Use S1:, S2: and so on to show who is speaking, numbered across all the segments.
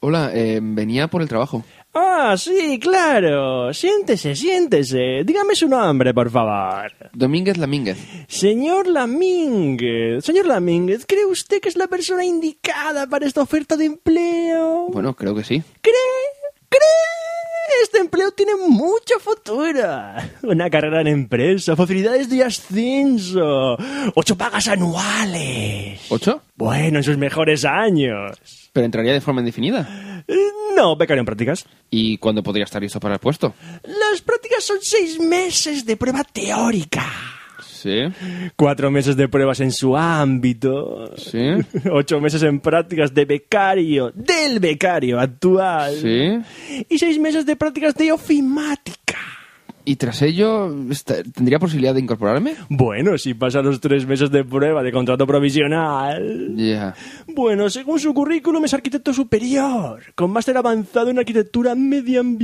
S1: Hola, eh, venía por el trabajo.
S2: Ah, sí, claro. Siéntese, siéntese. Dígame su nombre, por favor.
S1: Domínguez Lamínguez.
S2: Señor Lamínguez. Señor Lamínguez, ¿cree usted que es la persona indicada para esta oferta de empleo?
S1: Bueno, creo que sí.
S2: ¿Cree? ¿Cree? Este empleo tiene mucho futuro. Una carrera en empresa, facilidades de ascenso, ocho pagas anuales.
S1: ¿Ocho?
S2: Bueno, en sus mejores años.
S1: Pero entraría de forma indefinida.
S2: Eh, No, becario en prácticas.
S1: ¿Y cuándo podría estar listo para el puesto?
S2: Las prácticas son seis meses de prueba teórica.
S1: Sí.
S2: Cuatro meses de pruebas en su ámbito.
S1: Sí.
S2: Ocho meses en prácticas de becario, del becario actual.
S1: Sí.
S2: Y seis meses de prácticas de ofimática.
S1: ¿Y tras ello esta- tendría posibilidad de incorporarme?
S2: Bueno, si pasa los tres meses de prueba de contrato provisional.
S1: Ya.
S2: Bueno, según su currículum es arquitecto superior, con máster avanzado en arquitectura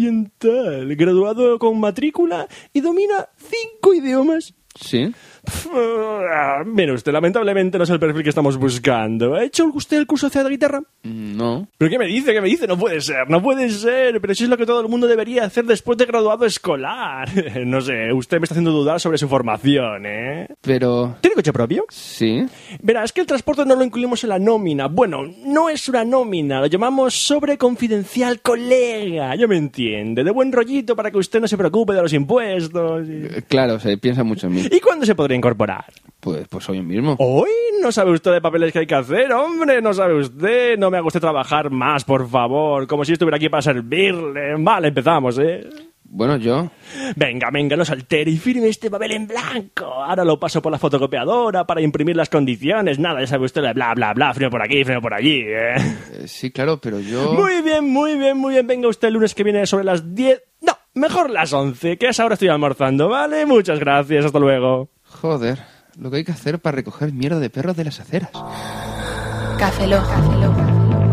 S2: medioambiental, graduado con matrícula y domina cinco idiomas.
S1: Sí.
S2: Pf, ah, Mire usted, lamentablemente no es el perfil que estamos buscando. ¿Ha hecho usted el curso de guitarra?
S1: No.
S2: ¿Pero qué me dice? ¿Qué me dice? No puede ser, no puede ser. Pero si es lo que todo el mundo debería hacer después de graduado escolar. No sé, usted me está haciendo dudar sobre su formación, ¿eh?
S1: Pero...
S2: ¿Tiene coche propio?
S1: Sí.
S2: Verás que el transporte no lo incluimos en la nómina. Bueno, no es una nómina, lo llamamos sobre confidencial colega. Ya me entiende, de buen rollito para que usted no se preocupe de los impuestos. y-
S1: Eh, Claro, se piensa mucho en mí.
S2: ¿Y cuándo se podría incorporar?
S1: Pues, pues hoy mismo.
S2: Hoy no sabe usted de papeles que hay que hacer, hombre, no sabe usted, no me haga usted trabajar más, por favor, como si estuviera aquí para servirle. Vale, empezamos, ¿eh?
S1: Bueno, yo...
S2: Venga, venga, no se altere y firme este papel en blanco. Ahora lo paso por la fotocopiadora para imprimir las condiciones. Nada, ya sabe usted, de bla, bla, bla, freno por aquí, freno por allí, ¿eh?
S1: eh, sí, claro, pero yo...
S2: Muy bien, muy bien, muy bien. Venga usted el lunes que viene sobre las 10. No, mejor las 11, que a esa hora estoy almorzando, ¿vale? Muchas gracias, hasta luego.
S1: Joder, lo que hay que hacer para recoger mierda de perros de las aceras.
S3: Café Lock.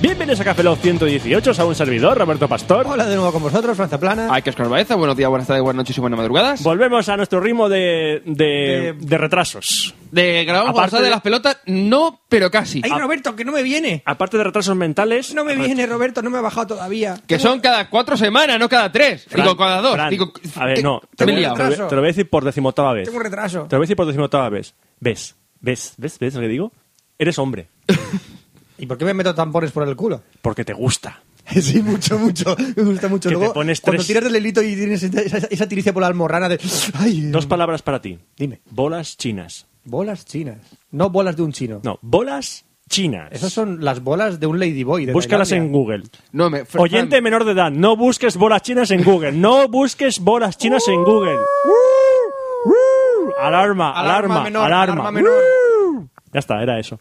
S2: Bienvenidos a Café Lock 118, a un servidor, Roberto Pastor.
S4: Hola de nuevo con vosotros, Franza Plana.
S1: Ay, que Oscar Baeza, buenos días, buenas tardes, buenas noches y buenas madrugadas.
S2: Volvemos a nuestro ritmo de, de,
S4: De-
S2: de retrasos.
S1: De grabamos Aparte
S2: Aparte
S1: de...
S2: de-
S1: las pelotas, no, pero casi.
S4: Ay, Roberto, que no me viene.
S2: Aparte de retrasos mentales...
S4: No me viene, Roberto, no me ha bajado todavía.
S1: Que son cada cuatro semanas, no cada tres.
S2: Fran,
S1: digo, cada dos.
S2: Fran,
S1: digo,
S2: a ver,
S1: te-
S2: no.
S1: te
S2: Te,
S1: me
S2: voy-
S1: he liado.
S2: te lo voy- te lo voy a decir por decimoctava vez.
S4: Tengo un retraso.
S2: Te lo voy a decir por decimoctava vez. ¿Ves? ¿Ves? ¿Ves? ¿Ves lo que digo? Eres hombre.
S4: ¿Y por qué me meto tampones por el culo?
S2: Porque te gusta.
S4: Sí, mucho, mucho. Me gusta mucho.
S2: Que te
S4: Luego,
S2: pones
S4: cuando
S2: tres-
S4: tiras del hilito y tienes esa, esa- esa tiricia por la almorrana de... Ay,
S2: Dos palabras para ti.
S4: Mm. Dime.
S2: Bolas chinas.
S4: Bolas chinas. No bolas de un chino.
S2: No, bolas chinas.
S4: Esas son las bolas de un ladyboy. de
S2: Búscalas en
S4: Tailandia.
S2: Google.
S1: No, me, Fran,
S2: Oyente menor de edad, no busques bolas chinas en Google. No busques bolas chinas en Google. Alarma, alarma,
S4: Alarma menor,
S2: alarma.
S4: alarma menor.
S2: Ya está, era eso.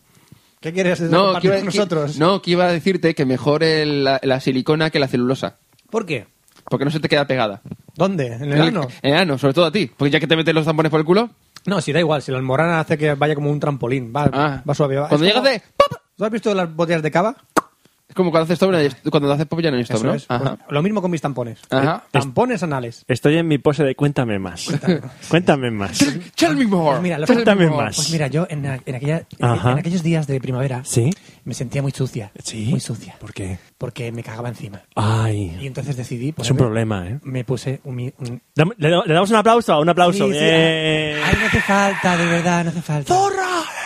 S4: ¿Qué quieres
S1: No, que
S4: compartir
S1: iba,
S4: con nosotros?
S1: que- no, que iba a decirte que mejor el- la, la silicona que la celulosa.
S4: ¿Por qué?
S1: Porque no se te queda pegada.
S4: ¿Dónde? ¿En el ano?
S1: En el ano, sobre todo a ti. Porque ya que te metes los tampones por el culo.
S4: No, si da igual. Si la almorrana hace que vaya como un trampolín. Va,
S1: Ah.
S4: va suave. va-
S1: Cuando
S4: es como-
S1: llegas de pop,
S4: ¿Tú has visto las botellas de cava?
S1: Es como cuando haces stop, no hay- cuando haces pop ya no hay stop,
S4: Eso
S1: ¿no?
S4: es.
S1: Ajá.
S4: Pues, lo mismo con mis tampones. Eh,
S1: Ajá.
S4: Tampones anales.
S2: Estoy en mi pose de cuéntame más. cuéntame más.
S1: Tell me more.
S4: Pues mira, lo-
S2: Cuéntame
S4: pues
S2: más.
S4: mira, yo en, a- en aquella- en-
S2: Ajá.
S4: en aquellos días de primavera
S2: ¿Sí?
S4: me sentía muy sucia.
S2: Sí.
S4: Muy sucia.
S2: ¿Por qué?
S4: Porque me cagaba encima. Y
S2: Ay,
S4: entonces decidí...
S2: es un
S4: ponerme-
S2: problema, ¿eh?
S4: Me puse un... mi- un-
S2: Dame- ¿Le, le damos un aplauso? Un aplauso.
S4: Sí, sí,
S2: Bien.
S4: Ay, no hace falta, de verdad, no hace falta.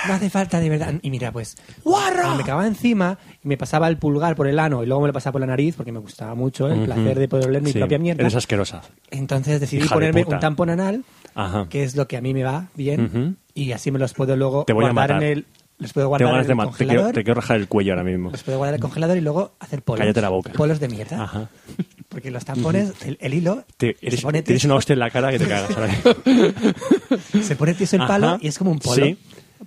S4: No hace falta, de verdad. Y mira, pues... cuando Me cagaba encima y me pasaba el pulgar por el ano y luego me lo pasaba por la nariz porque me gustaba mucho el placer de poder oler mi
S2: Sí,
S4: propia mierda.
S2: Eres asquerosa.
S4: Entonces decidí
S2: Hija de
S4: ponerme
S2: puta.
S4: un tampón anal,
S2: Ajá.
S4: que es lo que a mí me va bien,
S2: Ujú.
S4: y así me los puedo luego
S2: Te voy a
S4: guardar
S2: matar.
S4: en el los puedo
S2: Tengo
S4: guardar
S2: ganas
S4: en
S2: de
S4: el
S2: matar. Te quiero,
S4: congelador.
S2: te quiero rajar el cuello ahora mismo.
S4: Los puedo guardar en el congelador y luego hacer polos.
S2: Cállate la boca.
S4: Polos de mierda.
S2: Ajá.
S4: Porque los tampones, el, el hilo,
S2: Te- eres-
S4: se, pone
S2: tienes
S4: tieso,
S2: una hostia en la cara que te cagas. ahora.
S4: se pone tieso el
S2: Ajá.
S4: palo y es como un polo.
S2: Sí.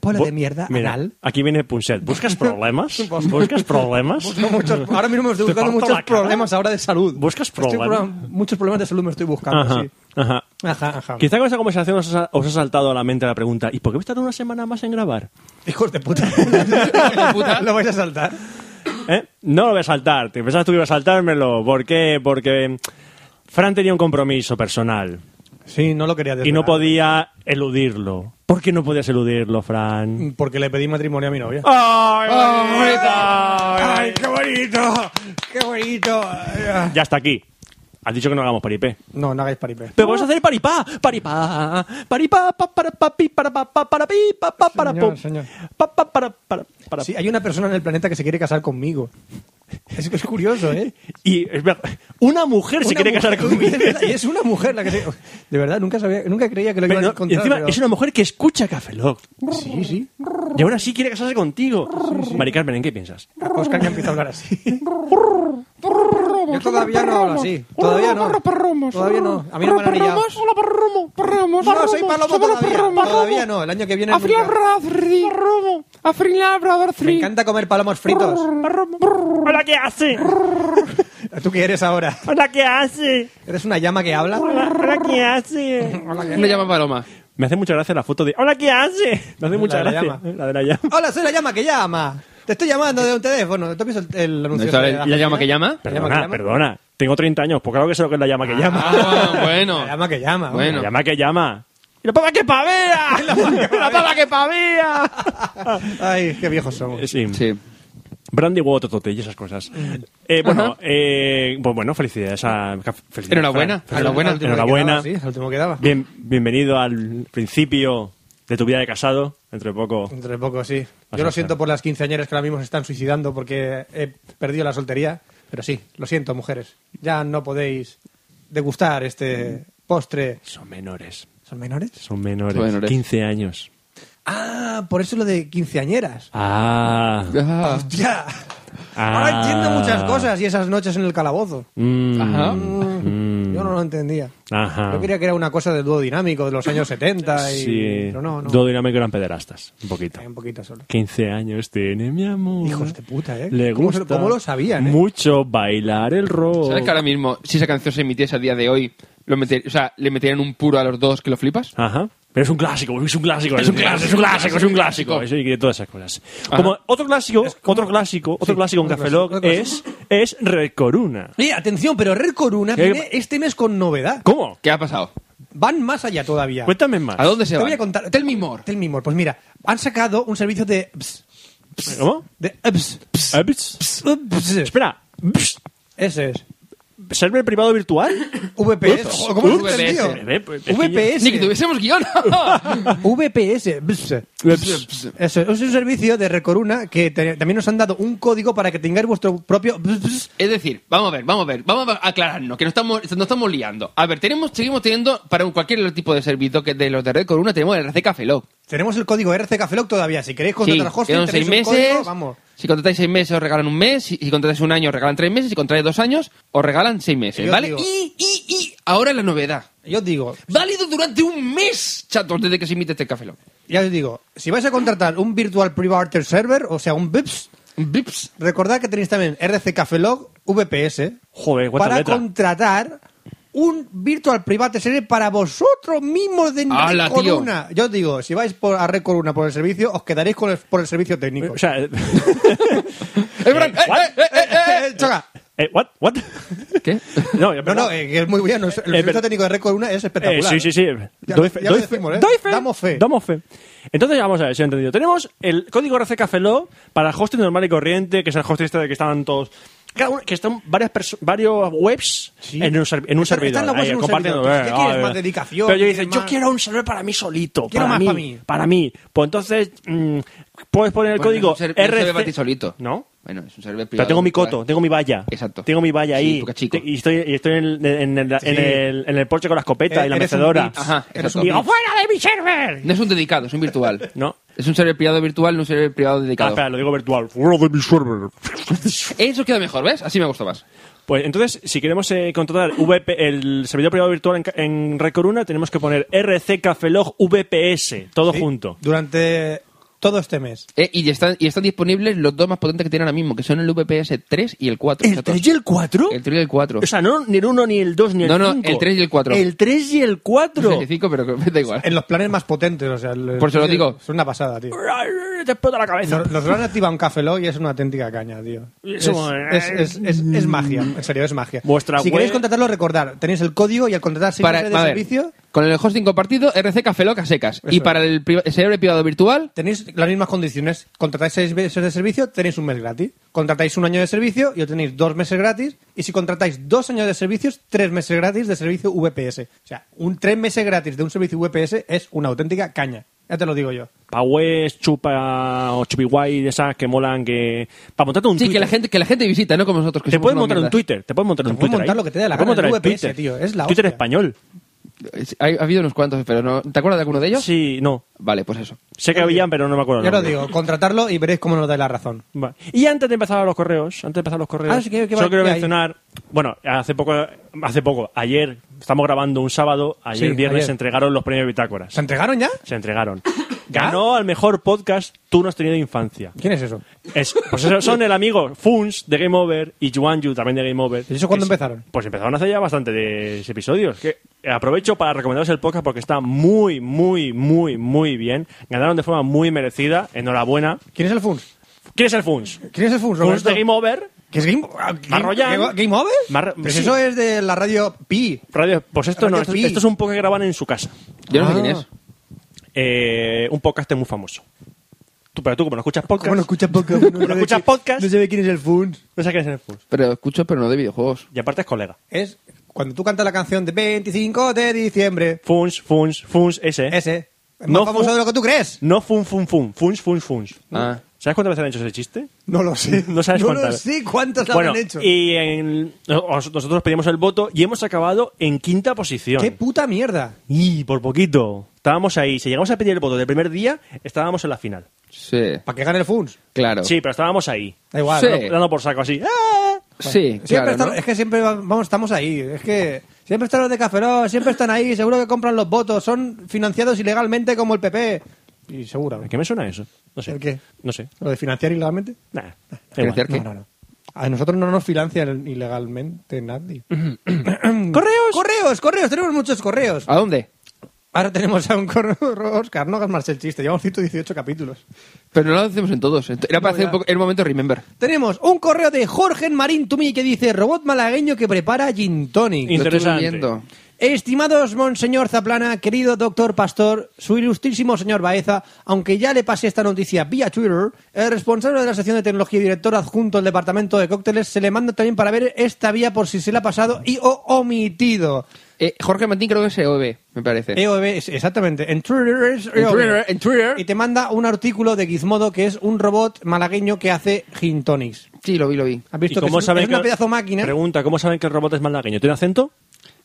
S4: Polo
S2: Bu-
S4: de mierda
S2: Mira,
S4: anal.
S2: aquí viene Punset. ¿Buscas problemas? ¿Buscas problemas?
S4: Busco muchos- ahora mismo me estoy
S2: Te
S4: buscando
S2: parto
S4: muchos
S2: la cara.
S4: problemas ahora de salud.
S2: ¿Buscas
S4: Estoy
S2: problemas?
S4: pro- muchos problemas de salud me estoy buscando,
S2: Ajá,
S4: sí.
S2: ajá.
S4: Ajá, ajá.
S2: Quizá con esa conversación os ha, os ha saltado a la mente la pregunta ¿y por qué habéis tardado una semana más en grabar?
S4: Hijos de puta. Lo vais a saltar.
S2: ¿Eh? No lo voy a saltar. Te pensabas tú que iba a saltármelo. ¿Por qué? Porque Fran tenía un compromiso personal
S4: Sí, no lo quería decir.
S2: y no podía eludirlo. ¿Por qué no podías eludirlo, Fran?
S4: Porque le pedí matrimonio a mi novia.
S2: ¡Ay,
S4: ¡Ay, qué bonito! ¡Qué bonito!
S2: Ya está aquí. Has dicho que no hagamos paripé.
S4: No, no hagáis paripé.
S2: Pero podemos hacer paripá, paripá, paripá, pa, para pa, pi, para pa, pa, para pi, pa, pa, para
S4: Señor,
S2: pum.
S4: señor.
S2: Pa, pa, para para para.
S4: Sí, hay una persona en el planeta que se quiere casar conmigo. Es, es curioso, ¿eh?
S2: Y es verdad, una mujer se
S4: Una
S2: quiere
S4: mujer-
S2: casar conmigo.
S4: Es verdad, y es una mujer la que se... De verdad, nunca, sabía, nunca creía que lo
S2: Pero
S4: iba a
S2: no, y
S4: encontrar.
S2: encima
S4: pero-
S2: es una mujer que escucha Café Lock.
S4: Sí, sí.
S2: Y aún así quiere casarse contigo. Mari Carmen, ¿en qué piensas?
S4: Oscar ya empieza a hablar así. Yo todavía no hablo así. Todavía no. Todavía no. A mí no me han anillado.
S5: Hola, parromo. Parromo.
S4: No, soy palomo todavía. Todavía no. El año que viene... nunca.
S5: Parromo. Afrilabra,
S4: Me encanta comer palomos fritos.
S2: Hola, ¿qué hace?
S4: ¿Tú qué eres ahora?
S2: Hola, ¿qué hace?
S4: ¿Eres una llama que habla?
S2: Hola, ¿qué hace?
S1: Me llama Paloma.
S2: Me hace mucha gracia la foto de Hola, ¿qué hace? Me hace
S4: La
S2: mucha
S4: de la
S2: gracia.
S4: llama.
S2: La de la llama.
S4: Hola, soy la llama que llama. Te estoy llamando de un teléfono. ¿Tú has visto el, el anuncio?
S1: ¿Esa
S4: ese de
S1: es la llama que llama?
S4: La llama que
S2: Perdona,
S4: llama.
S2: perdona. Tengo 30 años, pues claro que sé lo que es la llama que llama.
S1: Ah, bueno.
S4: La llama que llama. hombre.
S1: Bueno.
S2: La llama que llama. ¡Y la pava que pavea! ¡La pava que pavea!
S4: Ay, qué viejos somos.
S2: Sí.
S1: Sí.
S2: Brandy Water y esas cosas. Eh, bueno, eh, pues bueno, felicidades a felicidades,
S1: Enhorabuena,
S2: Fran.
S1: enhorabuena.
S4: Al último que
S2: Enhorabuena.
S4: quedaba, sí, al último que daba.
S2: Bien, bienvenido al principio de tu vida de casado. Entre poco.
S4: Entre poco, sí.
S2: Vas
S4: Yo
S2: a
S4: lo
S2: estar.
S4: siento por las quinceañeras que ahora mismo se están suicidando porque he perdido la soltería. Pero sí, lo siento, mujeres. Ya no podéis degustar este postre.
S2: Son menores.
S4: ¿Son menores?
S2: Son menores.
S1: Son menores.
S2: 15 años.
S4: Ah, por eso lo de quinceañeras.
S2: Ah.
S1: Ah.
S4: ¡Ya!
S2: Ah.
S4: Ahora entiendo muchas cosas y esas noches en el calabozo.
S2: Mm,
S1: Ajá.
S2: mm.
S4: Yo no lo entendía.
S2: Ajá.
S4: Yo creía que era una cosa del dúo dinámico de los años 70 y...
S2: Sí.
S4: Pero no, no.
S2: Todo dinámico eran pederastas. Un poquito.
S4: Un poquito solo.
S2: 15 años tiene mi amor.
S4: Hijos de puta, ¿eh?
S2: Le
S4: ¿Cómo se-
S2: gusta
S4: cómo lo sabían, eh?
S2: Mucho bailar el rock.
S1: ¿Sabes que ahora mismo, si esa canción se emitiese a día de hoy, lo meter- o sea, le meterían un puro a los dos que lo flipas?
S2: Ajá. Pero es un clásico, es un clásico,
S1: Es un clásico,
S2: es un clásico, es un clásico.
S1: clásico.
S2: Eso y de todas esas cosas.
S1: Ajá.
S2: Como otro clásico, otro clásico, otro clásico en
S4: otro
S2: Café
S4: clásico,
S2: Lock
S4: otro
S2: es, es Red Corona.
S4: Oye, atención, pero Red Corona
S2: ¿Qué?
S4: viene este mes con novedad.
S2: ¿Cómo?
S1: ¿Qué ha pasado?
S4: Van más allá todavía.
S2: Cuéntame más.
S1: ¿A dónde se
S4: Te
S1: va?
S4: voy a contar.
S1: Tell me more.
S4: Tell me more. Pues mira, han sacado un servicio de... Ps,
S2: ¿Cómo?
S4: de... Ps, ps,
S2: Eh, ps-
S4: ps, ps.
S2: Espera. Pss.
S4: Ese es.
S2: ¿Server privado virtual?
S4: VPS.
S1: Ups,
S4: ¿Cómo lo
S1: VPS.
S4: has entendido?
S2: Eh, pues, es que
S1: Ni que
S4: VPS.
S1: tuviésemos guión.
S4: VPS. Ps.
S2: Eh, Ups.
S4: Eso, es un servicio de Red Corona que te- también nos han dado un código para que tengáis vuestro propio... ps, ps,
S1: Es decir, vamos a ver, vamos a ver, vamos a aclararnos, que no estamos, no estamos liando. A ver, tenemos, seguimos teniendo, para cualquier tipo de servicio que de los de Red Corona, tenemos el RC Café Lock.
S4: Tenemos el código RC Café Lock todavía. Si queréis
S1: Sí,
S4: contratar hosting,
S1: quedan seis
S4: tenéis un
S1: meses.
S4: código, vamos.
S1: Si contratáis seis meses, os regalan un mes. Si, si contratáis un año, os regalan tres meses. Si contratáis dos años, os regalan seis meses,
S4: Yo
S1: ¿vale?
S4: digo-
S1: Y, y, y, ahora la novedad.
S4: Yo os digo,
S1: Válido durante un mes, chatos, desde que se emite este Café Lock.
S4: ya os digo, si vais a contratar un Virtual Private Server, o sea, un VIPS,
S1: Bips.
S4: recordad que tenéis también RC Café Lock, VPS,
S2: Joder, cuánta
S4: para
S2: letra.
S4: contratar un Virtual Private Server para vosotros mismos de
S1: ¡Hala,
S4: Red
S1: tío!
S4: Corona. Yo os digo, si vais por, a Red Corona por el servicio, os quedaréis con el- por el servicio técnico.
S2: O sea, eh,
S1: ¡Eh, Frank! ¡Eh,
S2: what?
S1: eh, eh, eh, eh!
S4: Eh, choca.
S2: eh, what? What?
S1: ¿Qué?
S2: No, ya
S4: No, no, eh, que es muy bueno. El servicio
S2: pero-
S4: técnico de Red Corona es espectacular.
S2: Eh, sí, sí, sí.
S4: Ya
S2: doy
S4: lo-
S2: fe,
S4: ya lo
S2: doy,
S4: decimos,
S2: fe,
S4: ¿eh?
S2: doy fe.
S4: Damos fe.
S2: Damos fe. Entonces, vamos a ver si he entendido. Tenemos el código RC Café Lock para hosting normal y corriente, que es el hosting este de que estaban todos. Cada uno- que están varias perso- varios webs
S4: Sí.
S2: en un, ser- en un
S4: Están-
S2: servidor.
S4: están las webs
S2: ahí,
S4: en un
S2: compartiendo.
S4: servidor. ¿Qué
S2: Eh,
S4: quieres?
S2: eh,
S4: Más
S2: eh.
S4: dedicación,
S2: Pero yo
S4: quieres
S2: dice, yo
S4: más-
S2: quiero un servidor para mí solito.
S4: Quiero
S2: para
S4: más
S2: mí,
S4: para mí.
S2: Para mí. Pues entonces, mm, puedes poner el
S1: Bueno,
S2: código
S1: es un ser-
S2: RC.
S1: un server para ti solito.
S2: ¿No?
S1: Bueno, es un server privado.
S2: Pero tengo mi coto, tengo mi valla.
S1: Exacto.
S2: Tengo mi valla
S1: Sí,
S2: ahí.
S1: tu cachico.
S2: Y estoy, y estoy en, el- en el, en el- en el porche con la escopeta
S4: Eh,
S2: y la
S4: eres un
S2: mecedora.
S4: bitch.
S1: Ajá,
S4: Eres
S1: exacto.
S4: un
S2: Y digo,
S4: bitch.
S2: ¡fuera de mi server! Ah,
S1: No es un dedicado, es un virtual.
S2: No.
S1: Es un server privado virtual, no un server privado
S2: Ah,
S1: dedicado.
S2: espera, lo digo virtual. ¡Fuera de mi server!
S1: Eso queda mejor, ¿ves? Así me gusta más.
S2: Pues entonces, si queremos eh, contratar VP, el servidor privado virtual en, ca- en Red Corona, tenemos que poner RC Cafelog VPS, todo
S4: Sí,
S2: junto.
S4: Durante todo este mes.
S1: Eh, y, están, y están disponibles los dos más potentes que tienen ahora mismo, que son el VPS 3 y el 4.
S2: ¿El 3 y el 4?
S1: El 3 y el 4.
S2: O sea, no, ni el 1, ni el 2, ni el
S1: No,
S2: 5.
S1: no, el 3 y el 4.
S2: El 3 y el 4.
S1: El 5, pero que- da igual.
S4: En los planes más potentes, o sea...
S1: Por eso lo digo.
S4: Es una pasada, tío.
S2: Te explota la cabeza.
S4: Nos, nos lo han activado en Café Lock y es una auténtica caña, tío. Es,
S2: Eso-
S4: es- es- es- es magia, en serio, es magia.
S2: Vuestra
S4: si
S2: web-
S4: queréis contratarlo, recordar, tenéis el código y al contratar seis
S1: Para,
S4: meses
S1: a
S4: de
S1: ver,
S4: servicio,
S1: con el hosting compartido, RC Café Loca secas.
S4: Eso
S1: y
S4: es.
S1: para el, pri- el servidor privado virtual,
S4: tenéis las mismas condiciones. Contratáis seis meses de servicio, tenéis un mes gratis. Contratáis un año de servicio y obtenéis dos meses gratis. Y si contratáis dos años de servicios, tres meses gratis de servicio VPS. O sea, un tres meses gratis de un servicio VPS es una auténtica caña. Ya te lo digo yo.
S2: Pawes, chupa o chupiguay de esas que molan que... Para montarte un
S1: sí,
S2: Twitter.
S1: que la, gente, que la gente visita, no como nosotros. Que
S2: Te
S1: somos
S2: puedes
S1: una
S2: montar un
S1: mierda.
S2: Twitter, te puedes montar un
S4: puedes
S2: Twitter.
S4: montar
S2: ahí.
S4: lo que te dé la
S2: puedes
S4: gana,
S2: montar
S4: el
S2: el
S4: VPS,
S2: Twitter.
S4: tío, es la
S2: Twitter
S4: hostia.
S2: español.
S1: Sí, Ha, ha habido unos cuantos, pero no. ¿Te acuerdas de alguno de ellos?
S2: Sí, no.
S1: Vale, pues eso.
S2: Sé que habían, pero no me acuerdo. el
S4: Ya lo
S2: nombre.
S4: digo, contratarlo y veréis cómo nos dais la razón.
S2: Va. Y antes de empezar a los correos, antes de empezar a los correos,
S4: Ah, sí, que- que
S2: solo
S4: va-
S2: quiero
S4: que hay.
S2: mencionar, bueno, hace poco, hace poco, ayer, estamos grabando un sábado, ayer
S4: Sí,
S2: viernes
S4: ayer.
S2: se entregaron los premios Bitácoras.
S4: ¿Se entregaron ya?
S2: Se entregaron. Ganó al mejor podcast Tú no has tenido infancia.
S4: ¿Quién es eso?
S2: Es- pues eso son el amigo Funs de Game Over y Juanju también de Game Over.
S4: ¿Y eso cuándo
S2: Que sí,
S4: empezaron?
S2: Pues empezaron hace ya bastantes episodios. Que aprovecho para recomendaros el podcast porque está muy, muy, muy, muy bien. Ganaron de forma muy merecida. Enhorabuena.
S4: ¿Quién es el Funs?
S2: ¿Quién es el Funs?
S4: ¿Quién es el Funs,
S2: Funs
S4: Roberto?
S2: de Game Over.
S4: ¿Qué es Game, ah, Game-
S2: Marroyan.
S4: Game- Game Over?
S2: Mar-
S4: Pero si
S2: sí.
S4: eso es de la radio Pi.
S2: Radio- pues esto
S4: Radio
S2: no, esto,
S4: Pi.
S2: esto es un podcast que graban en su casa.
S1: Yo no
S4: Ah.
S1: sé quién es.
S2: Eh, un podcast muy famoso. Tú, pero tú, como no escuchas podcast,
S4: Bueno, escuchas podcast.
S2: Como no escuchas podcast,
S4: No se ve quién es el Funs.
S2: no sabes quién es el Funs.
S1: Pero escucho, pero no de videojuegos.
S2: Y aparte es colega.
S4: Es cuando tú cantas la canción de 25 de diciembre.
S2: Funs, Funs, Funs, ese.
S4: Ese. Es más
S2: No
S4: famoso
S2: Fun-
S4: de lo que tú crees.
S2: No fun, fun, fun. Funs, funs, funs.
S1: Ah.
S2: ¿Sabes cuántas veces han hecho ese chiste?
S4: No lo sé.
S2: No sabes
S4: no lo
S2: cuántas.
S4: sé cuántos lo
S2: bueno,
S4: habrán hecho.
S2: Y en- nos- nosotros pedimos el voto y hemos acabado en quinta posición.
S4: ¡Qué puta mierda!
S2: y por poquito. Estábamos ahí. Si llegamos a pedir el voto del primer día, estábamos en la final.
S1: Sí,
S4: ¿Para que gane el Funs?
S1: claro.
S2: Sí, pero estábamos ahí.
S4: Da igual.
S1: Sí.
S4: ¿no?
S1: Eh.
S2: Dando por saco así. ¡Ah!
S1: sí
S4: Siempre
S1: claro.
S4: están-
S1: ¿no?
S4: Es que siempre va- vamos, estamos ahí. Es que siempre están los de Café Lock, siempre están ahí. Seguro que compran los votos. Son financiados ilegalmente como el PP. Y seguro.
S2: ¿A qué me suena eso? No sé.
S4: ¿El qué?
S2: No sé.
S4: ¿Lo de financiar ilegalmente?
S2: Nah. da igual.
S1: Crecer, ¿qué?
S4: No, no, no. A nosotros no nos financian ilegalmente nadie.
S2: ¡Correos!
S4: correos, correos, tenemos muchos correos.
S1: ¿A dónde?
S4: Ah. Ahora tenemos a un correo, Oscar, no hagas más el chiste, llevamos 118 capítulos.
S1: Pero no lo hacemos en todos. Era para
S4: No,
S1: hacer
S4: ya.
S1: un poco- el momento Remember.
S4: Tenemos un correo de Jorge Marín Tumi que dice, robot malagueño que prepara gin tonic.
S1: Lo estuve
S2: Interesante.
S1: viendo.
S4: Estimados Monseñor Zaplana, querido doctor Pastor, su ilustrísimo señor Baeza, aunque ya le pasé esta noticia vía Twitter, el responsable de la sección de tecnología y director adjunto del departamento de cócteles se le manda también para ver esta vía por si se la ha pasado y o omitido.
S1: Eh, Jorge Martín creo que es EOB, me parece.
S4: EOB, es- exactamente. En Twitter es
S1: En
S4: EOB.
S1: Twitter, en Twitter.
S4: E Y te manda un artículo de Gizmodo que es un robot malagueño que hace gin tonics.
S1: Sí, lo vi, lo vi.
S4: ¿Has
S2: ¿Y
S4: visto que
S2: cómo
S4: es,
S2: saben
S4: es una
S2: que-
S4: pedazo máquina?
S2: Pregunta, ¿cómo saben que el robot es malagueño? ¿Tiene acento?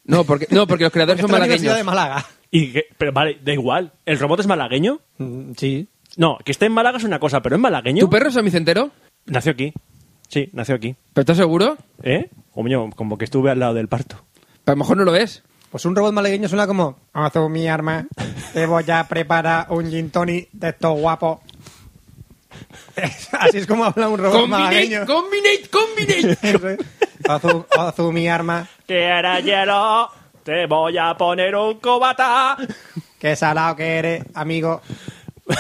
S1: No, porque, no, porque los creadores
S4: Porque
S1: son
S4: está en la Universidad
S1: malagueños.
S4: de Málaga.
S2: Y que- pero vale, da igual. ¿El robot es malagueño?
S4: Mm, Sí.
S2: No, que esté en Málaga es una cosa, pero ¿es malagueño?
S1: ¿Tu perro es amicentero?
S2: Nació aquí. Sí, nació aquí.
S1: ¿Pero estás seguro?
S2: ¿Eh? Coño, como que estuve al lado del parto.
S1: A lo mejor no lo es.
S4: Pues un robot malagueño suena como... Azu mi arma, te voy a preparar un gin tonic de estos guapos. Así es como habla un robot malagueño. "Ah,
S1: Combinate, combinate, combinate.
S4: Eso es. Azu, azu mi arma,
S2: ¡Que hará hielo! ¡Te voy a poner un cobata!
S4: que salado que eres, amigo.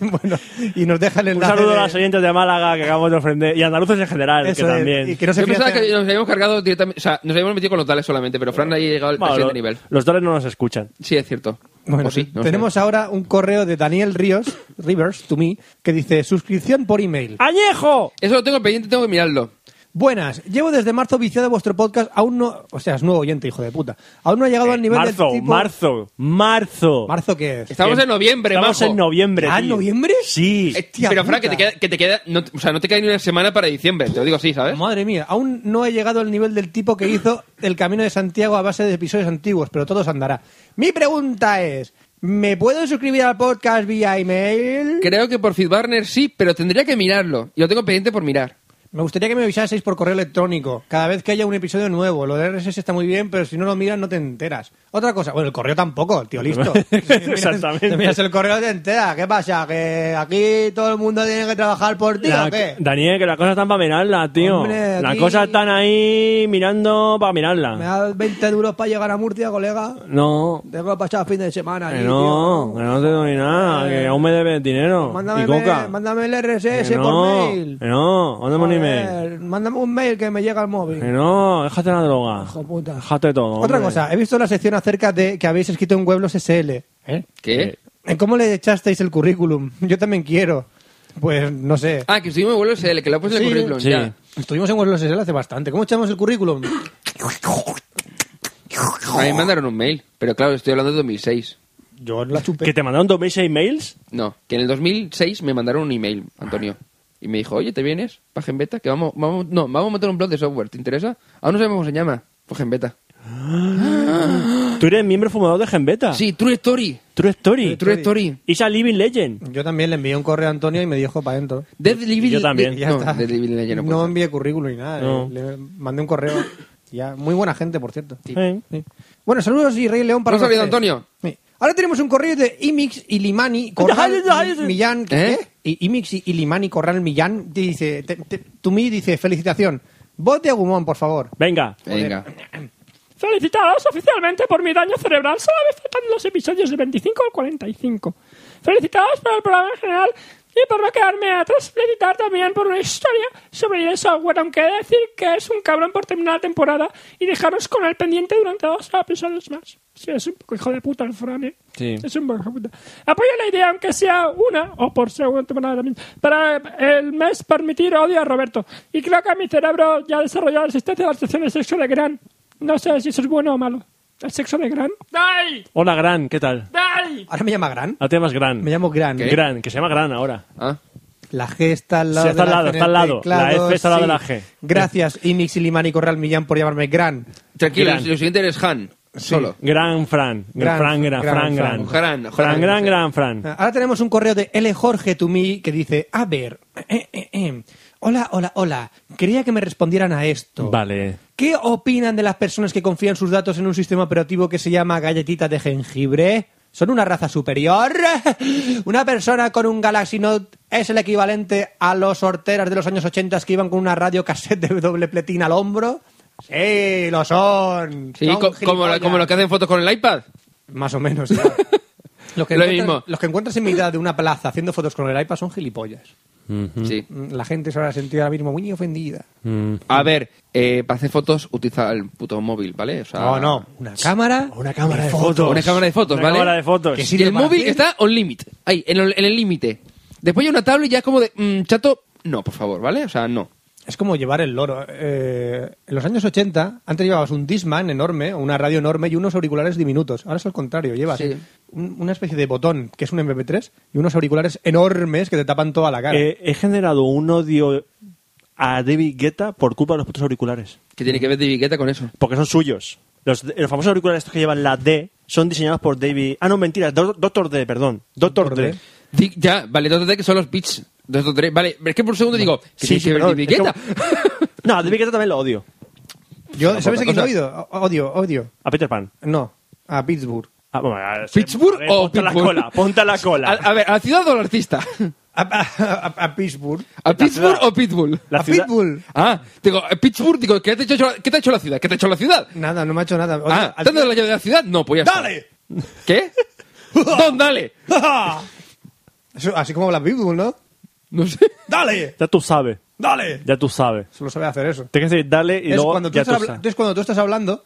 S4: bueno, y nos deja el
S2: Un
S4: enlace
S2: saludo
S4: de-
S2: a las oyentes de Málaga que acabamos de ofender. Y andaluces en general,
S4: Eso
S2: que
S4: es,
S2: también.
S4: Y que no se
S1: Yo pensaba
S4: financian-
S1: que nos habíamos cargado directamente. O sea, nos habíamos metido con los tales solamente, pero Fran ahí ha llegado al
S2: Bueno,
S1: siguiente
S2: lo-
S1: nivel.
S2: Los dólares no nos escuchan.
S1: Sí, es cierto.
S4: Bueno,
S1: O Pues sí, no sé.
S4: tenemos ahora un correo de Daniel Ríos, Rivers, to me, que dice suscripción por email.
S2: ¡Añejo!
S1: Eso lo tengo pendiente, tengo que mirarlo.
S4: Buenas, llevo desde marzo viciado vuestro podcast, aún no, o sea, es nuevo oyente, hijo de puta. Aún no ha llegado al nivel del
S2: Eh, marzo,
S4: tipo-
S2: marzo, marzo.
S4: marzo qué es?
S1: Estamos en noviembre,
S2: Estamos
S1: majo.
S2: en noviembre.
S4: ¿Ah,
S2: tío.
S4: noviembre?
S2: Sí.
S1: Eh,
S4: Hostia
S1: pero Fran, que
S4: puta.
S1: te queda. Que te queda no, o sea, no te queda ni una semana para diciembre, te lo digo así, ¿sabes?
S4: Madre mía, aún no he llegado al nivel del tipo que hizo el Camino de Santiago a base de episodios antiguos, pero todos andará. Mi pregunta es, ¿me puedo suscribir al podcast vía email?
S1: Creo que por Feedburner sí, pero tendría que mirarlo. Y lo tengo pendiente por mirar.
S4: Me gustaría que me avisaseis por correo electrónico. Cada vez que haya un episodio nuevo. Lo de RSS está muy bien, pero si no lo miras no te enteras. Otra cosa. Bueno, el correo tampoco, tío, listo. Si miras-
S2: Exactamente.
S4: si miras el correo te enteras. ¿Qué pasa? ¿Que aquí todo el mundo tiene que trabajar por ti
S2: La-
S4: o qué?
S2: Daniel, que las cosas están para mirarlas, tío.
S4: Hombre,
S2: Las
S4: aquí-
S2: cosas están ahí mirando para
S4: Me
S2: mirarlas.
S4: das 20 duros para llegar a Murcia, colega.
S2: No,
S4: Tengo que pasar fin de semana.
S2: que
S4: allí,
S2: Eh, no,
S4: tío.
S2: que no te doy nada, que aún me debes dinero.
S4: Mándame,
S2: y coca.
S4: mándame el RSS
S2: que
S4: por
S2: no,
S4: mail.
S2: que no, mándame un email.
S4: Joder, Mándame un mail que me llega al móvil.
S2: Que no, déjate la droga.
S4: Hijo puta.
S2: Déjate todo.
S4: Otra
S2: Eh, hombre.
S4: cosa, he visto la sección acerca de que habéis escrito en Pueblos SL. ¿Eh?
S1: ¿Qué?
S4: ¿Cómo le echasteis el currículum? Yo también quiero. Pues no sé.
S1: Ah, que estuvimos en vuelo SL, que lo ha puesto en el
S4: Sí,
S1: currículum.
S2: sí.
S1: ya.
S4: Estuvimos en Pueblos SL hace bastante. ¿Cómo echamos el currículum?
S1: A mí me mandaron un mail, pero claro, estoy hablando de 2006.
S4: Yo la chupé.
S2: ¿Que te mandaron 2006 mails?
S1: No, que en el 2006 me mandaron un email, Antonio. Y me dijo, oye, ¿te vienes? Para Genbeta, que vamos, vamos, no, vamos a montar un blog de software, ¿te interesa? Aún no sabemos cómo se llama. Pues Genbeta.
S2: Tú eres miembro fumador de Genbeta.
S1: Sí, True Story.
S2: True Story.
S1: True Story.
S2: Is a Living Legend.
S4: Yo también le envié un correo a Antonio y me dijo para adentro.
S1: Dead Living
S2: yo también.
S1: de-
S4: Y ya
S1: no,
S4: está.
S1: Dead Living Legend no puede
S4: No
S1: ser.
S4: envié currículum ni nada. eh.
S2: No.
S4: Le mandé un correo. Ya, muy buena gente, por cierto.
S2: Eh.
S4: Sí. Bueno, saludos y Rey León
S1: No
S4: para
S1: ha
S4: los
S1: salido
S4: tres.
S1: Antonio.
S4: Sí. Ahora tenemos un correo de Imix y Limani Corral Millán.
S1: ¿Eh?
S4: ¿qué? I- Imix y Limani Corral Millán dice, te- te- to me dice, felicitación. Voz de Agumón, por favor.
S2: Venga.
S1: Venga.
S6: Felicitados oficialmente por mi daño cerebral. Solo me faltan los episodios de 25 al 45. Felicitados por el programa en general y por no quedarme atrás. Felicitar también por una historia sobre el software, aunque he de decir que es un cabrón por terminar la temporada y dejarnos con el pendiente durante dos episodios más. Sí, es un poco hijo de puta el Fran, ¿eh?
S2: Sí.
S6: Es un buen hijo de puta. Apoyo la idea, aunque sea una, o por segunda temporada también, para el mes permitir odio a Roberto. Y creo que mi cerebro ya ha desarrollado la existencia de la sección de sexo de Gran. No sé si eso es bueno o malo. ¿El sexo de Gran? ¡Dai!
S2: Hola, Gran, ¿qué tal?
S6: ¡Dai!
S4: Ahora me llama Gran.
S2: A temas Gran.
S4: Me llamo Gran.
S1: ¿Qué?
S2: Gran, que se llama Gran ahora.
S1: Ah,
S4: La G está al lado.
S2: Sí, está
S4: de
S2: al
S4: la
S2: lado,
S4: G en
S2: está al
S4: el
S2: lado. La
S4: teclado,
S2: F está al lado de la
S4: sí.
S2: G.
S4: Gracias, Imix y Limani Corral Millán, por llamarme Gran.
S1: tranquilo,
S2: Gran.
S1: lo siguiente eres Han. Solo.
S2: Gran Fran.
S4: Gran-
S2: Gran
S4: Ah,
S2: Fran, Gran
S4: Gran
S2: Fran,
S1: Fran.
S2: Gran.
S1: Gran,
S2: Fran,
S1: Fran,
S2: Gran,
S1: sí.
S2: Gran Fran.
S4: Ahora tenemos un correo de L. Jorge Tumí que dice, a ver, eh, eh, eh, hola, hola, hola, quería que me respondieran a esto.
S2: Vale.
S4: ¿Qué opinan de las personas que confían sus datos en un sistema operativo que se llama galletita de jengibre? ¿Son una raza superior? ¿Una persona con un Galaxy Note es el equivalente a los horteras de los años 80 que iban con una radio cassette de doble pletina al hombro? Sí, lo son.
S1: Sí,
S4: Son
S1: co- como, la-
S4: gilipollas.
S1: como los que hacen fotos con el iPad.
S4: Más o menos. ya. Los que,
S1: Lo
S4: encuentras-
S1: mismo.
S4: los que encuentras en mitad de una plaza haciendo fotos con el iPad son gilipollas.
S1: Sí.
S4: Mm, La gente se habrá sentido ahora mismo muy ofendida.
S1: A ver, eh, para hacer fotos utiliza el puto móvil, ¿vale? O sea,
S4: No, no. Una cámara.
S2: Una cámara de fotos.
S1: Una cámara de fotos,
S2: Una
S1: ¿vale?
S2: cámara de fotos.
S4: Que sí.
S1: Y el
S4: Martín.
S1: móvil está on limit, ahí, en el en el límite. Después hay una tablet y ya es como de, mm, chato, no, por favor, ¿vale? O sea, no.
S4: Es como llevar el loro. Eh, en los años 80, antes llevabas un Disman enorme, una radio enorme y unos auriculares diminutos. Ahora es al contrario, llevas
S1: Sí.
S4: un- una especie de botón que es un MP3 y unos auriculares enormes que te tapan toda la cara.
S2: Eh, he generado un odio a David Guetta por culpa de los putos auriculares.
S1: ¿Qué tiene que ver David Guetta con eso?
S2: Porque son suyos. Los, los famosos auriculares estos que llevan la D son diseñados por David... Ah, no, mentira. Do- Doctor D, perdón. Doctor,
S4: Dr.
S2: D.
S4: D.
S1: Di- ya, vale, 2 3 que son los beats. 2 3 vale, es que por un segundo digo, ¿qué tiene que ver
S2: perdón,
S1: David
S2: es
S1: Guetta?
S2: como- No, a David Guetta también lo odio.
S4: Yo, ¿Sabes a quién
S1: cosa.
S4: odio? O- Odio, odio.
S2: A Peter Pan.
S4: No, a Pittsburgh.
S2: Ah, bueno, a-
S1: ¿Pittsburgh
S2: a ver,
S1: o
S2: ponte la
S1: Pittsburgh?
S2: cola, ponte la cola.
S1: A, a ver, ¿a la ciudad o al artista?
S4: A, a- a- a Pittsburgh.
S1: ¿A Pittsburgh
S2: ciudad.
S1: o Pitbull?
S2: La
S4: a
S2: ciudad-
S4: Pitbull.
S1: Ah, digo, eh, Pittsburgh, digo, ¿qué te, ha hecho, qué te ha hecho la ciudad? ¿Qué te ha hecho la ciudad?
S4: Nada, no me ha hecho nada. Odio-
S1: Ah,
S4: al-
S1: ¿te han dado la llave de la ciudad? No, pues ya está.
S4: ¡Dale!
S1: ¿Qué? Don, dale.
S4: Eso- Así como la Pitbull, ¿no?
S1: No sé.
S4: ¡Dale!
S2: Ya tú sabes,
S4: ¡Dale!
S2: ya tú sabes.
S4: Solo sabe hacer eso.
S2: Tienes que decir dale y
S4: es
S2: luego
S4: cuando tú,
S2: ya tú
S4: estás habla-
S2: sabes.
S4: es cuando tú estás hablando,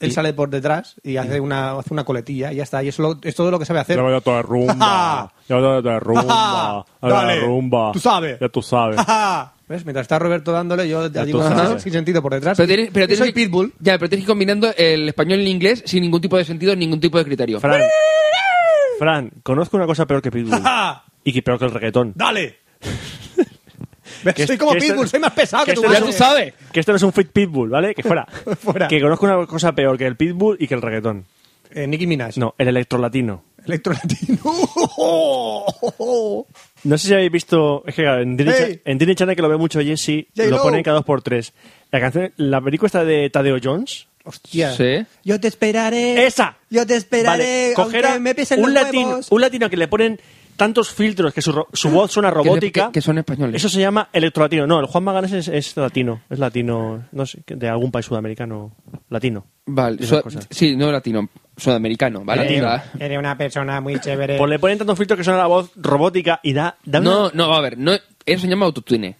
S4: él sale por detrás y hace una, hace una coletilla y ya está. Y es, lo- es todo lo que sabe hacer.
S2: Ya voy a toda rumba. ya voy a toda rumba. a la
S4: Dale.
S2: rumba.
S4: Tú sabes.
S2: Ya tú sabes.
S4: ¿Ves? Mientras está Roberto dándole, yo
S2: Ya
S4: ya digo
S2: tú
S4: "Ajá,
S2: sabes".
S4: sin sentido por detrás.
S1: Pero tienes, pero
S4: Yo
S1: tienes
S4: soy
S1: que-
S4: Pitbull.
S1: Ya, pero tienes que ir combinando el español y el inglés sin ningún tipo de sentido, ningún tipo de criterio.
S2: Fran. Fran, conozco una cosa peor que Pitbull. y que peor que el reggaetón.
S4: ¡Dale! ¿Ves?
S2: Que es-
S4: soy como
S2: que es-
S4: Pitbull, soy más pesado que,
S2: que este
S4: tu
S2: es-
S1: ya
S2: Pero-
S1: tú
S4: madre.
S1: sabes.
S2: Que esto no es un fit Pitbull, ¿vale? Que fuera.
S4: Fuera.
S2: Que conozco una cosa peor que el Pitbull y que el reggaetón.
S4: Eh, Nicki Minaj.
S2: No, el electrolatino.
S4: Electrolatino.
S2: No sé si habéis visto. Es que claro, en Disney,
S7: Ey.
S2: Cha- en Disney Channel, que lo ve mucho Jesse,
S7: J-Lo.
S2: lo ponen cada dos por tres. La, canción, la película está de Tadeo Jones.
S4: Hostia.
S1: Sí.
S4: Yo te esperaré.
S2: ¡Esa!
S4: Yo te
S2: Vale,
S4: esperaré.
S2: coger a
S4: aunque me pesen
S2: un,
S4: los
S2: latino,
S4: huevos.
S2: un latino que le ponen tantos filtros que su, ro- su voz suena robótica.
S1: que- que son españoles.
S2: Eso se llama electrolatino. No, el Juan Magallanes es, es latino. Es latino, no sé, de algún país sudamericano. Latino.
S1: Vale.
S2: Esas
S1: sud-
S2: cosas.
S1: sí, no latino. Sudamericano, ¿vale? Va.
S4: Eres una persona muy chévere.
S2: Pues le ponen tantos filtros que suena la voz robótica y da. da una-
S1: No, no, a ver. No, eso se llama autotune. El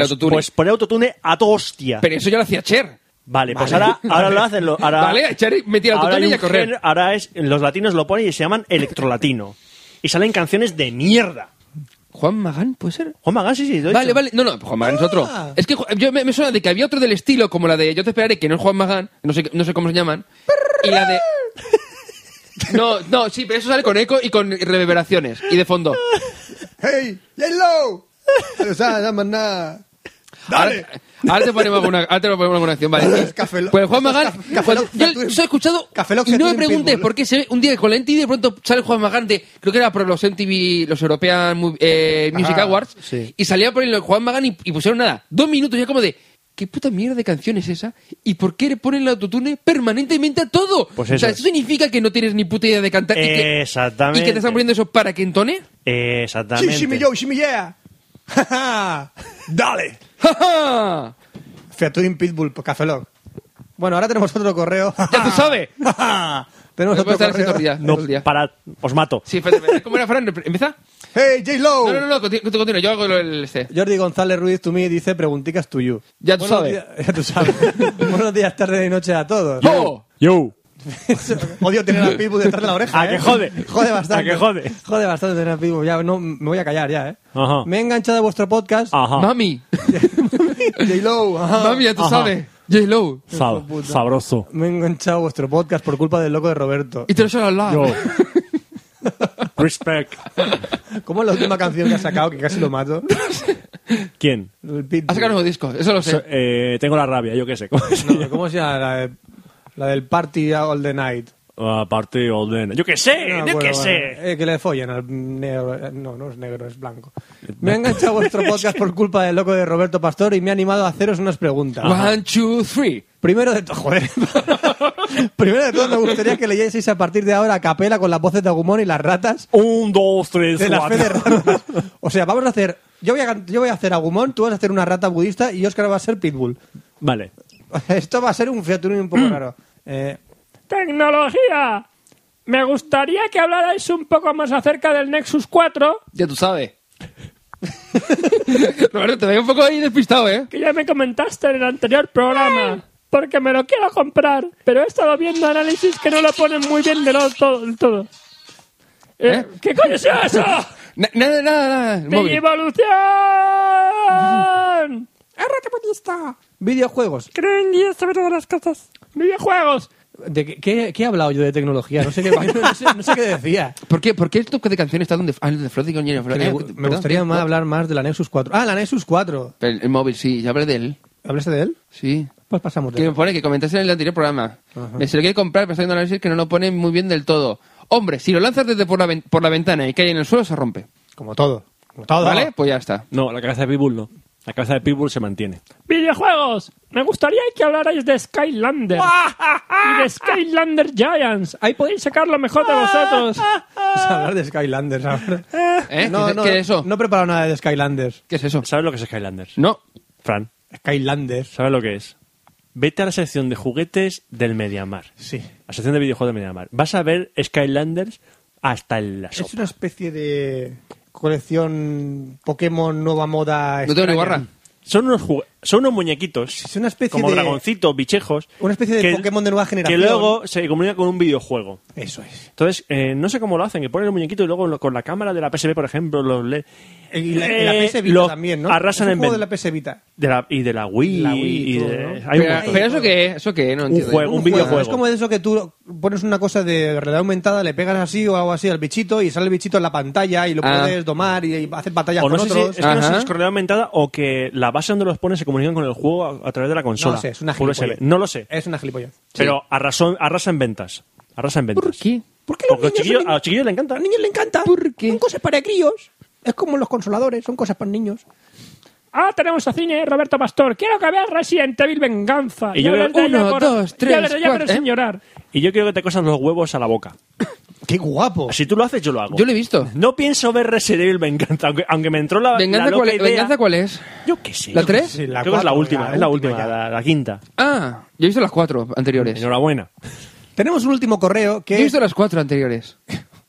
S2: pues,
S1: autotune.
S2: Pues pone autotune a tu hostia.
S1: Pero eso ya lo hacía Cher.
S2: Vale, pues ahora, ahora lo hacen. Lo, ahora,
S1: Vale, a echar y meter al
S2: ahora
S1: autotune
S2: hay
S1: y a
S2: un
S1: correr.
S2: género- ahora es, los latinos lo ponen y se llaman electrolatino. y salen canciones de mierda.
S1: ¿Juan Magán puede ser?
S2: Juan Magán, sí, sí, lo he
S1: Vale,
S2: dicho.
S1: vale. Ah. No, no, Juan Magán es otro. Es que Ju- yo me, me suena de que había otro del estilo, como la de Yo te esperaré, que no es Juan Magán, no sé, no sé cómo se llaman. Y la de. No, no, sí, pero eso sale con eco y con reverberaciones y de fondo.
S7: ¡Hey! ¡Yellow! Pero sa- sa- maná. ¡Dale!
S1: Ahora, ahora te ponemos alguna, ahora te ponemos alguna acción, vale.
S7: Es Café Lock.
S1: Pues Juan Magán,
S7: Café Lock,
S1: cuando-
S7: Café
S1: yo
S7: Lock.
S1: os he escuchado
S7: Café Lock,
S1: y no
S7: Café
S1: me
S7: Lock,
S1: preguntes
S7: Pitbull.
S1: por qué se ve un día con la NTV y de pronto sale Juan Magán de, creo que era por los MTV, los European Mu- eh, Music
S7: Ajá,
S1: Awards,
S7: sí.
S1: y salía por el Juan Magán y, y pusieron nada, dos minutos ya como de, ¿qué puta mierda de canción es esa? ¿Y por qué le ponen el autotune permanentemente a todo?
S2: Pues
S1: o sea,
S2: eso.
S1: eso significa que no tienes ni puta idea de cantar y que,
S2: Exactamente.
S1: y que te están poniendo eso para que entone.
S2: Exactamente.
S7: Sí, shimmy yo, shimmy yeah. Ja, ja. ¡Dale!
S1: ¡Ja, ja!
S7: Featuring Pitbull por Café Lock.
S4: Bueno, ahora tenemos otro correo.
S1: ¡Ya tú sabes!
S7: Ja, ja.
S1: No,
S4: tenemos
S1: puedo
S4: Ah. otro
S1: estar
S4: correo.
S1: haciendo día,
S2: No,
S1: todo el día.
S2: para, os mato.
S1: Sí, espérate, espérate. ¿cómo era Fran? ¿Empieza?
S7: ¡Hey, J-Lo!
S1: No, no, no, conti- continúa, yo hago el este.
S4: Jordi González Ruiz to me dice pregunticas to you.
S1: Ya tú sabes.
S4: días- ya tú sabes. Buenos días, tarde y noche a todos.
S1: ¡Oh!
S2: Yo.
S7: Odio tener a Pitbull detrás de la oreja.
S2: ¿A que
S7: ¿eh?
S2: jode?
S4: Jode bastante.
S2: ¿A que jode?
S4: Jode bastante tener vivo. Ya, no, me voy a callar ya, ¿eh?
S2: Ajá. Ah.
S4: Me he enganchado a vuestro podcast.
S2: Ajá.
S1: Mami,
S7: J-Lo. ajá.
S1: mami, ya tú
S2: Ajá.
S1: sabes. J-Lo.
S2: Sab- sabroso.
S4: Me he enganchado a vuestro podcast por culpa del loco de Roberto.
S1: Y te lo al lado.
S2: Yo. Respect.
S4: ¿Cómo es la última canción que ha sacado que casi lo mato?
S2: ¿Quién?
S4: El
S1: Ha
S4: Pitbull.
S1: sacado un nuevo disco, eso lo sé.
S2: So- eh, tengo la rabia, yo qué sé. ¿Cómo es?
S4: No, ¿Cómo se llama? La, de- la del Party All the Night.
S2: Ah, Aparte, Olden. Yo qué sé,
S4: No,
S2: yo
S4: bueno,
S2: qué
S4: bueno.
S2: sé.
S4: Eh, que le follen al negro. eh, No, no es negro, es blanco. Me ha enganchado vuestro podcast por culpa del loco de Roberto Pastor y me ha animado a haceros unas preguntas.
S1: One, two, three.
S4: Primero de todo, joder. Primero de todo, me gustaría que leyeseis a partir de ahora a capela con las voces de Agumón y las ratas
S2: Un, dos, tres,
S4: de la fe
S2: cuatro.
S4: de ratas. O sea, vamos a hacer. Yo voy a, can- yo voy a hacer Agumón, tú vas a hacer una rata budista y Oscar va a ser Pitbull.
S2: Vale.
S4: Esto va a ser un featuring un poco raro. Eh,
S6: Tecnología. Me gustaría que hablarais un poco más acerca del Nexus 4,
S1: Ya tú sabes. Roberto, te veo un poco ahí despistado, ¿eh?
S6: que ya me comentaste en el anterior programa. Porque me lo quiero comprar, pero he estado viendo análisis que no lo ponen muy bien de lo- todo. del todo. Eh, ¿Qué coño es eso?
S1: Na- nada, nada, nada. el
S6: ¡Mi
S1: móvil.
S6: evolución!
S5: ¡Arrate budista!
S4: videojuegos.
S6: Creen guía sobre todas las cosas. Videojuegos.
S4: ¿De qué, qué- qué he hablado yo de tecnología? No sé qué, no sé- no sé qué decía.
S1: ¿Por qué, ¿Por qué esto de canción está donde... Ah, de Floating on Yellow Floor.
S4: Que
S1: Eh,
S4: me, gu- me
S1: perdón,
S4: gustaría
S1: ¿qué?
S4: más hablar más de la Nexus 4. Ah, la Nexus 4.
S1: Pero El, el móvil, sí, ya hablé de él.
S4: ¿Hablaste de él?
S1: Sí.
S4: Pues pasamos de
S1: Que me
S4: él.
S1: pone que comentaste en el anterior programa. Me se lo quiere comprar, pero está viendo análisis que no lo pone muy bien del todo. Hombre, si lo lanzas desde por la, ven- por la ventana y cae en el suelo, se rompe.
S4: Como todo. Como todo.
S1: ¿Vale? Pues ya está.
S2: No, la cabeza de Pitbull no. La cabeza de Pitbull se mantiene.
S6: Videojuegos. Me gustaría que hablarais de Skylander. y de Skylander Giants. Ahí podéis sacar lo mejor de vosotros.
S4: Vamos a hablar de Skylanders ahora.
S1: ¿Eh?
S4: No,
S1: ¿Qué,
S4: no,
S1: qué es eso?
S4: No he preparado nada de Skylanders.
S1: ¿Qué es eso?
S2: ¿Sabes lo que es Skylanders?
S1: No.
S2: Fran,
S4: Skylanders.
S2: ¿sabes lo que es? Vete a la sección de juguetes del Mediamar.
S4: Sí.
S2: La sección de videojuegos de Mediamar. Vas a ver Skylanders hasta el la
S4: Es
S2: sopa.
S4: una especie de colección Pokémon nueva moda.
S1: No tengo ni
S4: extraña.
S1: guarra.
S2: Son unos, jugu- son unos muñequitos.
S4: Es una especie
S2: como
S4: de-
S2: dragoncitos, bichejos.
S4: Una especie de
S2: que-
S4: Pokémon de nueva generación.
S2: Que luego se comunica con un videojuego.
S4: Eso es.
S2: Entonces, eh, no sé cómo lo hacen, que ponen el muñequito y luego lo- con la cámara de la PSP, por ejemplo, los le-
S4: Y la, y la
S2: Eh,
S4: PS Vita
S2: lo
S4: también, ¿no?
S2: Arrasan
S4: es
S2: en
S4: un juego de
S2: ven-
S4: la PS Vita.
S2: de la- y de la Wii.
S4: La Wii y
S2: y
S4: todo,
S2: de-
S4: ¿no?
S2: hay un
S1: Pero,
S2: montón.
S1: pero eso qué es, eso qué es, no
S2: Un
S1: entiendo.
S2: juego. Un videojuego.
S4: Es como de eso que tú pones una cosa de realidad aumentada, le pegas así o algo así al bichito y sale el bichito en la pantalla y lo
S1: Ah.
S4: puedes domar y, y hacer batallas
S2: O no
S4: con
S2: sé si,
S4: otros.
S2: es que no sé si
S1: Ajá.
S2: es correa aumentada o que la base donde los pones se comunican con el juego a, a través de la
S4: No
S2: consola.
S4: lo sé, es una
S2: por USB.
S4: gilipollez. Eh,
S2: No lo sé.
S4: Es una gilipollez.
S2: Pero arrasó- arrasa en ventas. Arrasa en ventas.
S1: ¿Por qué?
S4: ¿Por qué
S2: Porque los chiquillos, a los chiquillos les encanta.
S4: niños le encanta?
S1: ¿Por qué?
S4: cosa para críos. Es como los consoladores, son cosas para niños.
S6: Ah, tenemos a cine Roberto Pastor. Quiero que veas Resident Evil Venganza.
S2: Y yo
S6: hablaré
S1: creo-
S6: de ella
S1: uno,
S6: por-
S1: dos,
S6: y
S1: tres,
S6: hablaré de ella,
S1: cuatro,
S6: pero sin
S1: ¿eh?
S6: llorar.
S2: Y yo quiero que te cosas los huevos a la boca.
S4: ¡Qué guapo!
S2: Si tú lo haces, yo lo hago.
S1: Yo lo he visto.
S2: No pienso ver Resident Evil Venganza, aunque, aunque me entró la.
S1: ¿Venganza,
S2: la loca
S1: cuál, es?
S2: idea.
S1: ¿Venganza cuál es?
S2: Yo qué sé.
S1: ¿La
S2: yo qué
S1: tres?
S2: sé.
S4: Sí, la
S2: Creo que es la
S4: cuatro,
S2: última,
S4: la
S2: es la
S4: última
S2: última,
S4: ya.
S2: la, la quinta.
S1: Ah, yo he visto las cuatro anteriores. Yo
S2: Enhorabuena.
S4: Tenemos un último correo que
S1: he
S4: es,
S1: visto las cuatro anteriores.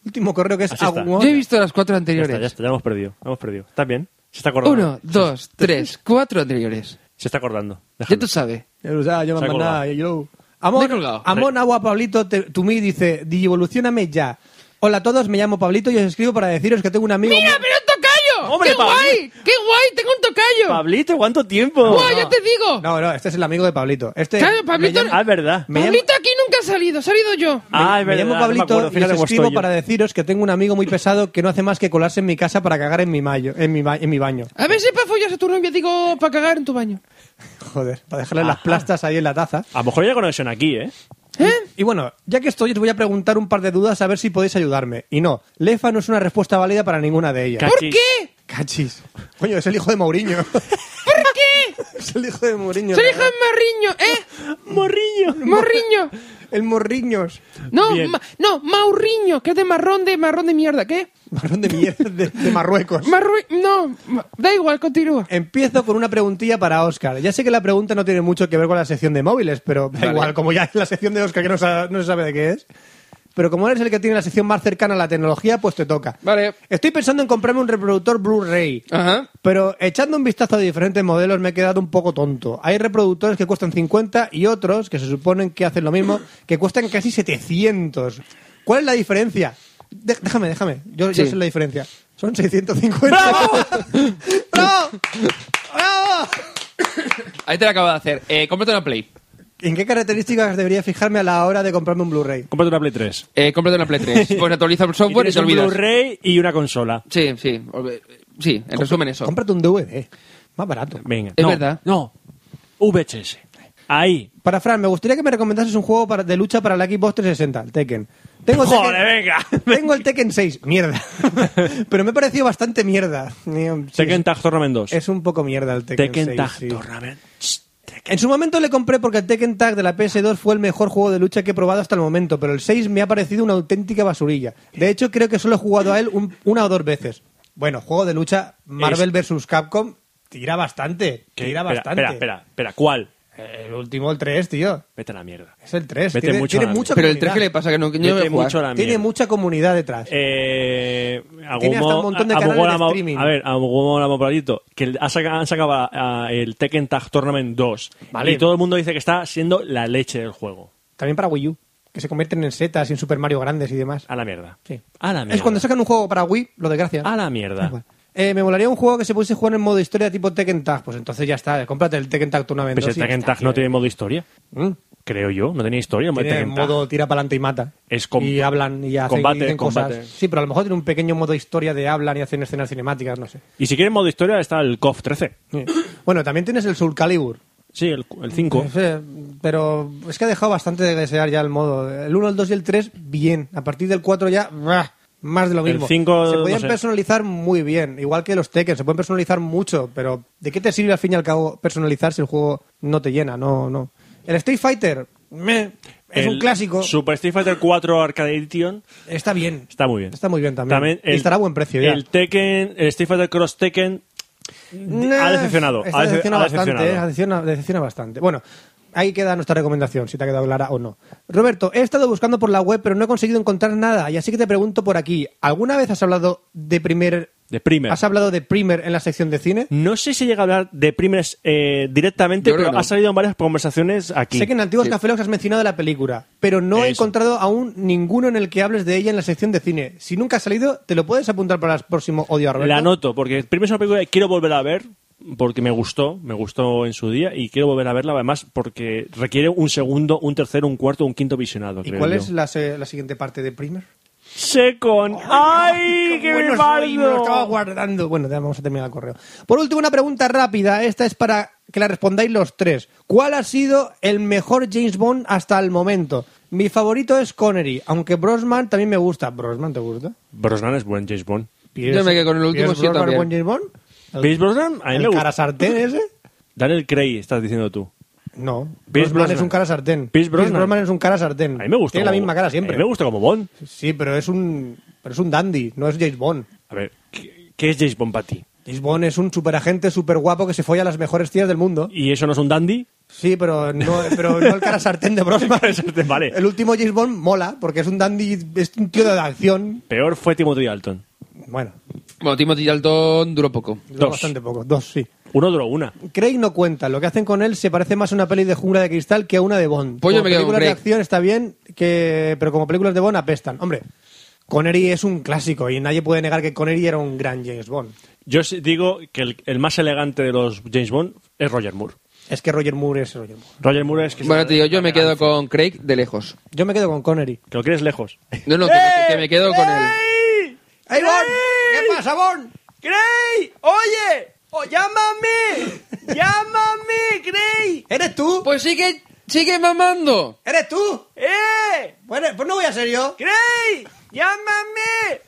S4: último correo que es
S2: Así está.
S4: aguón.
S1: Yo he visto las cuatro
S2: Ya está, ya
S1: anteriores.
S2: está, ya hemos perdido. ya hemos perdido. ¿Estás bien? Se está acordando.
S1: Uno, dos, tres, cuatro anteriores.
S2: Se está acordando.
S1: Ya
S2: Déjalo.
S1: tú sabes.
S4: Ya lo sabes, ya me
S2: Se ha
S4: han mandado,
S2: colgado.
S4: ya yo.
S1: Me
S4: Amón,
S1: he colgado.
S4: Amón Agua Pablito te- Tumí dice, Digivolucioname ya. Hola a todos, me llamo Pablito y os escribo para deciros que tengo un amigo...
S5: ¡Mira,
S4: muy-
S5: pero un tocayo!
S2: Hombre,
S5: ¡Qué
S2: Pablo.
S5: guay! ¡Qué guay! ¡Tengo un tocayo!
S2: Pablito, ¿cuánto tiempo?
S5: ¡Guau, ya te digo!
S4: No, no, este es el amigo de Pablito. Este,
S5: Claro, Pablito-
S4: Me llamo,
S2: Ah, es verdad.
S4: me llamo-
S5: Pablito aquí nunca ha salido, he salido yo.
S2: Ah, es
S4: me
S2: verdad.
S4: llamo
S2: no me
S4: Pablito
S2: acuerdo,
S4: y
S2: fíjate
S4: os
S2: cómo
S4: escribo
S2: estoy yo.
S4: para deciros que tengo un amigo muy pesado que no hace más que colarse en mi casa para cagar en mi, mayo, en mi, ba- en mi baño.
S5: A ver si para follarse a tu novia, digo, para cagar en tu baño.
S4: Joder, para dejarle las plastas ahí en la taza.
S2: A lo mejor hay conexión aquí, ¿eh?
S4: Y bueno, ya que estoy, os voy a preguntar un par de dudas a ver si podéis ayudarme. Y no, Lefa no es una respuesta válida para ninguna de ellas.
S5: ¿Por
S2: Cachis.
S5: qué?
S4: Cachis. Coño, es el hijo de Mourinho.
S5: ¿Por qué?
S4: es el hijo de Mourinho.
S5: Soy hijo de Marriño, ¿eh?
S2: Morrillo.
S5: Morriño.
S4: El Morriños.
S5: No,
S2: Bien.
S5: ma- no, Maurriño, que es de marrón de marrón de mierda, ¿qué?
S4: Marrón de mierda de, de Marruecos.
S5: Marru- no, ma- da igual, continúa.
S4: Empiezo con una preguntilla para Oscar. Ya sé que la pregunta no tiene mucho que ver con la sección de móviles, pero da
S1: Vale.
S4: igual, como ya es la sección de Oscar que no, sa- no se sabe de qué es. Pero como eres el que tiene la sección más cercana a la tecnología, pues te toca.
S1: Vale. Ah.
S4: Estoy pensando en comprarme un reproductor Blu-ray.
S1: Ajá.
S4: Pero echando un vistazo a diferentes modelos me he quedado un poco tonto. Hay reproductores que cuestan 50 y otros que se suponen que hacen lo mismo, que cuestan casi 700. ¿Cuál es la diferencia? De- déjame, déjame. Yo, yo
S1: Sí.
S4: sé la diferencia. Son 650. ¡Bravo! ¡Bravo! ¡Bravo!
S1: Ahí te lo acabo de hacer. Eh, cómprate una Play.
S4: ¿En qué características debería fijarme a la hora de comprarme un Blu-ray?
S2: Cómprate una Play 3.
S1: Eh, cómprate una Play 3. Pues actualiza el
S2: Y
S1: software y,
S2: tienes
S1: te
S2: un
S1: olvidas.
S2: Blu-ray y una consola.
S1: Sí, sí. Olve- Sí, en resumen eso.
S4: Cómprate un DVD. Más barato.
S2: Venga.
S1: Es
S2: no,
S1: verdad.
S2: No. VHS. Ahí.
S4: Para Fran, me gustaría que me recomendases un juego para- de lucha para la Xbox 360, el Tekken. Tengo el
S2: Joder,
S4: Tekken-
S2: venga.
S4: Tengo el Tekken 6, mierda. Pero me ha parecido bastante mierda. Sí,
S2: Tekken Tag Tournament 2.
S4: es, es un poco mierda el Tekken,
S2: Tekken
S4: 6.
S2: Tag
S4: sí.
S2: Tournament. Shh, Tekken.
S4: En su momento le compré porque el Tekken Tag de la PS2 fue el mejor juego de lucha que he probado hasta el momento, pero el 6 me ha parecido una auténtica basurilla. De hecho, creo que solo he jugado a él un- una o dos veces. Bueno, juego de lucha Marvel vs. Capcom tira bastante.
S2: ¿Qué?
S4: Tira
S2: Espera,
S4: bastante.
S2: Espera, espera, espera. ¿Cuál?
S4: El último, el 3, tío.
S2: Vete a la mierda.
S4: Es el 3.
S2: Mete
S4: tiene
S2: mucho
S4: tiene
S2: a la
S4: mucha
S1: Pero el 3 que
S4: comunidad.
S1: le pasa que no, que no voy
S2: Mete
S1: a jugar.
S2: mucho a la
S4: Tiene
S2: mierda.
S4: mucha comunidad detrás.
S2: Eh,
S4: Tiene hasta un montón de canales de streaming.
S2: A ver, Agumo Lamoparito, que el- ha saca- han sacado a- a el Tekken Tag Tournament 2.
S4: Vale.
S2: Y todo el mundo dice que está siendo la leche del juego.
S4: También para Wii U, que se convierten en setas y en Super Mario grandes y demás.
S2: A la mierda.
S4: Sí.
S2: A la mierda.
S4: Es cuando sacan un juego para Wii, lo desgracian.
S2: A la
S4: Da
S2: mierda.
S4: igual. Eh, me molaría un juego que se pudiese jugar en modo historia tipo Tekken Tag. Pues entonces ya está, cómprate el Tekken Tag Tournament.
S2: Pero si
S4: 2
S2: Pues el
S4: y ya
S2: Tekken
S4: está,
S2: Tag no
S4: tío.
S2: tiene modo historia.
S4: Mm.
S2: Creo yo, no tenía historia. el modo
S4: Tiene
S2: Tekken Tag.
S4: modo tira para adelante y mata.
S2: Es com-
S4: y hablan y hacen
S2: combate,
S4: y dicen
S2: combate.
S4: cosas. Sí, pero a lo mejor tiene un pequeño modo historia de hablan y hacen escenas cinemáticas, no sé.
S2: Y si quieres modo historia está el KOF 13.
S4: Sí. bueno, también tienes el Soul Calibur.
S2: Sí, el, el 5.
S4: No sé, pero es que ha dejado bastante de desear ya el modo. El 1, el 2 y el 3, bien. A partir del 4 ya, ¡buah! más de lo
S2: El
S4: mismo.
S2: cinco,
S4: se
S2: no
S4: podían
S2: sé.
S4: personalizar muy bien, igual que los Tekken, se pueden personalizar mucho, pero ¿de qué te sirve al fin y al cabo personalizar si el juego no te llena? No, no. El Street Fighter, meh, es
S2: El
S4: un clásico.
S2: Super Street Fighter 4 Arcade Edition
S4: Está bien.
S2: está muy bien.
S4: Está muy bien también. Y estará a buen precio ya.
S2: El Tekken, el Street Fighter Cross Tekken
S4: Nah,
S2: ha decepcionado.
S4: está
S2: ha dece-
S4: decepciona
S2: ha
S4: bastante,
S2: decepcionado.
S4: eh, decepciona- decepciona bastante. Bueno, ahí queda nuestra recomendación, si te ha quedado clara o no. Roberto, he estado buscando por la web, pero no he conseguido encontrar nada, y así que te pregunto por aquí, ¿alguna vez has hablado de primer...
S2: De primer.
S4: ¿Has hablado de primer en la sección de cine?
S2: No sé si llega a hablar de primers eh, directamente,
S1: Yo creo
S2: pero
S1: que no.
S2: ha salido en varias conversaciones aquí.
S4: Sé que en antiguos
S1: Sí.
S4: Café Lock has mencionado la película, pero no he
S2: Eso.
S4: encontrado aún ninguno en el que hables de ella en la sección de cine. Si nunca ha salido, te lo puedes apuntar para el próximo Odio a Roberto.
S2: La anoto, porque primero es una película que quiero volver a ver, porque me gustó, me gustó en su día, y quiero volver a verla además porque requiere un segundo, un tercero, un cuarto, un quinto visionado.
S4: ¿Y
S2: creo
S4: cuál
S2: yo.
S4: es la, se- la siguiente parte de primer?
S2: Second. ¡Ay, qué,
S4: buenos
S2: bardo!
S4: hoy, me lo estaba guardando. Bueno, ya vamos a terminar el correo. Por último, una pregunta rápida. Esta es para que la respondáis los tres. ¿Cuál ha sido el mejor James Bond hasta el momento? Mi favorito es Connery, aunque Brosman también me gusta. ¿Brosman te gusta?
S2: Brosnan es buen James Bond.
S1: Yo me quedé con el último, sí, también.
S2: ¿Pierce Brosnan? A mí me
S4: ¿El
S2: gusta.
S4: cara sartén ese?
S2: Daniel Craig, estás diciendo tú.
S4: No.
S2: Pierce
S4: Brosnan es
S2: Brosnan.
S4: un cara sartén.
S2: Pierce Brosnan.
S4: es un cara sartén.
S2: A mí me gusta.
S4: Tiene la
S2: como-
S4: misma cara
S2: A
S4: siempre.
S2: mí me gusta como Bond.
S4: Sí, pero es un pero es un dandy, no es James Bond.
S2: A ver, ¿qué, qué es James Bond para ti?
S4: James Bond es un superagente super guapo que se folla a las mejores tías del mundo.
S2: ¿Y eso no es un dandy?
S4: Sí, pero no, pero no el cara sartén de Brosnan.
S2: Cara sartén, vale.
S4: El último James Bond mola porque es un dandy, es un tío de acción.
S2: Peor fue Timothy Dalton.
S4: Bueno,
S1: Bueno, Timothy Dalton duró poco.
S4: duró
S2: Dos.
S4: bastante poco. Dos, sí.
S2: Uno duró una.
S4: Craig no cuenta. Lo que hacen con él se parece más a una peli de jungla de cristal que a una de Bond.
S1: Pues yo
S4: como
S1: me quedo con
S4: películas de
S1: Craig.
S4: acción está bien, que... pero como películas de Bond apestan. Hombre, Connery es un clásico y nadie puede negar que Connery era un gran James Bond.
S2: Yo sí digo que el, el más elegante de los James Bond es Roger Moore.
S4: Es que Roger Moore es Roger Moore.
S2: Roger Moore es que...
S1: Bueno, te digo, yo me quedo con Craig de lejos.
S4: Yo me quedo con Connery.
S2: Que lo quieres lejos.
S1: No, no, que, me, que me quedo con él.
S4: ¡Hey, Bond! ¿Qué pasa, Bond?
S7: ¡Grey! ¡Oye! ¡Oh, ¡Llámame! ¡Llámame, Grey!
S4: ¿Eres tú?
S1: Pues sigue, sigue mamando.
S4: ¿Eres tú?
S7: ¡Eh!
S4: Bueno, pues no voy a ser yo.
S7: ¡Grey! ¡Llámame!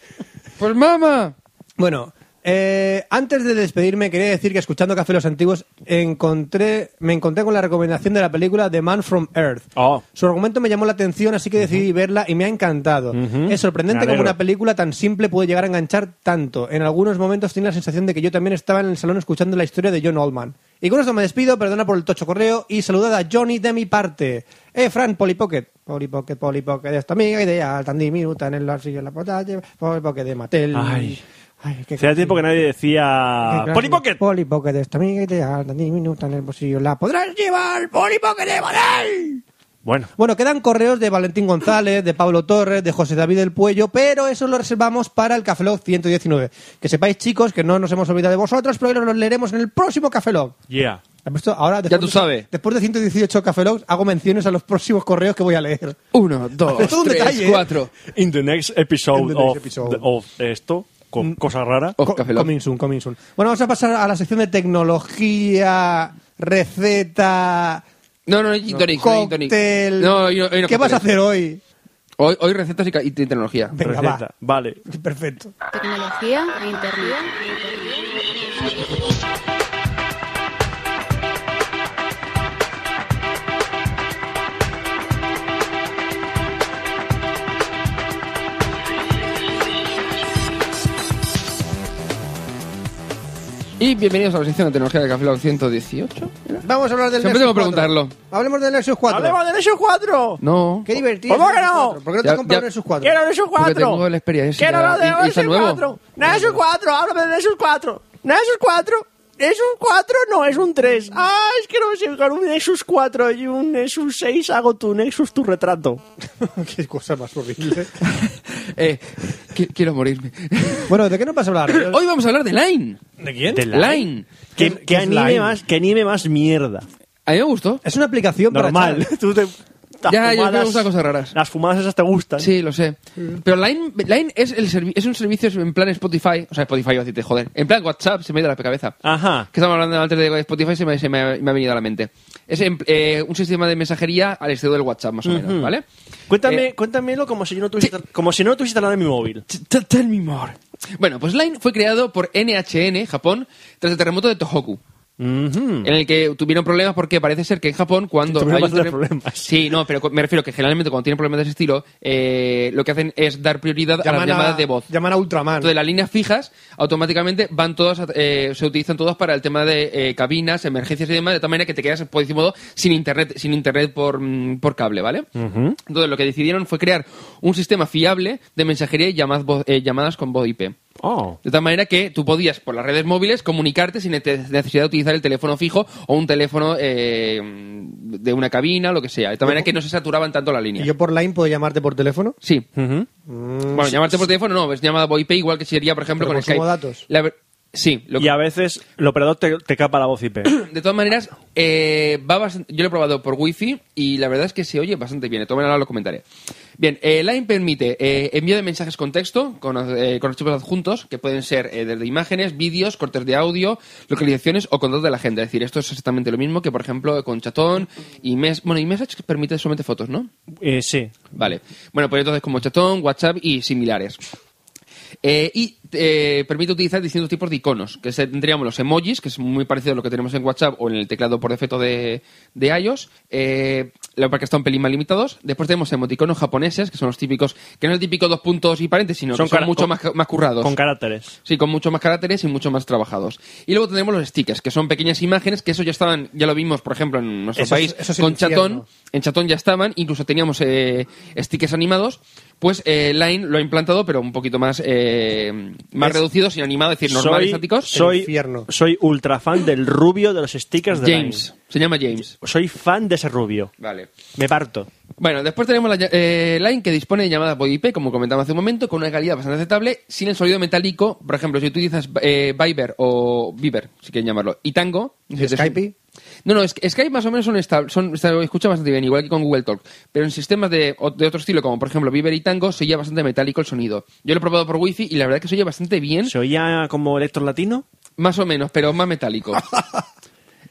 S1: Pues mama.
S4: Bueno, eh, antes de despedirme quería decir que escuchando Café Los Antiguos encontré, me encontré con la recomendación de la película The Man from Earth.
S2: Oh.
S4: Su argumento me llamó la atención, así que decidí verla y me ha encantado. Es sorprendente
S2: Me
S4: cómo
S2: alegro.
S4: una película tan simple puede llegar a enganchar tanto. En algunos momentos tenía la sensación de que yo también estaba en el salón escuchando la historia de John Oldman. Y con esto me despido, perdona por el tocho correo y saludad a Johnny de mi parte. Eh, Fran, Polipocket. Polipocket, Polipocket, esta amiga idea tan diminuta en el arcillo de la potalla, Polipocket de Mattel.
S2: Ay.
S4: Ay, qué
S2: Hacía tiempo que nadie decía...
S4: Claro.
S2: ¡Polly Pocket!
S4: Polly Pocket esta amiga ideal, tan diminuta en el bolsillo. La podrás llevar, Polly Pocket de Mattel.
S2: Bueno,
S4: Bueno, quedan correos de Valentín González, de Pablo Torres, de José David del Puello, pero eso lo reservamos para el Café Log 119. Que sepáis, chicos, que no nos hemos olvidado de vosotros, pero los leeremos en el próximo Café Log.
S2: yeah.
S4: ¿Has visto? Ahora, después
S1: tú
S4: de-
S1: sabes.
S4: Después de 118 Café Logs, hago menciones a los próximos correos que voy a leer.
S1: Uno, dos,
S4: Todo un
S1: tres,
S4: detalle, ¿eh?
S1: cuatro.
S2: In the next episode,
S4: In the next
S2: of,
S4: episode.
S2: the-
S4: Mm.
S2: of esto, con cosa rara.
S1: Oh,
S4: Co-
S1: Café Lock.
S4: coming soon, coming soon. Bueno, vamos a pasar a la sección de tecnología, receta,
S1: No, no, gin tonic, no, gin tonic.
S4: cóctel.
S1: No, hoy no- hoy no
S4: ¿Qué vas a
S1: cócteles.
S4: hacer hoy?
S1: Hoy, hoy recetas y, ca- y tecnología.
S4: Venga,
S2: Receta. Vale.
S4: va. Perfecto.
S3: Tecnología e internet.
S1: Y bienvenidos a la sección de tecnología de Café Lock 118.
S4: Vamos a hablar del
S1: Siempre tengo
S4: Nexus
S1: que
S4: 4.
S1: preguntarlo.
S4: Hablemos del Nexus 4.
S2: ¡Hablemos de Nexus 4!
S1: No.
S4: Qué divertido.
S2: ¿Cómo
S4: es el
S2: que no?
S4: Nexus 4. ¿Por qué no te
S1: Ya-
S4: has
S1: ya-
S4: comprado el Nexus 4?
S7: ¡Quiero Nexus 4!
S1: Porque tengo la experiencia.
S7: ¡Quiero lo de
S1: Y- y
S7: Nexus
S1: soy nuevo.
S7: 4! ¡Nexus 4! ¡Háblame de Nexus 4! ¡Nexus 4! Nexus 4 no es un 3. Ah, es que no sé, con un Nexus 4 y un Nexus 6 hago tu Nexus tu retrato.
S4: Qué cosa más horrible.
S1: Eh, qui- quiero morirme.
S4: bueno, ¿de qué nos vas a hablar?
S1: hoy vamos a hablar de Line.
S4: ¿De quién?
S2: De
S1: Line.
S2: Que,
S4: Es-
S2: que
S4: es
S2: anime
S4: Line.
S2: más, que anime más mierda.
S1: A mí me gustó.
S4: Es una aplicación para
S2: Normal.
S4: chat.
S2: Tú te- las
S1: Ya, yo me gustan cosas raras.
S2: Las fumadas esas te gustan.
S1: Sí, lo sé.
S2: Mm.
S1: Pero Line, Line es, el servi- es un servicio en plan Spotify. O sea, Spotify, iba a decirte, joder. En plan WhatsApp, se me ha ido la cabeza.
S2: Ajá.
S1: Que estamos hablando antes de Spotify, se me, se me ha, me ha venido a la mente. Es em- eh, un sistema de mensajería al estilo del WhatsApp, más o menos, ¿vale?
S2: Cuéntame,
S1: Eh,
S2: cuéntamelo como si yo no tuviese, como si no tuviese instalado en mi móvil.
S1: Tell me more. Bueno, pues Line fue creado por NHN, Japón, tras el terremoto de Tohoku. En el que tuvieron problemas porque parece ser que en Japón cuando... hay
S2: Tuvieron
S1: un
S2: bastantes
S1: terrem-
S2: problemas.
S1: Sí, no, pero cu- me refiero que generalmente cuando tienen problemas de ese estilo, eh, lo que hacen es dar prioridad a las llamadas de voz.
S4: Llaman a Ultraman.
S1: Entonces las líneas fijas automáticamente van todas, a- eh, se utilizan todas para el tema de eh, cabinas, emergencias y demás, de tal manera que te quedas, por decir modo, sin internet, sin internet por, mm, por cable, ¿vale? Entonces lo que decidieron fue crear un sistema fiable de mensajería y llamad vo- eh, llamadas con voz IP.
S2: Oh.
S1: De tal manera que tú podías, por las redes móviles, comunicarte sin nece- necesidad de utilizar el teléfono fijo o un teléfono eh, de una cabina, lo que sea. De tal manera que no se saturaban tanto la
S4: ¿Y
S1: línea.
S4: yo por Line puedo llamarte por teléfono?
S1: Sí. Bueno, llamarte por teléfono no, es llamada VoIP igual que sería, por ejemplo,
S4: Mm, Pero
S1: con
S4: consumo
S1: Skype.
S4: datos.
S1: La ver- sí, lo
S2: Y a veces el operador te, te capa la voz IP.
S1: de todas maneras, eh, va bast- yo lo he probado por wifi y la verdad es que se oye bastante bien. De todas maneras, ahora lo comentaré. Bien, eh, Line permite eh, envío de mensajes con texto, con, eh, con archivos adjuntos, que pueden ser eh, desde imágenes, vídeos, cortes de audio, localizaciones o control de la agenda. Es decir, esto es exactamente lo mismo que, por ejemplo, con chatón y mes Bueno, y Message que permite solamente fotos, ¿no?
S2: Eh, sí.
S1: Vale. Bueno, pues entonces como chatón, WhatsApp y similares. Eh, y eh, permite utilizar distintos tipos de iconos, que se- tendríamos los emojis, que es muy parecido a lo que tenemos en WhatsApp o en el teclado por defecto de, de iOS, eh, la verdad que está un pelín más limitados. Después tenemos emoticonos japoneses, que son los típicos, que no es el típico dos puntos y paréntesis, sino
S2: Son
S1: que son
S2: cara-
S1: mucho
S2: con-
S1: más, ca- más currados.
S2: Con caracteres.
S1: Sí, con mucho más caracteres y mucho más trabajados. Y luego tenemos los stickers, que son pequeñas imágenes, que eso ya estaban, ya lo vimos, por ejemplo, en nuestro
S4: Eso es-
S1: país,
S4: eso es el
S1: con
S4: infierno.
S1: Chatón. En Chatón ya estaban, incluso teníamos eh, stickers animados. Pues eh, Line lo ha implantado, pero un poquito más, eh, más
S2: Es-
S1: reducido, sin animado, es decir, normal,
S2: Soy,
S1: estáticos.
S2: soy,
S4: infierno.
S2: soy ultra fan del rubio de los stickers de
S1: James, se llama James.
S2: Line. Soy fan de ese rubio.
S1: Vale.
S2: Me parto.
S1: Bueno, después tenemos la eh, Line que dispone de llamadas por IP, como comentaba hace un momento, con una calidad bastante aceptable, sin el sonido metálico. Por ejemplo, si utilizas eh, Viber o Viber, si quieren llamarlo, y Tango. se te-
S4: Skype?
S1: No, no, es- Skype más o menos son estab- son, se escucha bastante bien, igual que con Google Talk. Pero en sistemas de, o- de otro estilo, como por ejemplo Viber y Tango, se oye bastante metálico el sonido. Yo lo he probado por Wi-Fi y la verdad es que se oye bastante bien,
S2: ¿Se oía como electro latino?
S1: más o menos, pero más metálico.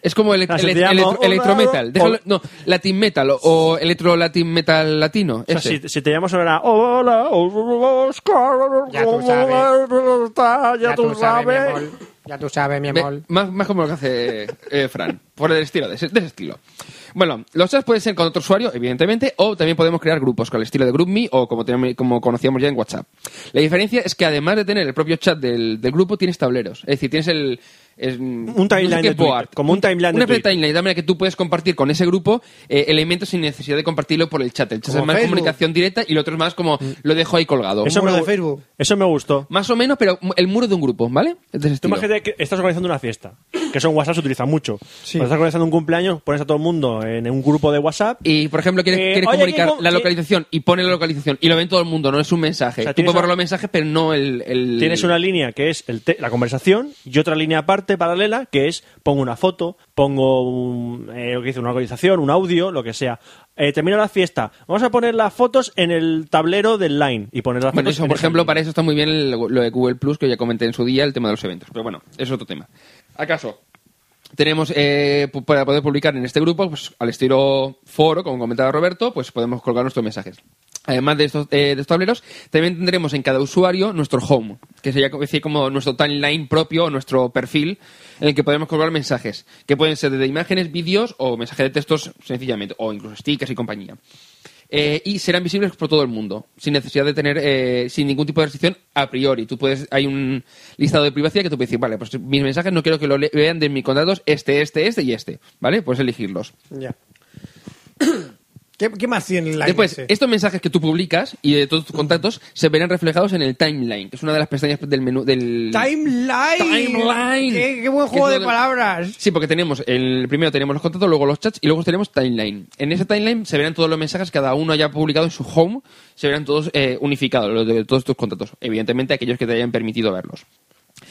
S1: Es como ele-
S2: Ah, se
S1: ele-
S2: te llama-
S1: electro- electrometal. Déjalo-
S2: Hola.
S1: No, Latin metal o- o electro Latin metal latino.
S2: O sea,
S1: ese.
S2: si, si te llamas ahora, hola, Oscar,
S4: Ya tú
S2: ¿cómo
S4: sabes.
S2: estás? Ya tú sabes.
S4: Ya tú sabes, mi
S1: Ve- Más, más como lo que hace eh, Fran, por el estilo, de ese, de ese estilo. Bueno, los chats pueden ser con otro usuario, evidentemente, o también podemos crear grupos con el estilo de GroupMe o como, tenemos- como conocíamos ya en WhatsApp. La diferencia es que además de tener el propio chat del, del grupo, tienes tableros. Es decir, tienes el... es,
S2: Un timeline de Twitter, como un timeline de
S1: Una especie
S2: Twitter.
S1: timeline, de manera que tú puedes compartir con ese grupo eh, elementos sin necesidad de compartirlo por el chat. El chat
S4: Como
S1: es más
S4: Facebook.
S1: comunicación directa y lo otro es más como
S2: Mm.
S1: lo dejo ahí colgado.
S4: Eso- muro
S2: me,
S4: de
S2: gu-
S4: Facebook.
S2: eso me gustó.
S1: Más o menos, pero el muro de un grupo, ¿vale? De ese
S2: Tú
S1: estilo.
S2: imagínate que estás organizando una fiesta, que eso en WhatsApp se utiliza mucho. Cuando estás organizando un cumpleaños, pones a todo el mundo en un grupo de WhatsApp.
S1: y por ejemplo quieres,
S2: Eh,
S1: quieres
S2: oye,
S1: comunicar
S2: Diego,
S1: la
S2: que-
S1: localización y pone la localización y lo ven todo el mundo, no es un mensaje.
S2: O sea,
S1: Tú
S2: tienes
S1: puedes borrar
S2: una-
S1: los mensajes, pero no el, el-
S2: Tienes una línea que es el te- la conversación y otra línea aparte, paralela, que es pongo una foto, pongo un, eh, lo que dice, una organización, un audio, lo que sea. Eh, termina la fiesta. Vamos a poner las fotos en el tablero del line y poner las
S1: Bueno,
S2: fotos
S1: eso,
S2: en
S1: por
S2: esa
S1: ejemplo,
S2: línea.
S1: para eso está muy bien el- lo de Google Plus que ya comenté en su día, el tema de los eventos. Pero bueno, es otro tema. ¿Acaso? Tenemos, eh, pu- para poder publicar en este grupo, pues, al estilo foro, como comentaba Roberto, pues podemos colgar nuestros mensajes. Además de estos, eh, de estos tableros, también tendremos en cada usuario nuestro home, que sería como decir, como nuestro timeline propio, nuestro perfil, en el que podemos colgar mensajes, que pueden ser desde imágenes, vídeos o mensajes de textos sencillamente, o incluso stickers y compañía. Eh, y serán visibles por todo el mundo, sin necesidad de tener, eh, sin ningún tipo de restricción a priori. Tú puedes, hay un listado de privacidad que tú puedes decir, vale, pues mis mensajes no quiero que lo le- vean de mis contactos este, este, este y este, ¿vale? Puedes elegirlos.
S4: Ya. ¿Qué, qué más tiene la
S1: Después,
S4: INS?
S1: estos mensajes que tú publicas y de todos tus contactos se verán reflejados en el timeline, que es una de las pestañas del menú del
S4: Timeline.
S1: Timeline.
S4: Qué, qué buen
S1: Que
S4: juego
S1: es
S4: de
S1: lo que-
S4: palabras.
S1: Sí, porque tenemos el primero tenemos los contactos, luego los chats y luego tenemos timeline. En ese timeline se verán todos los mensajes cada uno haya publicado en su home, se verán todos eh, unificados los de todos tus contactos, evidentemente aquellos que te hayan permitido verlos.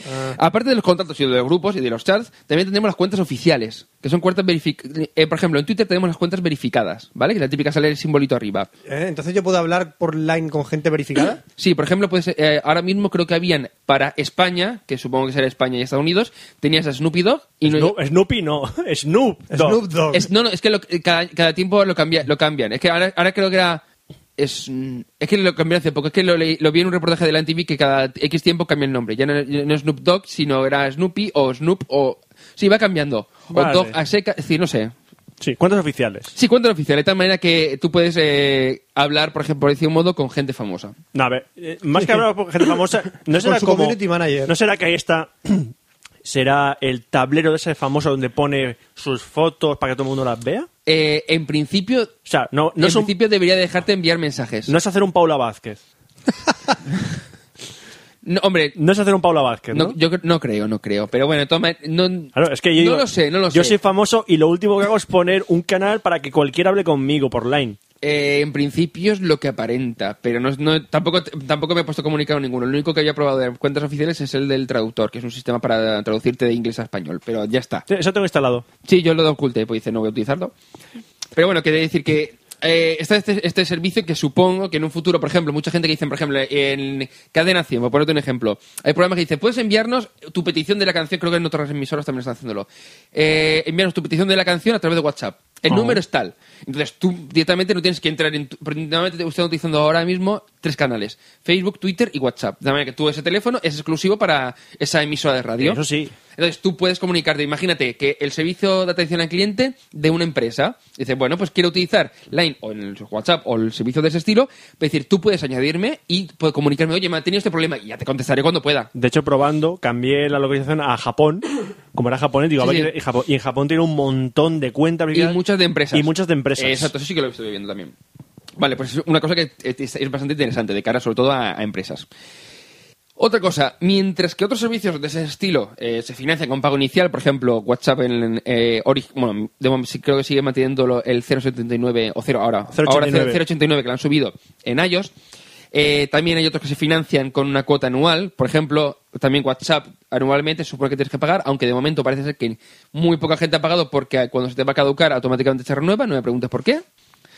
S4: Ah.
S1: Aparte de los contactos y de los grupos y de los chats, también tenemos las cuentas oficiales, que son cuentas verificadas. por ejemplo, en Twitter tenemos las cuentas verificadas, ¿vale? Que la típica sale el simbolito arriba.
S4: Eh, Entonces yo puedo hablar por line con gente verificada.
S1: Sí, por ejemplo, pues, eh, ahora mismo creo que habían para España, que supongo que será España y Estados Unidos, tenías a Snoopy Dog y no,
S2: Snoop- Snoopy no, Snoop. Dogg.
S4: Snoop Dogg.
S1: Es- no, no, es que lo- eh, cada, cada tiempo lo, cambia, lo cambian. Es que ahora, ahora creo que era. Es, mm, es que lo cambié hace poco. Es que lo, leí- lo vi en un reportaje de la TV que cada X tiempo cambia el nombre. Ya no, ya no es Snoop Dogg, sino era Snoopy o Snoop o. Sí, va cambiando.
S2: Vale.
S1: O Dog a seca. Es decir, no sé.
S2: Sí, cuentas oficiales.
S1: Sí, cuenta oficial. De tal manera que tú puedes eh, hablar, por ejemplo, por decir un modo, con gente famosa.
S2: No, a ver, eh, más que hablar con gente famosa, no será
S4: su
S2: como.
S4: community manager.
S2: No será que ahí está. Será el tablero de ese famoso donde pone sus fotos para que todo el mundo las vea. O
S1: Eh, en principio.
S2: sea, no, no,
S1: en
S2: es, un-
S1: principio debería dejarte enviar mensajes.
S2: no es hacer un Paula Vázquez.
S1: No, hombre,
S2: No es hacer un Paula Vázquez, ¿no?
S1: no, yo cre- no creo, no creo. Pero bueno, toma. No,
S2: Claro, es que yo
S1: no
S2: digo,
S1: lo sé, no lo
S2: Yo
S1: sé.
S2: soy famoso y lo último que hago es poner un canal para que cualquiera hable conmigo por line.
S1: Eh, en principio es lo que aparenta, pero no, es- no- tampoco, tampoco me he puesto comunicado ninguno. Lo único que había probado de cuentas oficiales es el del traductor, que es un sistema para traducirte de inglés a español, pero ya está.
S2: Sí, Eso tengo instalado.
S1: Sí, yo lo oculté, pues dice, no voy a utilizarlo. Pero bueno, quería decir que eh, está este, este servicio que supongo que en un futuro, por ejemplo, mucha gente que dicen, por ejemplo, en Cadena 100, por ponerte un ejemplo, hay programas que dicen, puedes enviarnos tu petición de la canción, creo que en otras emisoras también están haciéndolo, eh, enviarnos tu petición de la canción a través de WhatsApp. El número es tal. Entonces tú directamente no tienes que entrar en... tu- porque Normalmente te están utilizando ahora mismo tres canales. Facebook, Twitter y WhatsApp. De manera que tú ese teléfono es exclusivo para esa emisora de radio.
S2: Eso sí.
S1: Entonces tú puedes comunicarte. Imagínate que el servicio de atención al cliente de una empresa dice, bueno, pues quiero utilizar Line o el WhatsApp o el servicio de ese estilo. Es decir, tú puedes añadirme y puedo comunicarme, oye, me ha tenido este problema y ya te contestaré cuando pueda.
S2: De hecho, probando, cambié la localización a Japón. Como era japonés, digo, a
S1: Sí,
S2: ver,
S1: sí.
S2: y Japón- y en Japón tiene un montón de cuentas.
S1: Y
S2: aplicadas.
S1: muchas de empresas.
S2: Y muchas de empresas.
S1: Exacto, eso sí que lo estoy viendo también. Vale, pues es una cosa que es es bastante interesante de cara sobre todo a, a empresas. Otra cosa, mientras que otros servicios de ese estilo eh, se financian con pago inicial, por ejemplo, WhatsApp en, eh, ori- bueno, de mom- sí creo que sigue manteniendo lo- el 0.79 o 0 ahora,
S2: 0.89.
S1: ahora 0.89 que lo han subido en iOS. Eh, también hay otros que se financian con una cuota anual, por ejemplo, también WhatsApp anualmente se supone que tienes que pagar, aunque de momento parece ser que muy poca gente ha pagado porque cuando se te va a caducar automáticamente se renueva, no me preguntes por qué.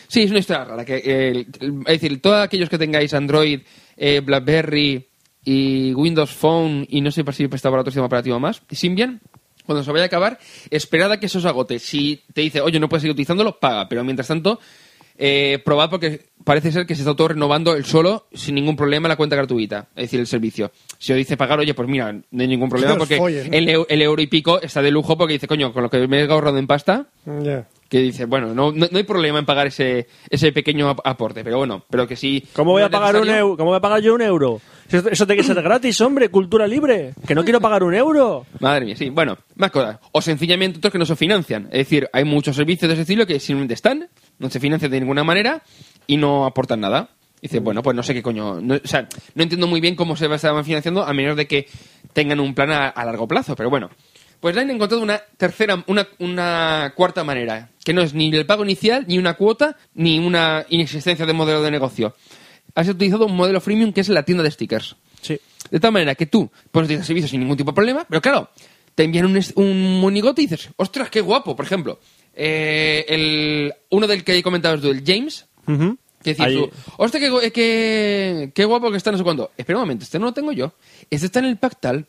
S1: Sí, es una historia rara. Que, eh, el- el- es decir, todos aquellos que tengáis Android, eh, BlackBerry y Windows Phone y no sé si estaba otro sistema operativo más, y Symbian, cuando se vaya a acabar, esperad a que se os agote. Si te dice, oye, no puedes seguir utilizándolo, paga. Pero mientras tanto, eh, probad porque parece ser que se está todo renovando el solo sin ningún problema la cuenta gratuita, es decir, el servicio. Si os dice pagar, oye, pues mira, no hay ningún problema
S4: Os
S1: porque
S4: follen.
S1: el, eu- el euro y pico está de lujo porque dice, coño, con lo que me he ahorrado en pasta,
S4: Ya.
S1: que dice, bueno, no, no, no hay problema en pagar ese, ese pequeño ap- aporte, pero bueno, pero que sí.
S2: ¿Cómo voy
S1: no
S2: a
S1: es
S2: pagar un
S1: necesario.
S2: euro? ¿Cómo voy a pagar yo un euro? Si Eso, eso tiene que ser gratis, hombre, cultura libre. Que no quiero pagar un euro.
S1: Madre mía, sí. Bueno, más cosas. O sencillamente otros que no se financian. Es decir, hay muchos servicios de ese estilo que simplemente están, no se financian de ninguna manera y no aportan nada. Dice, bueno, pues no sé qué coño. no- o sea, no entiendo muy bien cómo se va a estar financiando a menos de que tengan un plan a, a largo plazo, pero bueno. Pues Line ha encontrado una tercera, una, una cuarta manera, que no es ni el pago inicial, ni una cuota, ni una inexistencia de modelo de negocio. Has utilizado un modelo freemium que es la tienda de stickers.
S2: Sí.
S1: De tal manera que tú pones el servicio sin ningún tipo de problema, pero claro, te envían un, es- un monigote y dices, ostras, qué guapo. Por ejemplo, eh, el, uno del que comentabas tú, el James,
S2: Ujú.
S1: que decías
S2: Ahí-
S1: tú, ostras, qué, gu- eh, qué- qué guapo que está no sé cuándo. Espera un momento, este no lo tengo yo. Este está en el pack tal.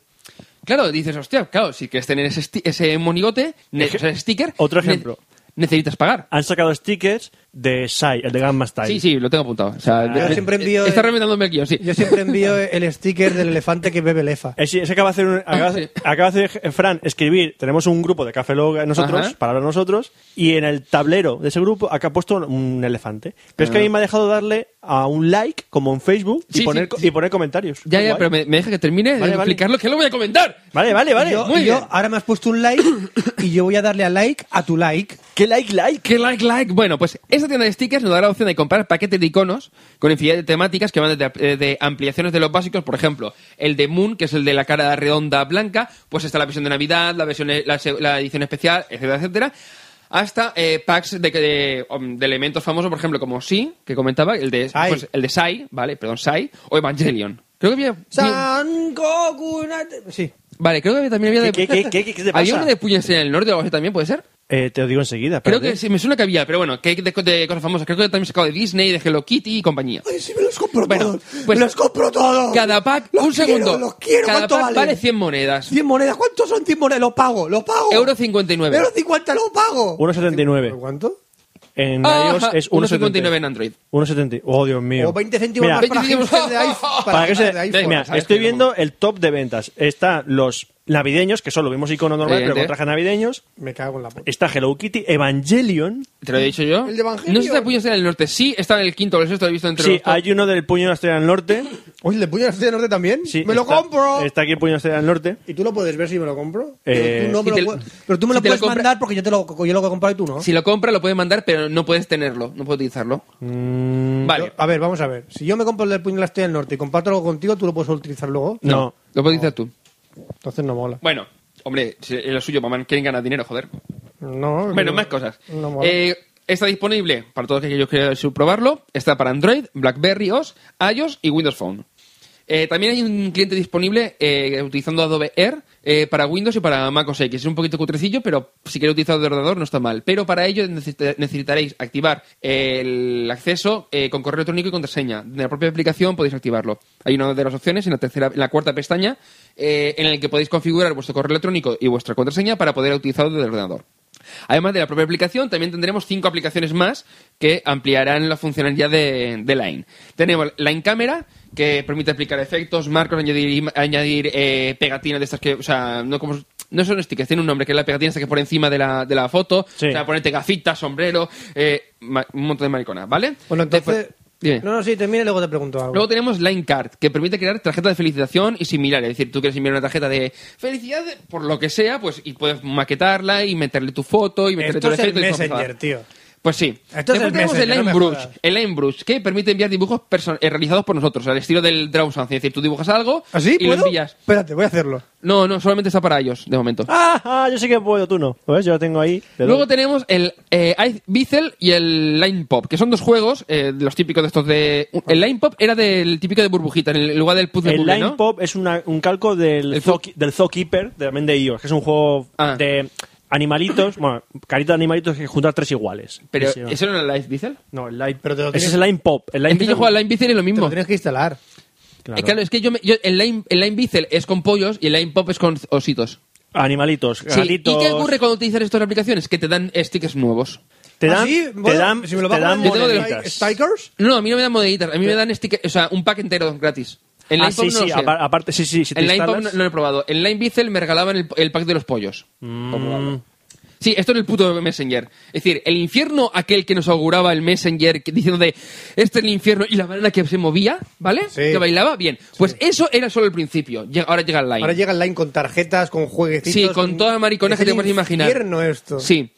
S1: Claro, dices, hostia, claro, si quieres tener ese, esti- ese monigote, ne- o sea, ese sticker...
S2: Otro
S1: ne-
S2: ejemplo.
S1: necesitas pagar.
S2: Han sacado stickers de Sai, el de Gamma Style.
S1: Sí, sí, lo tengo apuntado. O sea, de- de-
S4: siempre envío-
S1: Está reventándome el guión, sí.
S4: Yo siempre envío el sticker del elefante que bebe lefa.
S2: Eh, sí, es que acaba de hacer, un- acaba,
S1: Ah, Sí.
S2: acaba de hacer, eh, Fran escribir. Tenemos un grupo de Café Loga nosotros,
S1: Ajá.
S2: para hablar nosotros, y en el tablero de ese grupo acá ha puesto un elefante. Pero es que a mí me ha dejado darle a un like, como en Facebook,
S1: Ah. Sí,
S2: y, poner,
S1: sí,
S2: co-
S1: sí.
S2: y poner comentarios.
S1: Ya,
S2: Qué
S1: ya,
S2: guay.
S1: pero me, me deja que termine
S2: Vale,
S1: de
S2: vale.
S1: explicarlo, que lo voy a comentar.
S2: Vale, vale, vale.
S4: Y yo,
S1: muy
S4: y yo-
S1: bien.
S4: ahora me has puesto un like y yo voy a darle a like a tu like.
S2: ¿Qué like, like?
S1: ¿Qué like, like? Bueno, pues esta tienda de stickers nos da la opción de comprar paquetes de iconos con infinidad de temáticas que van desde eh, de ampliaciones de los básicos, por ejemplo, el de Moon, que es el de la cara redonda blanca, pues está la versión de Navidad, la, versión, la, se- la edición especial, etcétera, etcétera, hasta eh, packs de, de- um, de elementos famosos, por ejemplo, como Sí, que comentaba, el de,
S4: Sai.
S1: pues, el de Sai, ¿vale? Perdón, Sai, o Evangelion. Creo que había...
S4: San Goku. na- Sí.
S1: Vale, creo que también había de...
S2: ¿Qué, qué, qué, qué, qué te
S1: ¿Había
S2: pasa?
S1: uno de puños en el norte o algo así también, puede ser?
S2: Eh, te lo digo enseguida.
S1: Creo
S2: espérate.
S1: que sí, me suena que había, pero bueno, que hay de, de cosas famosas. Creo que también sacado de Disney, de Hello Kitty y compañía.
S8: Ay, sí, me los compro
S1: Bueno,
S8: todos.
S1: pues-
S8: me los compro todos.
S1: Cada pack,
S8: Los
S1: un
S8: quiero,
S1: segundo.
S8: Los quiero,
S1: Cada
S8: ¿cuánto
S1: pack
S8: valen?
S1: vale 100 monedas.
S8: 100 monedas. ¿Cuántos son 100 monedas? Lo pago, lo pago.
S1: Euro 59.
S8: Euro 50 lo pago.
S2: 1,79.
S4: ¿Cuánto?
S2: En
S1: Ah,
S2: iOS es
S1: 1,59
S2: 1,79.
S1: en Android.
S2: 1,70. Oh, Dios mío.
S4: O 20 céntimos
S2: Mira,
S4: más
S1: 20
S4: para gente
S1: céntimos.
S4: de iPhone.
S2: para que
S4: gente
S2: se-
S4: de iPhone.
S2: Mira,
S1: ¿sabes?
S2: estoy
S1: Que no-
S2: viendo el top de ventas. Están los navideños, que son los mismos iconos normales, pero con
S1: Evidente.
S2: trajes navideños.
S4: Me cago en la puta.
S2: Está Hello Kitty, Evangelion.
S1: Te lo he dicho yo.
S8: El de Evangelion.
S1: No sé si está puños en el norte. Sí, está en el quinto, o el sexto, lo he visto entre
S2: Sí,
S1: los top.
S2: hay uno del Puño de la Estrella del Norte.
S4: Oye, ¿le puño la estrella del norte también?
S2: Sí,
S4: ¡Me lo
S2: está-
S4: compro!
S2: Está aquí el Puño de la Estrella del Norte.
S4: ¿Y tú lo puedes ver si me lo compro?
S2: Eh,
S4: pero, tú no me
S1: si
S4: lo
S1: te-
S4: pu- pero tú me
S1: si
S4: lo
S1: te lo
S4: puedes
S1: compra-
S4: mandar porque yo, te lo, yo lo he comprado y tú no.
S1: Si lo compras, lo puedes mandar, pero no puedes tenerlo. No puedes utilizarlo.
S4: Yo-
S2: Mm,
S1: Vale.
S2: ah,
S4: a ver, vamos a ver. Si yo me compro el del puño de la estrella del norte y comparto algo contigo, ¿tú lo puedes utilizar luego?
S2: No.
S1: Lo puedes utilizar tú.
S4: Entonces no mola.
S1: Bueno, hombre, si es lo suyo, mamá. Quieren ganar dinero, joder.
S4: No.
S1: Bueno,
S4: no-
S1: más cosas.
S4: No mola.
S1: Eh, está disponible para todos aquellos que quieran probarlo. Está para Android, BlackBerry OS, iOS y Windows Phone. Eh, también hay un cliente disponible eh, utilizando Adobe Air eh, para Windows y para Mac OS X. Es un poquito cutrecillo, pero si queréis utilizarlo de ordenador no está mal. Pero para ello necesit- necesitaréis activar el acceso eh, con correo electrónico y contraseña. De la propia aplicación podéis activarlo. Hay una de las opciones en la, tercera, en la cuarta pestaña eh, en la que podéis configurar vuestro correo electrónico y vuestra contraseña para poder utilizarlo desde el ordenador. Además de la propia aplicación, también tendremos cinco aplicaciones más que ampliarán la funcionalidad de, de Line. Tenemos Line Camera, que permite aplicar efectos, marcos, añadir, im- añadir eh, pegatinas de estas que, o sea, no como... No son stickers, tiene un nombre, que es la pegatina esta que por encima de la, de la foto.
S2: Sí.
S1: O sea, ponerte gafitas, sombrero, eh, ma- un montón de mariconas, ¿vale?
S4: Bueno, entonces...
S1: Después- dime.
S4: No, no, sí, termina y luego te pregunto algo.
S1: Luego tenemos Line Card, que permite crear tarjetas de felicitación y similares. Es decir, tú quieres enviar una tarjeta de felicidad por lo que sea, pues y puedes maquetarla y meterle tu foto y meterle
S4: Esto
S1: tu
S4: es el
S1: efecto. y todo
S4: Messenger,
S1: enfadado.
S4: tío.
S1: Pues sí.
S4: es el
S1: Después tenemos
S4: Messenger,
S1: el
S4: no
S1: Line
S4: me
S1: Brush,
S4: jodas.
S1: el Line Brush, que permite enviar dibujos perso- eh, realizados por nosotros, al estilo del Draw Something. Es decir, tú dibujas algo
S4: ¿Así?
S1: y lo envías.
S4: Espérate, voy a hacerlo.
S1: No, no, solamente está para ellos, de momento.
S2: Ah, ah, yo sí que puedo, tú no. ¿Ves? Yo lo tengo ahí. de
S1: Luego
S2: dos.
S1: tenemos el eh, Ice Beetle y el Line Pop, que son dos juegos, eh, de los típicos de estos de... El Line Pop era del típico de burbujita, en el lugar del puzzle
S2: el
S1: puzzle,
S2: Line
S1: ¿no?
S2: Pop es una- un calco del,
S1: El
S2: Zoo,
S1: fu-
S2: Ki- del Zookeeper, de- también de iOS, que es un juego
S1: Ah.
S2: de animalitos, bueno, carita de animalitos que juntar tres iguales.
S1: Pero,
S2: Sí, sí,
S1: ¿eso no era Live Beetle?
S2: No, el Line
S4: Pero te lo
S2: Ese
S4: tienes-
S2: es el Line Pop. El Line
S1: Es que yo
S2: Beetle-
S1: juego al Line Beetle y es lo
S4: Te
S1: mismo.
S4: lo tienes que instalar.
S1: Eh, Claro, es que yo, me- yo- el, line, el Line Beetle es con pollos y el Line Pop es con ositos.
S2: Animalitos,
S1: Sí. ¿Y
S2: gatitos.
S1: qué ocurre cuando utilizas estas aplicaciones? Que te dan stickers nuevos.
S2: Te dan,
S4: ¿Ah, sí?
S2: te
S4: Bueno,
S2: dan,
S4: si me lo
S2: te
S4: pago
S2: dan
S4: de-
S1: Yo tengo de-
S2: moneditas. Ah,
S4: ¿Stikers?
S1: No, a mí no me dan moneditas, a mí me dan stickers, o sea, un pack entero gratis. El
S2: Ah,
S1: Line Pop
S2: sí,
S1: no
S2: sí,
S1: lo sé.
S2: apar- aparte, sí, sí, si te
S1: El Line Pop no,
S2: instalas-
S1: no lo he probado. El Line Beetle me regalaban el, el pack de los pollos.
S2: Mm,
S1: Sí, esto en el puto Messenger. Es decir, el infierno aquel que nos auguraba el Messenger que- diciendo de este es el infierno y la banana que se movía, ¿vale?
S4: Sí.
S1: Que bailaba, bien. Pues eso era solo el principio. Llega- ahora llega el Line.
S4: Ahora llega el line con tarjetas, con jueguecitos.
S1: Sí, con todas las mariconas
S4: Es
S1: que te
S4: el
S1: puedes imaginar.
S4: infierno esto.
S1: Sí.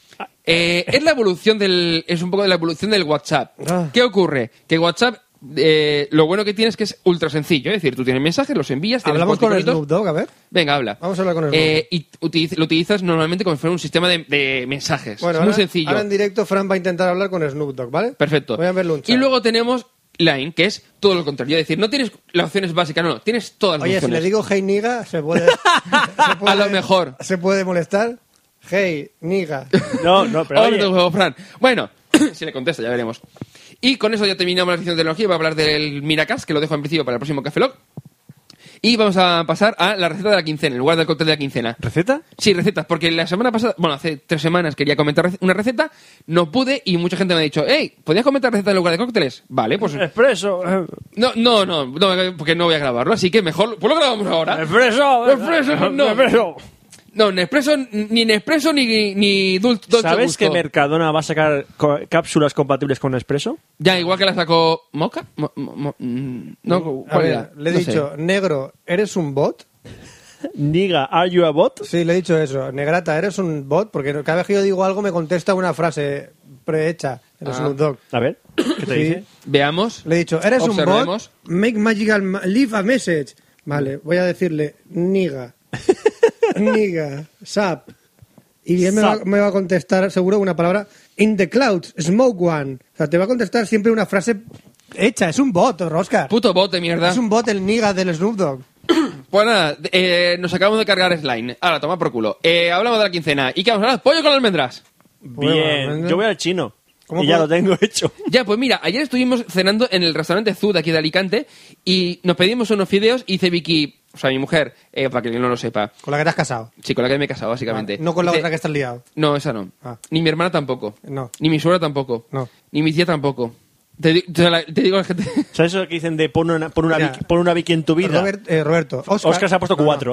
S1: Eh, es la evolución del. Es un poco de la evolución del WhatsApp.
S4: Ah.
S1: ¿Qué ocurre? Que WhatsApp. eh, lo bueno que tiene es que es ultra sencillo. Es decir, tú tienes mensajes, los envías, tienes
S4: Hablamos con el
S1: emoticonitos.
S4: Snoop Dogg, a ver.
S1: Venga, habla.
S4: Vamos a hablar con el
S1: Eh, y utiliz- lo utilizas normalmente como si fuera un sistema de, de mensajes. es muy
S4: ahora-
S1: sencillo.
S4: Ahora en directo Fran va a intentar hablar con Snoop Dogg, ¿vale?
S1: Perfecto.
S4: Voy a verle un chat.
S1: y luego tenemos Line, que es todo lo contrario. Es decir, no tienes las opciones básicas, no, no, tienes todas las
S4: Oye, si
S1: opciones.
S4: le digo hey niga, se puede, se puede-
S1: A lo mejor.
S4: ¿Se puede molestar? Hey niga.
S2: No, no, pero
S1: Ahora
S2: oye,
S1: tengo juego, Fran. Bueno, si le contesta, ya veremos. Y con eso ya terminamos la sección de tecnología. Voy a hablar del Miracast, que lo dejo en principio para el próximo Café Lock. Y vamos a pasar a la receta de la quincena, en lugar del cóctel de la quincena.
S2: ¿receta?
S1: Sí, recetas, porque la semana pasada, bueno, hace tres semanas quería comentar rec- una receta, no pude y mucha gente me ha dicho, hey, ¿podías comentar recetas en lugar de cócteles? Vale, pues...
S2: Expreso. eh,
S1: No, no, no, no, porque no voy a grabarlo, así que mejor... Pues lo grabamos ahora.
S2: Expreso. eh,
S1: Expreso, no.
S2: Expreso.
S1: No, Nespresso, ni Nespresso ni, ni Dul- Dolce
S2: ¿Sabes
S1: Gusto.
S2: que Mercadona va a sacar co- cápsulas compatibles con Nespresso?
S1: Ya, igual que la sacó Moca. Mo- mo- mo- mm, no,
S4: A
S1: ¿cuál era?
S4: ver, le he
S1: No sé.
S4: dicho, negro, ¿eres un bot?
S2: Niga, ¿are you a bot?
S4: Sí, le he dicho eso. Negrata, ¿eres un bot? Porque cada vez que yo digo algo me contesta una frase prehecha en
S1: Ah.
S4: Snoop Dogg.
S2: A ver, ¿qué te
S4: Sí.
S2: dice?
S1: Veamos.
S4: Le he dicho, ¿eres un bot?
S1: Observemos.
S4: Make magical, ma- leave a message. Vale, voy a decirle, niga, niga, sap. Y él me va,
S2: Sap.
S4: me va a contestar, seguro, una palabra, in the clouds, smoke one. O sea, te va a contestar siempre una frase hecha. Es un bot, Oscar.
S1: Puto bot de mierda.
S4: Es un bot el niga del Snoop Dogg.
S1: Pues nada, eh, nos acabamos de cargar Slime. Ahora, toma por culo. Eh, hablamos de la quincena. ¿Y qué vamos a hablar? Pollo con almendras.
S2: Bien,
S4: Bueno,
S2: yo voy al chino.
S4: ¿Cómo
S2: y ya
S4: puedo-
S2: lo tengo hecho.
S1: Ya, pues mira, ayer estuvimos cenando en el restaurante Zoo de aquí de Alicante y nos pedimos unos fideos y dice Vicky, o sea, mi mujer, eh, para que no lo sepa,
S4: Con la que te has casado.
S1: sí, con la que me he casado, básicamente.
S4: Ah, No con la
S1: Dice,
S4: otra que estás liado.
S1: No, esa no.
S4: Ah.
S1: Ni mi hermana tampoco.
S4: No.
S1: Ni mi suegra tampoco.
S4: No.
S1: Ni mi tía tampoco. Te, di- te la- te digo a la gente...
S2: ¿Sabes eso que dicen de pon una, pon una,
S4: Mira.
S2: Vicky, pon una Vicky en tu vida?
S4: Robert- eh, Roberto, Oscar,
S2: Oscar se ha puesto
S4: No, no.
S2: cuatro.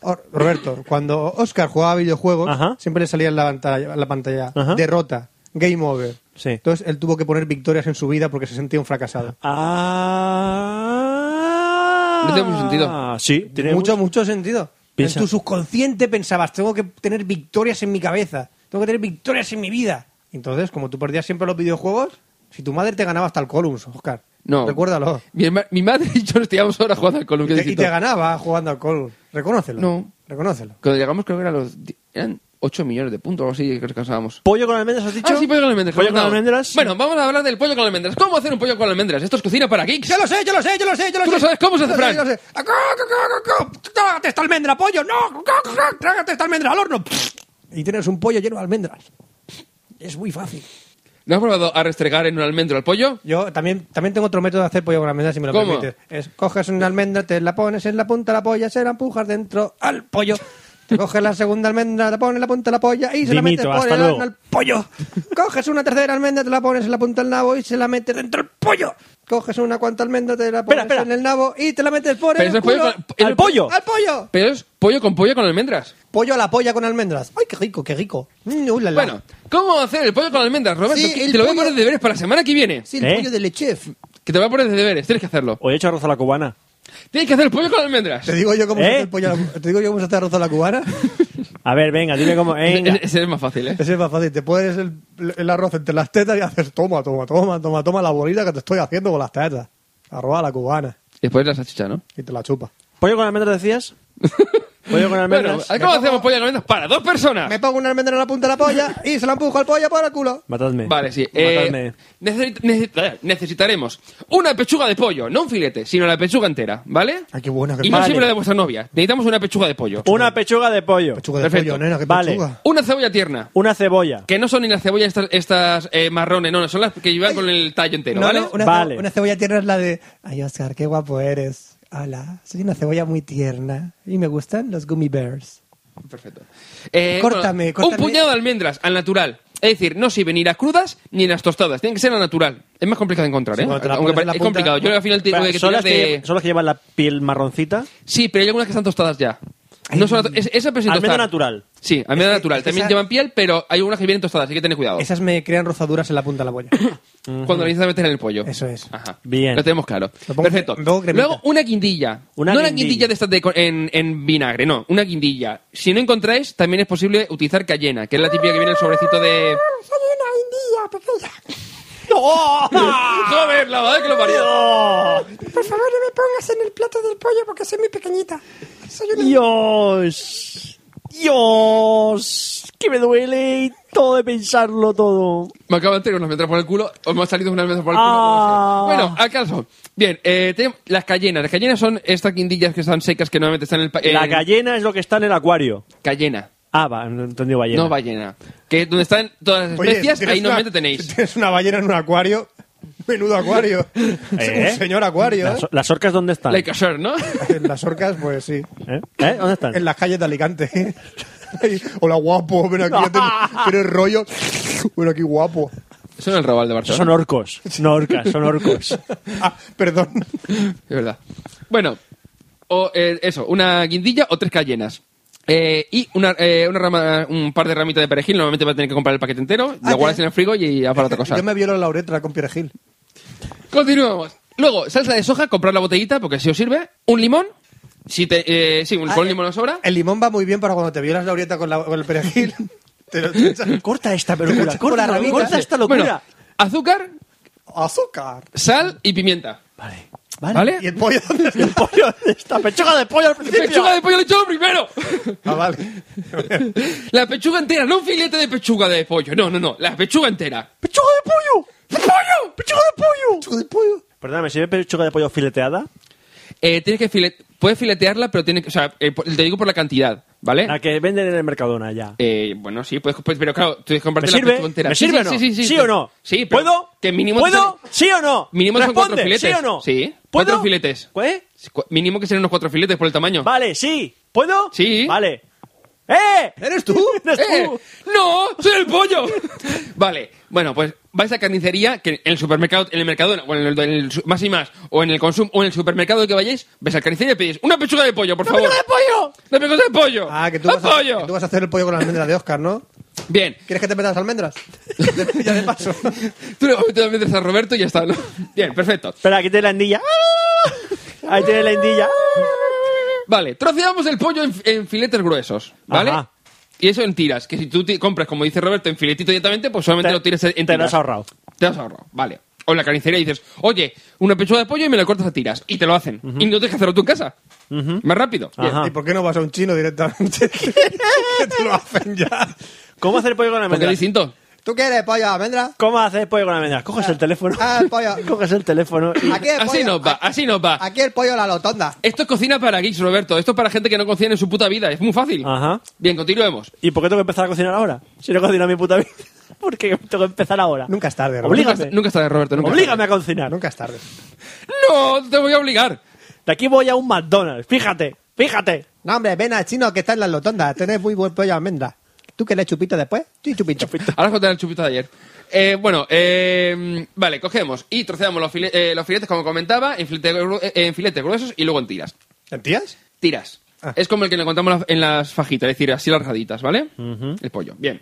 S4: Or- Oh, Roberto, cuando Oscar jugaba a videojuegos,
S2: Ajá.
S4: siempre le salía en la pantalla, la pantalla
S2: Ajá.
S4: derrota, game over.
S2: Sí.
S4: Entonces él tuvo que poner victorias en su vida porque se sentía un fracasado.
S2: Ah.
S1: No tiene mucho sentido.
S2: Sí, tiene
S4: mucho, mucho sentido.
S2: Piensa.
S4: En tu subconsciente pensabas, tengo que tener victorias en mi cabeza, tengo que tener victorias en mi vida. Entonces, como tú perdías siempre los videojuegos, si tu madre te ganaba hasta el Columns, Oscar.
S1: No.
S4: Recuérdalo.
S1: Mi, herma- mi madre y yo nos tiramos horas jugando al Call of
S4: Y
S1: Duty
S4: te, y
S1: distinto.
S4: te ganaba jugando al Columns. Reconócelo.
S1: No.
S4: Reconócelo.
S1: Cuando llegamos creo que eran los... di- Eran 8 millones de puntos o algo así que nos cansábamos.
S2: ¿Pollo con almendras has dicho?
S1: Ah, sí, pollo con almendras.
S2: Pollo con
S1: perdón.
S2: almendras.
S1: Bueno, vamos a hablar del pollo con almendras. ¿Cómo hacer un pollo con almendras? Esto es cocina para geeks.
S4: Yo lo sé, yo lo sé, yo lo sé, yo lo
S1: Tú
S4: sé.
S1: no sabes cómo se hace,
S4: Yo lo sé,
S1: Fran.
S4: yo lo sé. Ah, co, co, co, co, co. Trágate esta almendra, pollo. No, co, co, co. trágate esta almendra al horno. Y tienes un pollo lleno de almendras. Es muy fácil.
S1: ¿No has probado a restregar en un almendro al pollo?
S4: Yo también, también tengo otro método de hacer pollo con almendras, si me lo
S1: ¿Cómo?
S4: permites. Es coges una almendra, te la pones en la punta de la polla, se la empujas dentro al pollo. Coges la segunda almendra, la pones en la punta de la polla y se la metes
S2: Dimito,
S4: por
S2: hasta
S4: el
S2: luego.
S4: ano al pollo. Coges una tercera almendra, te la pones en la punta del nabo y se la metes dentro del pollo. Coges una cuarta almendra, te la pones
S2: espera.
S4: en el nabo y te la metes por
S1: Pero
S4: el
S1: eso es pollo
S4: culo
S1: con- eso
S2: es- ¡Al pollo!
S4: ¡Al pollo!
S1: Pero es pollo con pollo con almendras.
S4: Pollo a la polla con almendras. ¡Ay, qué rico, qué rico! Mm, uh, la, la.
S1: Bueno, ¿cómo hacer el pollo con almendras, Roberto?
S4: Sí,
S1: Que-
S4: el
S1: te lo voy a
S4: pollo-
S1: poner de deberes para la semana que viene.
S4: Sí, el
S2: ¿Eh?
S4: pollo de lechef.
S1: Que te lo voy a poner de deberes, tienes que hacerlo.
S2: O he hecho arroz a la cubana.
S1: Tienes que hacer el pollo con almendras.
S4: Te digo yo cómo
S2: ¿Eh?
S4: se hace el pollo a la, te digo yo cómo se hace arroz a la cubana.
S2: A ver, venga, dime cómo. venga.
S1: Ese- Ese es más fácil, ¿eh?
S4: Ese es más fácil. Te pones el, el arroz entre las tetas y haces toma, toma, toma, toma, toma la bolita que te estoy haciendo con las tetas. Arroz a la cubana.
S1: Después la salchicha, ¿no?
S4: Y te la chupa.
S2: ¿Pollo con almendras decías? ¿Pollo con
S1: Bueno,
S2: almendras?
S1: ¿cómo hacemos pollo con almendras para dos
S2: Ah.
S1: personas?
S4: Me pongo una almendra en la punta de la polla y se la empujo al pollo por el culo.
S2: Matadme.
S1: Vale, sí.
S2: Matadme.
S1: Eh, necesi- necesi- necesitaremos una pechuga de pollo, no un filete, sino la pechuga entera, ¿ale?
S4: Ay, Ah, qué buena que
S1: Y no
S4: Vale.
S1: siempre la de vuestra novia. Necesitamos una pechuga de pollo.
S2: Una pechuga de pollo.
S4: Pechuga de
S1: Perfecto.
S4: pollo, nena, qué
S2: Vale.
S4: pechuga.
S1: Una cebolla tierna.
S2: Una cebolla.
S1: Que no son ni las cebollas estas, estas, eh, marrones, no, no, son las que llevan con el tallo entero,
S4: No,
S1: ¿vale?
S4: no, una,
S2: Vale.
S4: ce- una cebolla tierna es la de. Ay, Oscar, qué guapo eres. Hola, soy una cebolla muy tierna y me gustan los gummy bears.
S1: Perfecto. Eh,
S4: Córtame,
S1: bueno,
S4: córtame.
S1: Un puñado de almendras al natural. Es decir, no sirve ni las crudas ni las tostadas. Tienen que ser al natural. Es más complicado de encontrar,
S4: Sí,
S1: ¿eh?
S4: cuando te la
S1: Aunque
S4: pones en la
S1: pare- es
S4: punta-
S1: complicado. Yo al final tengo que
S2: ¿Son,
S1: tirar
S2: las que,
S1: de...
S2: lle- son las que llevan la piel marroncita?
S1: Sí, pero hay algunas que están tostadas ya. No son natu- es- esa pero sin
S2: Almendra
S1: tostar.
S2: natural.
S1: Sí, almendra
S4: Es que-
S1: natural.
S4: es que
S1: También
S4: esa-
S1: llevan piel, pero hay algunas que vienen tostadas, así que tened
S2: Oh.
S1: cuidado.
S4: Esas me crean rozaduras en la punta de la polla.
S1: Cuando le necesitas meter en el pollo.
S4: Eso es.
S1: Ajá.
S2: Bien.
S1: Lo tenemos claro.
S4: Lo pongo-
S1: Perfecto.
S4: luego cremita.
S1: Luego, una quindilla.
S2: Una
S1: no una
S2: guindilla.
S1: guindilla de estas de co- en, en vinagre, no. Una guindilla. Si no encontráis, también es posible utilizar cayena, que es la típica que viene en el sobrecito de...
S2: ¡Oh!
S1: ¡Joder, la madre que lo parió!
S8: Por favor, no me pongas en el plato del pollo porque soy muy pequeñita. Soy una...
S7: Dios. Dios. Que me duele todo de pensarlo todo.
S1: Me acaban de tener unas metras por el culo, o me ha salido unas metras por el culo.
S7: Ah.
S1: no lo sé. Bueno, al caso. Bien, eh, tenemos las cayenas. Las cayenas son estas guindillas que están secas que normalmente están en el... pa-
S2: La
S1: en-
S2: gallena es lo que está en el acuario.
S1: Cayena,
S2: Ah, va, no he entendido ballena.
S1: no ballena. Que es donde están todas las especias, ahí normalmente
S4: Si
S1: tenéis.
S4: tienes una ballena en un acuario, menudo acuario.
S2: ¿Eh?
S4: Un señor acuario. ¿eh?
S2: Las, las orcas, ¿dónde están?
S1: Like a shark, ¿no?
S4: En las orcas, pues sí.
S2: ¿Eh? ¿Eh? ¿Dónde están?
S4: En las calles de Alicante. Ay, Hola, guapo, ven aquí, ya ten- tienes rollo. Bueno, aquí, guapo.
S1: Son el Raval de
S2: Esos son
S1: Barcelona.
S2: orcos. No orcas, son orcos.
S4: Ah, perdón.
S1: Es verdad. Bueno, o, eh, eso, una guindilla o tres cayenas. Eh, y una, eh, una rama, un par de ramitas de perejil, normalmente va a tener que comprar el paquete entero,
S4: Ah,
S1: lo guardas
S4: ya.
S1: en el frigo y ya para otra cosa.
S4: Yo me violo la uretra con perejil.
S1: Continuamos. Luego, salsa de soja, comprar la botellita porque si os sirve. Un limón. Si te, eh, sí, un,
S4: Ah,
S1: con
S4: eh,
S1: limón os sobra.
S4: El limón va muy bien para cuando te violas la uretra con, la- con el perejil. Te lo echas-
S2: corta esta locura.
S4: Con la
S2: Corta,
S4: ramita.
S2: corta esta
S1: Bueno,
S2: locura.
S1: azúcar,
S4: Azúcar.
S1: sal y pimienta.
S2: Vale.
S1: ¿Vale?
S4: ¿Y el pollo dónde está?
S2: El pollo, esta pechuga de pollo al principio.
S1: ¡Pechuga de pollo lechón primero!
S4: Ah, vale.
S1: La pechuga entera, no un filete de pechuga de pollo. No, no, no. La pechuga entera.
S2: ¡Pechuga de pollo!
S1: ¡Pollo!
S2: ¡Pechuga de pollo!
S4: Chico de pollo.
S2: Perdóname, ¿sirve pechuga de pollo fileteada?
S1: Eh, tienes que filetear. Puedes filetearla, pero tienes que. O sea, eh, po- te digo por la cantidad, ¿vale?
S2: La que venden en el Mercadona ya.
S1: Eh, bueno, sí, puedes, pues, pero claro, tú tienes que
S2: ¿Me
S1: comprarte la
S2: sirve?
S1: pechuga entera.
S2: ¿Me
S1: Sí, sí,
S2: sirve o no?
S1: Sí, sí, sí,
S2: o no?
S1: Sí, pero
S2: ¿Puedo?
S1: Que mínimo te
S2: ¿Puedo?
S1: sale-
S2: ¿Sí o no?
S1: Mínimo son cuatro
S2: Responde,
S1: filetes.
S2: ¿Sí o no?
S1: Sí.
S2: ¿Puedo? ¿Eh?
S1: Cuatro filetes.
S2: ¿Qué?
S1: Sí, cu- Mínimo que sean unos cuatro filetes por el tamaño.
S2: Vale, sí. ¿Puedo?
S1: Sí.
S2: Vale. ¡Eh!
S4: ¿Eres tú?
S2: ¡Eres
S1: ¡Eh!
S2: tú!
S1: ¡No! ¡Soy el pollo! vale, bueno, pues vais a carnicería, que en el supermercado, en el Mercadona, o en el, en el su- más y más, o en el consumo, o en el supermercado que vayáis, vais a carnicería y pedís una pechuga de pollo, por favor. ¡Una pechuga de pollo! ¡Una pechuga de pollo!
S4: Ah, que tú,
S1: ¡Un
S4: vas a,
S1: pollo!
S4: que tú vas a hacer el pollo con las almendras de Oscar, ¿no?
S1: Bien,
S4: ¿Quieres que te metas almendras? ya de paso.
S1: tú le metes mientras a Roberto y ya está, ¿no? Bien, perfecto.
S2: Espera, aquí tiene la endilla.
S1: Ah.
S2: Ahí tiene la endilla.
S1: Vale, troceamos el pollo en, en filetes gruesos, ¿vale?
S2: Ajá.
S1: Y eso en tiras, que si tú ti- compras, como dice Roberto, en filetito directamente, pues solamente
S2: Te-
S1: lo tiras en en
S2: te lo
S1: tiras.
S2: has ahorrado.
S1: Te lo has ahorrado, vale. O en la carnicería dices, oye, una pechuga de pollo y me la cortas a tiras. Y te lo hacen. Y no tienes que hacerlo tú en casa. Más rápido. Bien.
S2: Ajá.
S4: ¿Y por qué no vas a un chino directamente? que te lo hacen ya.
S2: ¿Cómo hacer pollo con
S1: Porque es
S2: almendras?
S1: distinto.
S4: ¿Tú quieres pollo, almendra?
S2: ¿Cómo hacer pollo con almendras? Coges el teléfono.
S4: Ah, el pollo.
S2: Coges el teléfono y...
S4: Aquí el pollo,
S1: Así nos va, así nos va.
S4: Aquí el pollo a la lotonda.
S1: Esto es cocina para geeks, Roberto. Esto es para gente que no cocina en su puta vida. Es muy fácil.
S2: Ajá.
S1: Bien, continuemos.
S2: ¿Y por qué tengo que empezar a cocinar ahora? Si no cocino a mi puta vida. ¿Por qué tengo que empezar ahora?
S4: Nunca es tarde, Roberto.
S2: Oblígame.
S1: Nunca, está- nunca está de Roberto. Nunca
S2: Oblígame a cocinar.
S4: Nunca es tarde.
S1: está de- No, te voy a obligar.
S2: De aquí voy a un McDonald's, fíjate.
S7: Fíjate.
S4: No, hombre, ven al chino que está en las lotondas. Tenés muy buen pollo de almendra. ¿Tú querés chupito después? Sí, chupito.
S1: Ahora os contaré el chupito de ayer. Eh, bueno, eh, vale, cogemos y troceamos los, file- eh, los filetes, como comentaba, en, filete gru- eh, en filetes gruesos y luego en tiras.
S4: ¿En tías?
S1: Tiras.
S4: Ah.
S1: Es como el que le contamos la- en las fajitas, es decir, así las raditas, ¿vale? El pollo. Bien.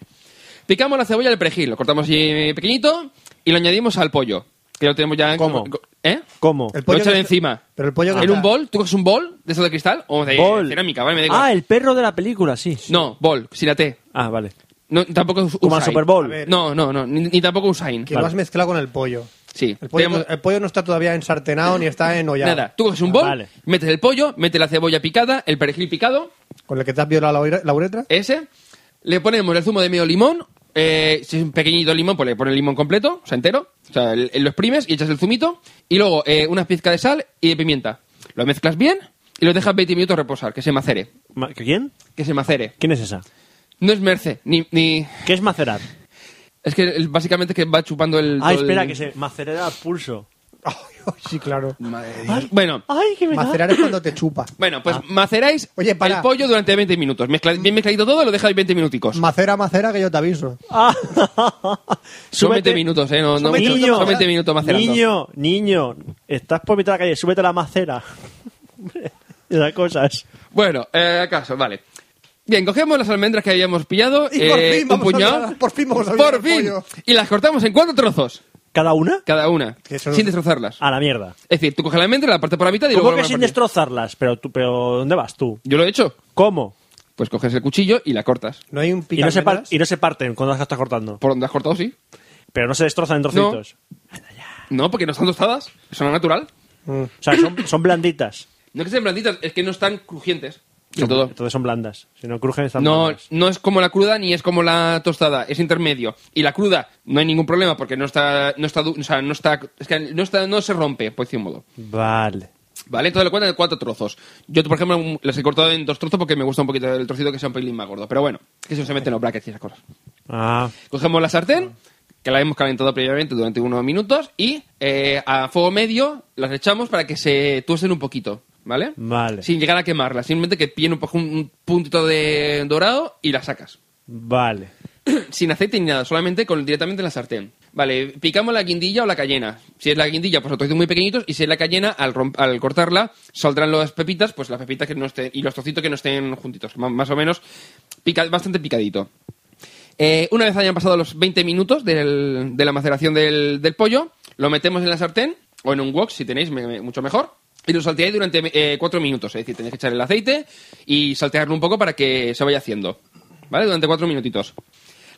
S1: Picamos la cebolla y el perejil, lo cortamos así pequeñito y lo añadimos al pollo. Que lo tenemos ya en-
S2: ¿Cómo?
S1: ¿Eh?
S2: ¿Cómo?
S4: El
S1: Lo
S4: pollo
S1: echan
S4: que-
S1: encima.
S4: Pero el pollo que
S1: ¿En
S4: está-
S1: un bol? ¿Tú coges un bol de esos de cristal? ¿O de
S2: Bol.
S1: cerámica? Vale, me da igual.
S2: ah, el perro de la película, sí.
S1: No, bol, sin la T.
S2: Ah, vale.
S1: No, tampoco es
S2: Como
S1: Usain.
S2: al Super Bowl.
S4: A ver.
S1: No, no, no, ni, ni tampoco Usain.
S4: Que
S1: Vale.
S4: lo has mezclado con el pollo.
S1: Sí.
S4: El pollo,
S1: Tenemos-
S4: el pollo no está todavía ensartenado ni está enollado.
S1: Nada, tú coges un bol,
S2: vale.
S1: metes el pollo, metes la cebolla picada, el perejil picado,
S4: ¿Con el que te has violado la, ure- la uretra?
S1: ese, le ponemos el zumo de medio limón, eh, si es un pequeñito limón, pues le pones el limón completo, o sea, entero, o sea, el- el- lo exprimes y echas el zumito, y luego eh, unas pizcas de sal y de pimienta. Lo mezclas bien y lo dejas 20 minutos reposar, que se macere,
S2: Ma- ¿Quién?
S1: que se macere.
S2: ¿Quién es esa?
S1: No es merce, ni... ni...
S2: ¿Qué es macerar?
S1: Es que el- básicamente es que va chupando el...
S2: Ah,
S1: todo el-
S2: espera, que se macerará a pulso.
S4: oh, sí, claro.
S1: Bueno,
S2: Ay, qué
S4: Macerar es cuando te chupa.
S1: bueno,
S2: Ah.
S1: pues maceráis
S4: Oye, para.
S1: el pollo durante 20 minutos. Mezcla- bien mezcladito todo, lo dejáis 20 minuticos.
S4: Macera, macera, que yo te aviso.
S2: Ah.
S1: Son 20 minutos, ¿eh? No, no
S4: Súbete.
S1: mucho.
S4: Niño.
S1: Son 20 minutos macerando.
S2: Niño, niño, estás por mitad de la calle, súbete a la macera. Hombre, Esas cosas.
S1: Bueno, eh, acaso, vale. Bien, cogemos las almendras que habíamos pillado.
S4: Y
S1: eh,
S4: por fin
S1: un
S4: vamos a
S1: puñado.
S4: hablar- por fin vamos a hablar
S1: Por
S4: del
S1: fin.
S4: pollo.
S1: Y las cortamos en cuatro trozos,
S2: ¿Cada una?
S1: cada una,
S4: Que eso no-
S1: sin destrozarlas.
S2: A la mierda.
S1: Es decir, tú coges la almendra, la partes por la mitad y luego
S2: ¿Cómo
S1: la vuelves
S2: que
S1: a
S2: sin
S1: partir.
S2: destrozarlas? Pero tú, pero ¿dónde vas tú?
S1: Yo lo he hecho.
S2: ¿Cómo?
S1: Pues coges el cuchillo y la cortas.
S4: No hay un
S2: Y no, se par-
S4: picalmenas?
S2: y no se parten cuando las estás cortando.
S1: Por donde has cortado, sí.
S2: Pero no se destrozan en trocitos.
S1: No, porque no están tostadas. Son natural.
S2: O sea, son, son blanditas.
S1: No es que sean blanditas, es que no están crujientes. Del todo.
S2: Entonces son blandas. Si no crujen, están
S1: No,
S2: blandas.
S1: no es como la cruda ni es como la tostada, es intermedio. Y la cruda no hay ningún problema porque no está, no está, du- o sea, no está, es que no está, no se rompe, por decir un modo.
S2: Vale.
S1: Vale, entonces le cuentan en cuatro trozos. Yo, por ejemplo, un- las he cortado en dos trozos porque me gusta un poquito el trocito que sea un pelín más gordo. Pero bueno, que se nos meten los brackets y esas cosas.
S2: Ah,
S1: Cogemos la sartén, que la hemos calentado previamente durante unos minutos, y eh, a fuego medio las echamos para que se tuesten un poquito, ¿vale?
S2: Vale.
S1: Sin llegar a quemarlas, simplemente que pillen un, po- un puntito de dorado y las sacas.
S2: vale.
S1: sin aceite ni nada, solamente con, directamente en la sartén. Vale, picamos la guindilla o la cayena. Si es la guindilla, pues los trocitos muy pequeñitos, y si es la cayena, al, romp- al cortarla, saldrán las pepitas, pues las pepitas que no estén, y los trocitos que no estén juntitos, ma- más o menos, pica- bastante picadito. Eh, una vez hayan pasado los 20 minutos del- de la maceración del, del pollo, lo metemos en la sartén o en un wok, si tenéis, me- me- mucho mejor. Y lo salteáis durante 4 minutos, es decir, tenéis que echar el aceite y saltearlo un poco para que se vaya haciendo. ¿Vale? Durante 4 minutitos.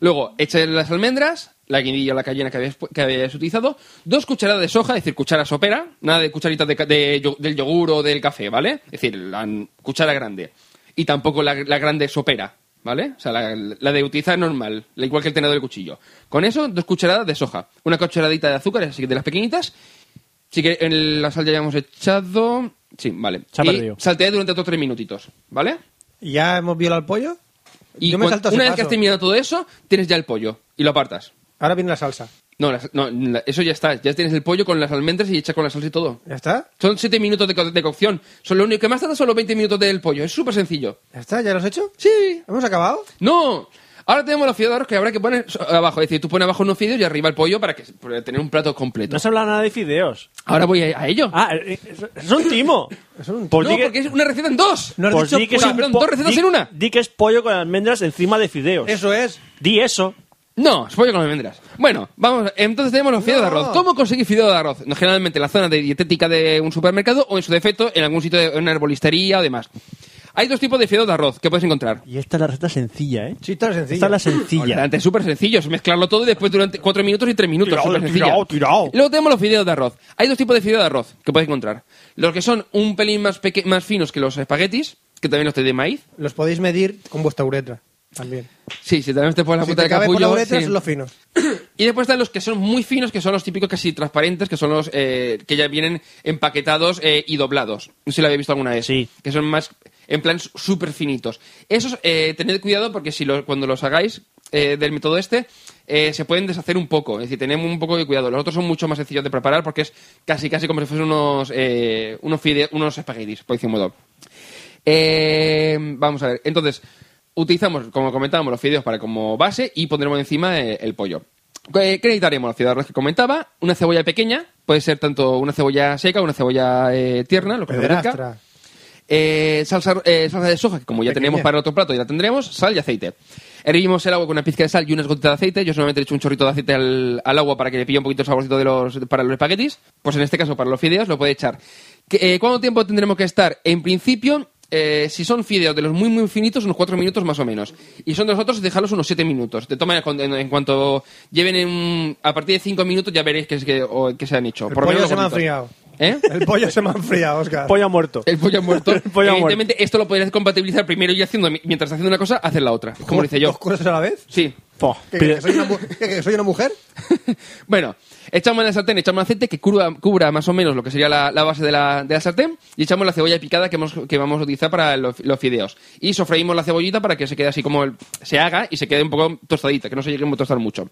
S1: Luego, echáis las almendras, la guindilla o la cayena que habéis, pu- que habéis utilizado, dos cucharadas de soja, es decir, cuchara sopera, nada de cucharitas de, ca- de yo- del yogur o del café, ¿vale? Es decir, la n- cuchara grande. Y tampoco la, la grande sopera, ¿vale? O sea, la, la de utilizar normal, la igual que el tenedor del cuchillo. Con eso, dos cucharadas de soja, una cucharadita de azúcar, así que de las pequeñitas. Sí que en la sal ya hemos echado... Sí, vale.
S2: Se ha
S1: y
S2: perdido.
S1: salteáis durante otros tres minutitos, ¿vale?
S4: ¿Ya hemos violado el pollo?
S1: Y
S4: yo me
S1: cuan-
S4: salto ese
S1: una vez que
S4: paso.
S1: has terminado todo eso, tienes ya el pollo y lo apartas.
S4: Ahora viene la salsa.
S1: No, las- no, la- eso ya está. Ya tienes el pollo con las almendras y hecha con la salsa y todo.
S4: ¿Ya está?
S1: Son 7 minutos de, co- de cocción. Son lo único que más tarda son los 20 minutos del pollo. Es súper sencillo.
S4: ¿Ya está? ¿Ya lo has hecho?
S1: Sí.
S4: ¿Hemos acabado?
S1: ¡No! Ahora tenemos los fideos que habrá que poner so- abajo. Es decir, tú pones abajo unos fideos y arriba el pollo para, que, para tener un plato completo.
S2: No se habla nada de fideos.
S1: Ahora voy a, a ello.
S2: Ah, eh, es es un timo.
S4: Es un
S2: Pues
S1: no,
S2: di que-
S1: porque es una receta en dos.
S4: No has
S2: pues
S4: dicho
S2: di que
S1: pollo.
S2: es un
S1: Perdón,
S2: po-
S1: dos recetas
S2: di-
S1: en una.
S2: Di que es pollo con almendras encima de fideos.
S1: Pues-
S4: Eso es.
S2: Di eso.
S1: No, es pollo con almendras. Bueno, vamos, entonces tenemos los fideos de arroz. ¿Cómo conseguir fideos de arroz? No, Generalmente en la zona de dietética de un supermercado o en su defecto en algún sitio, de, en una herbolistería o demás. Hay dos tipos de fideos de arroz que puedes encontrar.
S2: Y esta es la receta sencilla, ¿eh?
S4: Sí, está sencillo.
S2: Esta es la sencilla.
S1: Antes es súper sencillo, es mezclarlo todo y después durante 4 minutos y 3 minutos.
S2: Tirao,
S1: súper sencilla.
S2: tirao, tirao.
S1: Luego tenemos los fideos de arroz. Hay dos tipos de fideos de arroz que puedes encontrar. Los que son un pelín más, peque- más finos que los espaguetis, que también los te de maíz.
S4: Los podéis medir con vuestra uretra. También.
S1: Sí, si también te pones la
S4: si
S1: punta
S4: te
S1: de
S4: cabe
S1: capullo.
S4: por la uretra,
S1: sí.
S4: es lo fino.
S1: Y después están los que son muy finos, que son los típicos casi transparentes, que son los eh, que ya vienen empaquetados eh, y doblados. No sé si lo habéis visto alguna vez.
S2: Sí.
S1: Que son más, en plan, s- súper finitos. Esos, eh, tened cuidado porque si lo- cuando los hagáis eh, del método este, eh, se pueden deshacer un poco. Es decir, tenemos un poco de cuidado. Los otros son mucho más sencillos de preparar porque es casi, casi como si fuesen unos, eh, unos, fide- unos espaguetis, por decir un modo. Eh, vamos a ver. Entonces, utilizamos, como comentábamos, los fideos para como base y pondremos encima eh, el pollo. Eh, ¿Qué necesitaremos? Los fideos que comentaba, una cebolla pequeña, puede ser tanto una cebolla seca, una cebolla eh, tierna, lo que
S4: Pederastra.
S1: parezca. Eh, salsa, eh, salsa de soja, que como ya
S4: Pequeña.
S1: tenemos para el otro plato, ya la tendremos, sal y aceite. Hervimos el agua con una pizca de sal y unas gotitas de aceite. Yo solamente le echo un chorrito de aceite al, al agua para que le pille un poquito el saborcito de los, para los espaguetis. Pues en este caso, para los fideos, lo puede echar. ¿Qué- eh, ¿Cuánto tiempo tendremos que estar? En principio, eh, si son fideos de los muy, muy finitos, unos 4 minutos más o menos. Y son de los otros, dejarlos unos 7 minutos. Te toman cuando- en, en cuanto lleven en- a partir de 5 minutos, ya veréis que, es que, o- que se han hecho.
S4: El
S1: Por lo
S4: pollo
S1: menos
S4: se me ha
S1: gorditos.
S4: enfriado.
S1: ¿Eh?
S4: El pollo se me ha enfriado, Oscar.
S2: Pollo muerto.
S1: El pollo muerto.
S2: pollo muerto.
S1: Evidentemente, esto lo podrías compatibilizar primero y haciendo, mientras estás haciendo una cosa, hacer la otra. Como dice yo.
S4: ¿Dos cosas a la vez?
S1: Sí.
S2: Po,
S1: Eh,
S4: ¿Que,
S2: pide-
S4: que soy, una, mu- que- que soy una mujer?
S1: Bueno, echamos en la sartén, echamos aceite que cubra, cubra más o menos lo que sería la, la base de la, de la sartén y echamos la cebolla picada que, hemos- que vamos a utilizar para los, los fideos. Y sofreímos la cebollita para que se quede así como el- se haga y se quede un poco tostadita, que no se llegue a tostar mucho.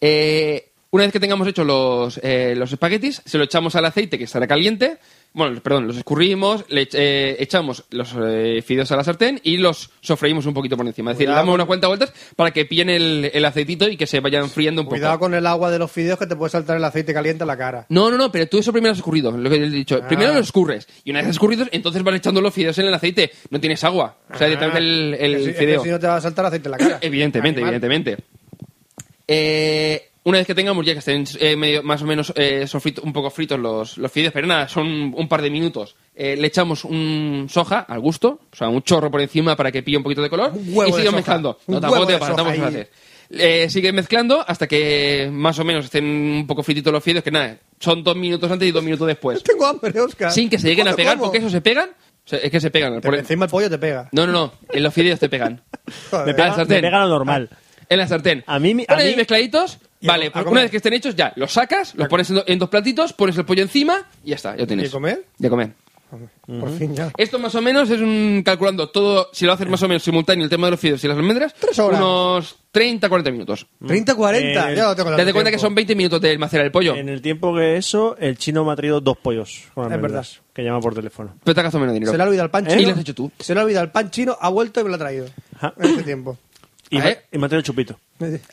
S1: Eh, una vez que tengamos hecho los, eh, los espaguetis, se lo echamos al aceite que estará caliente. Bueno, perdón, los escurrimos, le ech- eh, echamos los eh, fideos a la sartén y los sofreímos un poquito por encima. Es decir, le damos unas cuantas vueltas para que pillen el, el aceitito y que se vayan friendo un poco.
S4: Cuidado con el agua de los fideos que te puede saltar el aceite caliente a la cara.
S1: No, no, no, pero tú eso primero lo has escurrido, lo que he dicho.
S4: Ah.
S1: Primero los escurres. Y una vez escurridos, entonces van echando los fideos en el aceite. No tienes agua. O sea, directamente el, el
S4: Ah, Es que si- es que
S1: fideo.
S4: Si no te va a saltar aceite en la cara.
S1: Evidentemente,
S4: Animal.
S1: evidentemente. Eh, una vez que tengamos ya que estén eh, medio- más o menos eh, sofrito- un poco fritos los, los fideos, pero nada, son un par de minutos. Eh, le echamos un soja al gusto, o sea, un chorro por encima para que pille un poquito de color
S4: Un huevo
S1: y
S4: de
S1: sigue
S4: soja.
S1: mezclando.
S4: Un
S1: No, tampoco
S4: huevo
S1: te
S4: de
S1: pasa,
S4: soja
S1: tampoco
S4: ahí.
S1: se va a hacer. Eh, sigue mezclando hasta que más o menos estén un poco frititos los fideos, que nada, son dos minutos antes y dos minutos después.
S4: Tengo hambre, Oscar.
S1: sin que se lleguen a
S4: ¿Cuándo
S1: pegar,
S4: como?
S1: porque eso se pegan. o sea, es que se pegan.
S4: Te-
S1: por el-
S4: Encima el pollo te pega.
S1: No, no, no, en los fideos te pegan.
S4: Joder.
S2: me
S1: a la
S2: pega,
S1: sartén. Ah,
S2: me pega lo normal.
S1: En la sartén.
S2: A mí- a
S1: Pones
S2: mí-
S1: ahí mezcladitos.
S4: Y a-
S1: Vale,
S4: a
S1: pues una
S4: comer.
S1: vez que estén hechos, ya. Los sacas, los pones en, do- en dos platitos, pones el pollo encima y ya está, ya lo tienes.
S4: ¿Y comer?
S1: De comer.
S4: Por fin ya.
S1: Esto más o menos es un. calculando todo, si lo haces más o menos simultáneo el tema de los fideos y las almendras,
S4: Tres horas.
S1: unos 30, 40 minutos.
S4: 30, 40.
S2: Eh,
S4: ya lo tengo
S1: Date cuenta que son 20 minutos de macerar el pollo.
S2: En el tiempo que eso, el chino me ha traído dos pollos. con
S4: Es
S2: almendras, Que llama por teléfono.
S1: Pero te has gastado menos dinero.
S4: Se le ha olvidado el pan
S1: ¿Eh?
S4: chino.
S1: Y lo has hecho tú.
S4: Se le ha olvidado el pan chino, ha vuelto y me lo ha traído.
S2: Ajá.
S4: En este tiempo.
S2: Y,
S1: Ah,
S2: me,
S1: ¿eh?
S2: y me ha traído el chupito.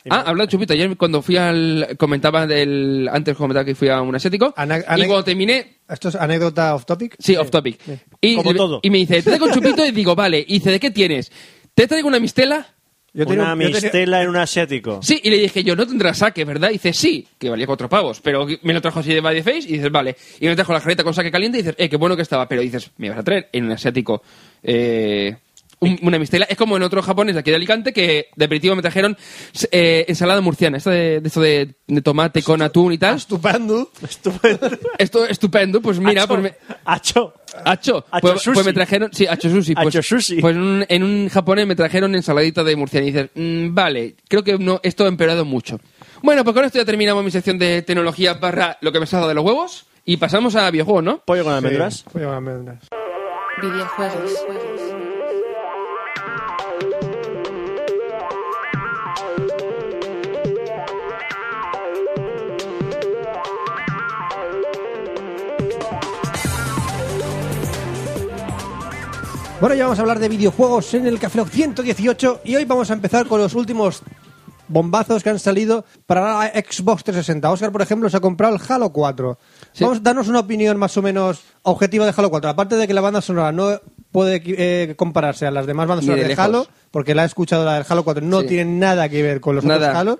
S1: Ah, hablando de chupito, ayer cuando fui al. comentaba del. antes comentaba que fui a un asiático.
S4: Ana-
S1: y
S4: Ana-
S1: cuando terminé,
S4: ¿Esto es anécdota off topic?
S1: Sí, off topic. Y,
S2: Como todo.
S1: y me dice, te traigo un chupito y digo, vale. Y dice, ¿de qué tienes? ¿Te traigo una mistela?
S4: Yo tenía
S2: una
S4: un- yo tenía-
S2: mistela en un asiático.
S1: Sí, y le dije yo, no tendrás saque, ¿verdad? Y dice, sí, que valía cuatro pavos, pero me lo trajo así de body face y dices, vale. Y me trajo la jarreta con saque caliente y dices, eh, qué bueno que estaba, pero dices, me vas a traer en un asiático eh, un- una mistela. Es como en otro japonés de aquí de Alicante que de aperitivo me trajeron eh, ensalada murciana, esta de, de esto de, de tomate con atún y tal.
S4: Estupendo.
S2: Estupendo.
S1: Esto estupendo, pues mira, pues me-
S2: Acho.
S1: Hacho,
S2: Hacho
S1: pues,
S2: sushi.
S1: pues me trajeron, sí, hacho sushi. Pues,
S2: Hacho sushi.
S1: pues en, un, en un japonés me trajeron ensaladita de murciana y dices, "Mm, vale, creo que no, esto ha empeorado mucho. Bueno, pues con esto ya terminamos mi sección de tecnología barra lo que me salga de los huevos y pasamos a videojuegos, ¿no?
S2: Pollo con almendras.
S4: Sí, pollo con almendras.
S3: Videojuegos.
S4: Bueno, ya vamos a hablar de videojuegos en el Café Lock 118 y hoy vamos a empezar con los últimos bombazos que han salido para la Xbox 360. Oscar, por ejemplo, se ha comprado el Halo 4.
S1: Sí.
S4: Vamos a darnos una opinión más o menos objetiva de Halo 4. Aparte de que la banda sonora no puede eh, compararse a las demás bandas
S1: Ni de
S4: sonoras de,
S1: lejos.
S4: Halo, porque la he escuchado la del Halo 4, no
S1: Sí.
S4: tiene nada que ver con los otros
S1: Nada.
S4: Halo.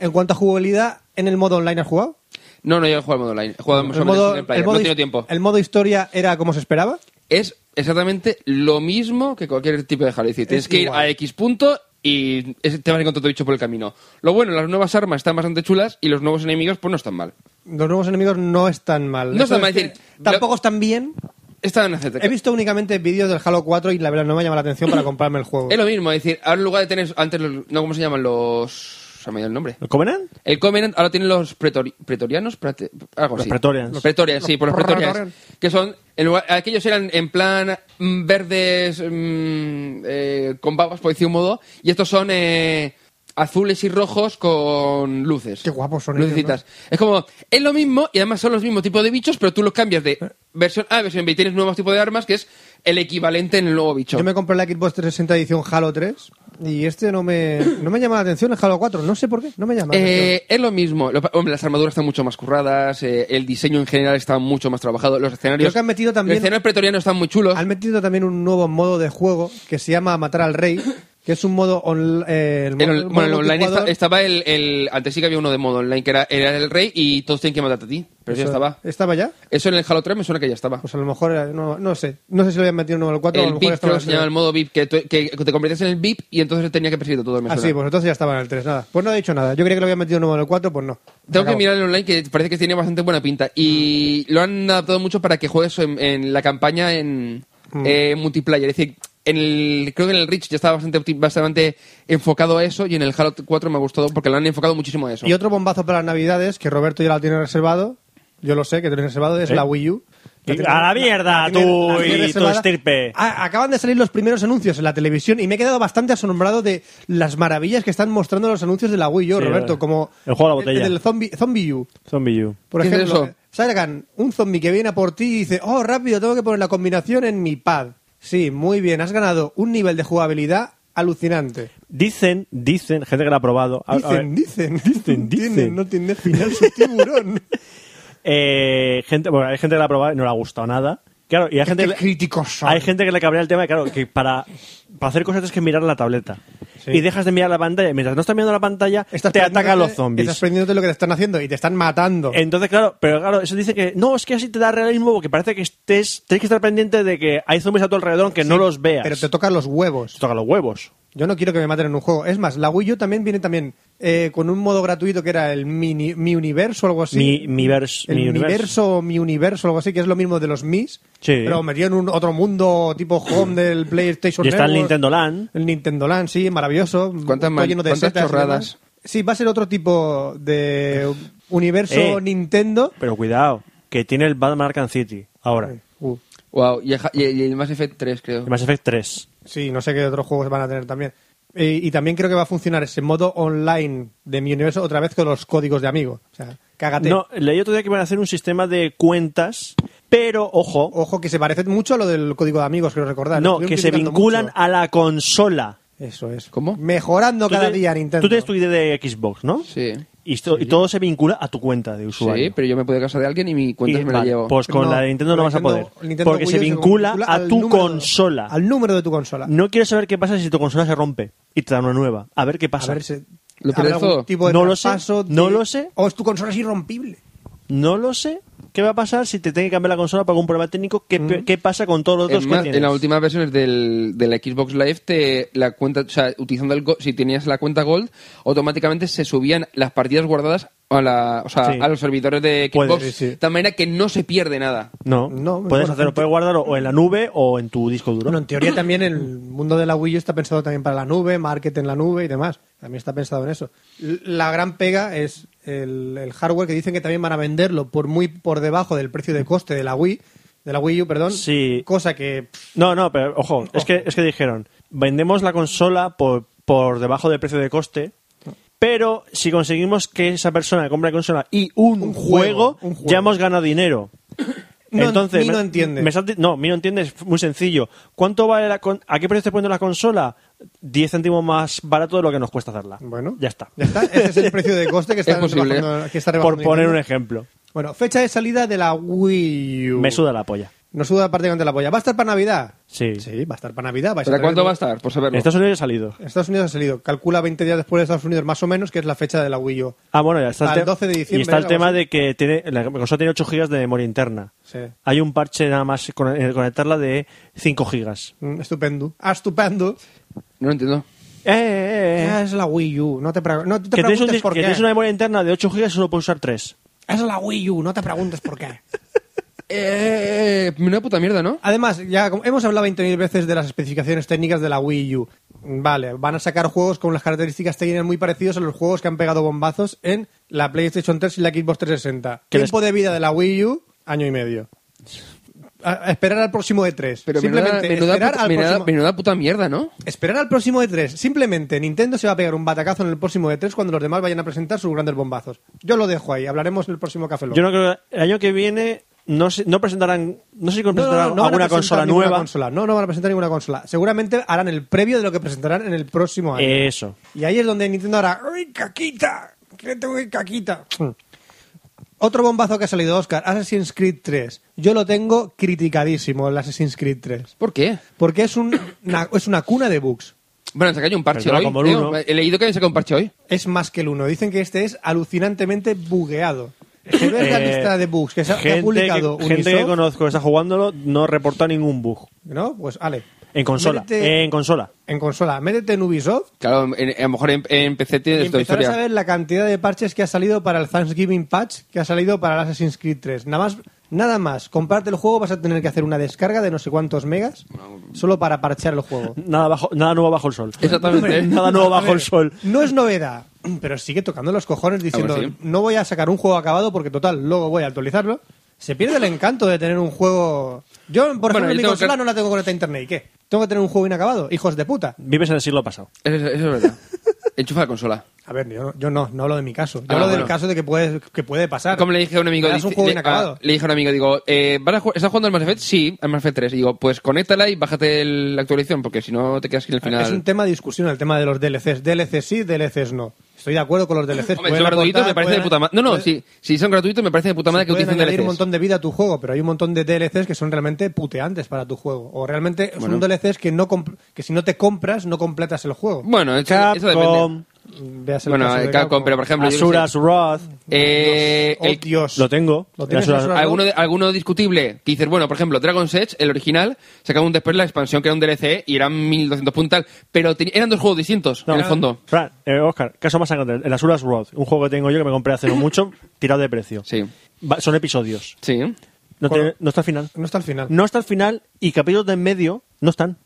S4: En cuanto a jugabilidad, ¿en el modo online has jugado?
S1: No, no, yo he jugado al modo online, he jugado
S4: el
S1: solo en
S4: modo,
S1: single player,
S4: el modo
S1: no
S4: his-
S1: he tenido tiempo.
S4: ¿El modo historia era como se esperaba?
S1: Es exactamente lo mismo que cualquier tipo de Halo. Es decir, tienes que ir
S4: igual.
S1: a X punto y es- te vas a encontrar todo bicho por el camino. Lo bueno, las nuevas armas están bastante chulas y los nuevos enemigos pues no están mal.
S4: Los nuevos enemigos no están mal.
S1: No
S4: Eso
S1: están mal,
S4: es que
S1: es decir,
S4: tampoco
S1: lo-
S4: están bien.
S1: Están aceptables.
S4: He visto únicamente vídeos del Halo 4 y la verdad no me llama la atención para comprarme el juego.
S1: Es lo mismo, es decir, ahora en lugar de tener antes los- no cómo se llaman los se me ha ido el nombre.
S2: ¿El Covenant?
S1: El Covenant ahora tienen los pretori- pretorianos, prate- algo
S2: Los
S1: así.
S2: pretorians.
S1: Los pretorians, sí, por los
S4: Los
S1: pretorians.
S4: pretorians.
S1: Que son, en lugar- aquellos eran en plan mm, verdes mm, eh, con babas, por decir un modo, y estos son eh, azules y rojos con luces.
S4: Qué guapos son ellos,
S1: Lucecitas. Es como, es lo mismo y además son los mismos tipos de bichos, pero tú los cambias
S4: Eh.
S1: de versión A a versión B y tienes nuevos tipos de armas que es el equivalente en el nuevo bicho.
S4: Yo me compré la Xbox 360 edición Halo 3 y este no me, no me llama la atención el Halo 4. No sé por qué, no me llama la atención.
S1: Eh, es lo mismo. Lo pa- hombre, las armaduras están mucho más curradas, eh, el diseño en general está mucho más trabajado, los escenarios...
S4: Creo que han metido también-
S1: Los escenarios pretorianos están muy chulos.
S4: Han metido también un nuevo modo de juego que se llama Matar al Rey, que es un modo on- eh, el
S1: En
S4: modo-
S1: el-
S4: el modo
S1: bueno, en online esta-
S4: multijugador.
S1: estaba el, el- Antes sí que había uno de modo online, que era, era el rey y todos tienen que matarte a ti. Pero eso ya
S4: Eso-
S1: estaba.
S4: ¿Estaba ya?
S1: Eso en el Halo 3 me suena que ya estaba.
S4: Pues a lo mejor, era- no, no sé. No sé si lo habían metido en el 4 o a
S1: el
S4: lo mejor
S1: VIP, creo
S4: estaba
S1: que se llama el
S4: en el-
S1: modo VIP, que, tú- que te convertías en el VIP y entonces tenía que perseguir a todo el
S4: Ah, sí, pues entonces ya estaba en el 3, nada. Pues no he dicho nada. Yo creía que lo habían metido en el 4, pues no. Se
S1: Tengo que
S4: acabó.
S1: mirar el online que parece que tiene bastante buena pinta. Y lo han adaptado mucho para que juegues en, en la campaña en
S2: Mm.
S1: eh, multiplayer. Es decir, en el, creo que en el Reach ya estaba bastante, opti- bastante enfocado a eso y en el Halo 4 me ha gustado porque lo han enfocado muchísimo a eso.
S4: Y otro bombazo para las navidades, que Roberto ya la tiene reservado, yo lo sé que tiene reservado, es
S2: ¿Eh?
S4: la Wii U. La
S2: Y-
S4: tiene-
S2: a la mierda,
S4: tiene-
S2: tú
S4: la tiene
S2: y tu
S4: reservada.
S2: estirpe.
S4: A- acaban de salir los primeros anuncios en la televisión y me he quedado bastante asombrado de las maravillas que están mostrando los anuncios de la Wii U,
S2: Sí,
S4: Roberto,
S2: eh.
S4: como...
S2: El juego a la botella.
S4: El, del zombie, zombie U.
S2: Zombie U.
S4: Por
S1: ¿Qué es
S4: ejemplo,
S1: eso?
S4: salgan un zombie que viene a por ti y dice, oh, rápido, tengo que poner la combinación en mi pad. Sí, muy bien, has ganado un nivel de jugabilidad alucinante.
S2: Dicen, dicen, gente que lo ha probado. A- a ver,
S4: Dicen, dicen,
S2: Dicen, dicen.
S4: Tienen, no tiene final su tiburón.
S2: eh, gente, bueno, hay gente que lo ha probado y no le ha gustado nada. Claro, y hay gente, que le-
S4: críticos son.
S2: hay gente que le cabrea el tema, y claro, que para, para hacer cosas tienes que mirar la tableta. Y dejas de mirar la pantalla. y Mientras no estás mirando la pantalla, te
S4: aprendiéndote-
S2: atacan los zombies.
S4: Estás aprendiéndote lo que te están haciendo y te están matando.
S2: Entonces, claro, pero claro, eso dice que no, es que así te da realismo porque parece que estés, tienes que estar pendiente de que hay zombies a tu alrededor aunque no los veas.
S4: Pero te tocan los
S2: Te
S4: huevos.
S2: tocan los huevos.
S4: Yo no quiero que me maten en un juego. Es más, la Wii U también viene también eh, con un modo gratuito que era el mini- Mi Universo o algo así.
S2: Mi- mi vers-
S4: el
S2: mi universo.
S4: universo, Mi Universo o algo así, que es lo mismo de los Mis.
S2: Sí.
S4: Pero metido en un otro mundo tipo home del PlayStation
S2: Y está el
S4: Network.
S2: Nintendo Land.
S4: El Nintendo Land, sí, maravilloso.
S1: ¿Cuántas
S4: todo
S1: man-
S4: lleno de
S1: cuántas
S4: setas y
S1: chorradas?
S4: demás. Sí, va a ser otro tipo de universo
S2: Eh.
S4: Nintendo.
S2: Pero cuidado, que tiene el Batman Arkham City ahora.
S4: Uh,
S1: Wow, y el, Ja- y el- y el Mass Effect 3, creo.
S2: El Mass Effect 3.
S4: sí, no sé qué otros juegos van a tener también. Eh, y también creo que va a funcionar ese modo online de mi universo otra vez con los códigos de amigo. O sea, cágate.
S2: No, leí otro día que iban a hacer un sistema de cuentas, pero ojo,
S4: Ojo, que se parece mucho a lo del código de amigos, creo recordar.
S2: no,
S4: Estuvieron
S2: que se
S4: criticando
S2: vinculan
S4: mucho.
S2: a la consola.
S4: Eso es.
S1: ¿Cómo?
S4: Mejorando
S2: Tú
S4: cada
S2: te-
S4: día Nintendo.
S2: Tú tienes tu ID de Xbox, ¿no?
S1: Sí.
S2: Y, esto- y todo se vincula a tu cuenta de usuario.
S1: Sí, pero yo me puedo casar de alguien y mi cuenta
S2: Y,
S1: me la
S2: vale,
S1: llevo.
S2: Pues con
S4: No,
S2: la de Nintendo no vas a
S4: Nintendo-
S2: poder.
S4: Nintendo
S2: porque
S4: Wii
S2: se
S4: U
S2: vincula a
S4: al
S2: tu
S4: número-
S2: consola.
S4: Al número de tu consola.
S2: No quiero saber qué pasa si tu consola se rompe y te dan una nueva. A ver qué
S4: A
S2: pasa.
S4: ver si
S1: ¿Lo
S4: habrá
S1: pierdes todo?
S4: algún tipo de
S2: No lo sé,
S4: traspaso de-
S2: no lo sé.
S4: O es tu consola es irrompible.
S2: No lo sé. ¿Qué va a pasar si te tiene que cambiar la consola por algún problema técnico? ¿Qué, pe- qué pasa con todos los
S1: Es
S2: otros
S1: más,
S2: que tienes?
S1: Mm. en las últimas versiones del, de la Xbox Live, te, la cuenta, o sea, utilizando el go- si tenías la cuenta Gold, automáticamente se subían las partidas guardadas a, la, o sea,
S2: Sí.
S1: a los servidores de Xbox.
S2: Puede,
S4: sí, sí.
S1: De tal manera que no se pierde nada.
S2: No,
S4: No,
S2: puedes
S4: bueno,
S2: hacerlo, puedes guardarlo o en la nube o en tu disco duro.
S4: Bueno, en teoría también el mundo de la Wii U está pensado también para la nube, market en la nube y demás. También está pensado en eso. L- La gran pega es el, el hardware que dicen que también van a venderlo por muy por debajo del precio de coste de la Wii, de la Wii U, perdón.
S2: Sí.
S4: Cosa que pff,
S2: No, no, pero ojo, Es, que, es que dijeron, vendemos la consola por, por debajo del precio de coste, pero si conseguimos que esa persona compre la consola y un,
S4: Un
S2: juego,
S4: juego, un juego.
S2: ya hemos ganado dinero.
S4: No,
S2: Entonces,
S4: Mii no
S2: me-
S4: entiende.
S2: me estás di- no, mi no entiende, es muy sencillo. ¿Cuánto vale la con- ¿A qué precio te pone la consola? 10 céntimos más barato de lo que nos cuesta hacerla.
S4: bueno,
S2: ya está.
S4: Ya está. Ese es el precio de coste que está
S1: posible.
S4: rebajando- que está
S2: Por
S4: rebajando
S2: poner un
S4: Nintendo.
S2: ejemplo.
S4: Bueno, fecha de salida de la Wii U.
S2: Me suda la polla.
S4: Nos suda prácticamente la polla. ¿Va a estar para Navidad?
S2: Sí.
S4: Sí, va a estar para Navidad. vais
S1: ¿Para
S4: tener-
S1: cuánto va a estar? Por
S2: En
S1: saberlo.
S2: Estados Unidos ya ha salido.
S4: Estados Unidos ha salido. Calcula 20 días después de Estados Unidos, más o menos, que es la fecha de la Wii U.
S2: Ah, bueno, ya está. el
S4: Al
S2: te-
S4: 12 de diciembre,
S2: Y está el
S4: algo
S2: tema
S4: así.
S2: de que tiene, la consola tiene 8 GB de memoria interna.
S4: Sí.
S2: Hay un parche nada más con- eh, conectarla de 5 gigas.
S4: Mm, Estupendo. Ah, estupendo.
S1: No lo entiendo.
S2: Eh, eh, eh,
S4: Ah,
S2: eh.
S4: es la Wii U. No te, pre- no te
S2: Que tienes, un
S4: preguntes
S2: dis-
S4: por
S2: que
S4: qué.
S2: tienes una memoria interna de 8 gigas y solo puedes usar 3.
S4: Es la Wii U. No te preguntes por qué.
S1: Eh, una puta mierda, ¿no?
S4: Además, ya como- hemos hablado 20.000 veces de las especificaciones técnicas de la Wii U. Vale, van a sacar juegos con las características técnicas muy parecidas a los juegos que han pegado bombazos en la PlayStation 3 y la Xbox 360.
S2: Que
S4: Tiempo de vida de la Wii U, año y medio. a- a esperar al próximo E3.
S1: Pero menuda,
S4: Simplemente
S1: menuda,
S4: esperar
S1: puta-
S4: al
S1: menuda-
S4: próximo...
S1: menuda puta mierda, ¿no?
S4: Esperar al próximo E3. Simplemente Nintendo se va a pegar un batacazo en el próximo E3 cuando los demás vayan a presentar sus grandes bombazos. Yo lo dejo ahí. Hablaremos en el próximo Café Lock.
S2: Yo no creo que el año que viene no, se- no presentarán, no sé si
S4: No, no, no,
S2: presentarán
S4: no van a
S2: alguna
S4: presentar
S2: consola
S4: ninguna
S2: nueva.
S4: consola. No, no van a presentar ninguna consola. Seguramente harán el previo de lo que presentarán en el próximo año.
S2: Eso.
S4: Y ahí es donde Nintendo hará ¡Ay, caquita! ¡Que tengo que caquita! Otro bombazo que ha salido, Oscar. Assassin's Creed 3. Yo lo tengo criticadísimo, el Assassin's Creed 3.
S1: ¿Por qué?
S4: Porque es, un- una, es una cuna de bugs.
S1: Bueno, han sacado un parche
S2: Perdona,
S1: hoy.
S2: como el
S1: tío.
S2: uno.
S1: He leído que habían sacado un parche hoy.
S4: Es más que el uno. Dicen que este es alucinantemente bugueado. Si ves la
S2: Eh,
S4: lista de bugs que, se ha, que ha
S2: gente
S4: publicado
S2: que- gente que
S4: Ubisoft,
S2: conozco que está jugándolo no reportó ningún bug.
S4: ¿no? Pues, Ale.
S2: En consola.
S4: métete
S2: En consola.
S4: en consola. Métete en Ubisoft
S1: Claro, en- a lo mejor en, en PC
S4: Y
S1: tiene esta
S4: empezar a
S1: historia.
S4: saber la cantidad de parches que ha salido para el Thanksgiving Patch, que ha salido para el Assassin's Creed 3. Nada más, nada más, comprarte el juego vas a tener que hacer una descarga de no sé cuántos megas solo para parchear el juego.
S2: Nada, bajo, nada nuevo bajo el sol.
S1: Exactamente.
S2: nada nuevo
S4: A
S2: Ah, bajo
S4: ver,
S2: el sol.
S4: No es novedad, pero sigue tocando los cojones diciendo,
S1: Ah, bueno, sí.
S4: no voy a sacar un juego acabado porque total, luego voy a actualizarlo. Se pierde el encanto de tener un juego... Yo, por
S1: Bueno, yo
S4: ejemplo, mi
S1: tengo
S4: consola
S1: que-
S4: no la tengo conectada a internet. ¿Y qué? Tengo que tener un juego inacabado. Hijos de puta.
S2: Vives en el siglo pasado.
S1: Eso, es- eso es verdad. Enchufa la consola.
S4: A ver, yo, yo no, no hablo de mi caso. Yo
S1: Ah,
S4: hablo del
S1: bueno.
S4: caso de que puede, que puede pasar.
S1: Como le dije a un amigo...
S4: Me das un
S1: dice-
S4: juego
S1: le,
S4: inacabado.
S1: ah, le dije a un amigo, digo, eh, ¿vas a ju- ¿estás jugando al Mass Effect? Sí, al Mass Effect 3. Y digo, pues conéctala y bájate el- la actualización, porque si no te quedas sin el final.
S4: Ah, Es un tema de discusión el tema de los DLCs. DLCs sí, DLCs no. Estoy de acuerdo con los DLCs.
S1: Hombre,
S4: Pueden
S1: son gratuitos,
S4: aportar,
S1: me parece de
S4: pueden-
S1: puta madre. No, no,
S4: pueden-
S1: si, si son gratuitos, me parece de puta madre que
S4: pueden
S1: utilicen
S4: añadir un
S1: DLCs.
S4: montón de vida a tu juego, pero hay un montón de DLCs que son realmente puteantes para tu juego. O realmente son
S1: Bueno.
S4: DLCs que, no comp- que si no te compras, no completas el juego.
S1: Bueno, eso, eso depende.
S2: Capcom,
S4: Veas el
S1: Bueno,
S4: caso de
S1: Capcom, pero por ejemplo... yo qué sé,
S2: Asuras, Wrath.
S1: eh,
S4: Oh,
S1: el-
S4: Dios.
S2: Lo tengo.
S4: ¿Lo tienes,
S2: Asura-
S4: Asura?
S1: alguno, de- alguno discutible que dices, bueno, por ejemplo, Dragon's Edge, el original, sacaron después la expansión que era un DLC y eran 1200 puntal, pero teni- eran dos juegos distintos
S2: No,
S1: en el fondo.
S2: Fran, eh, Oscar, caso más sangrante. El Asuras Road, un juego que tengo yo que me compré hace no mucho, tirado de precio.
S1: Sí,
S2: Va- son episodios.
S1: sí.
S2: No,
S4: Con-
S2: tiene- no está al final.
S4: No está al final.
S2: No está al final y capítulos de en medio no están.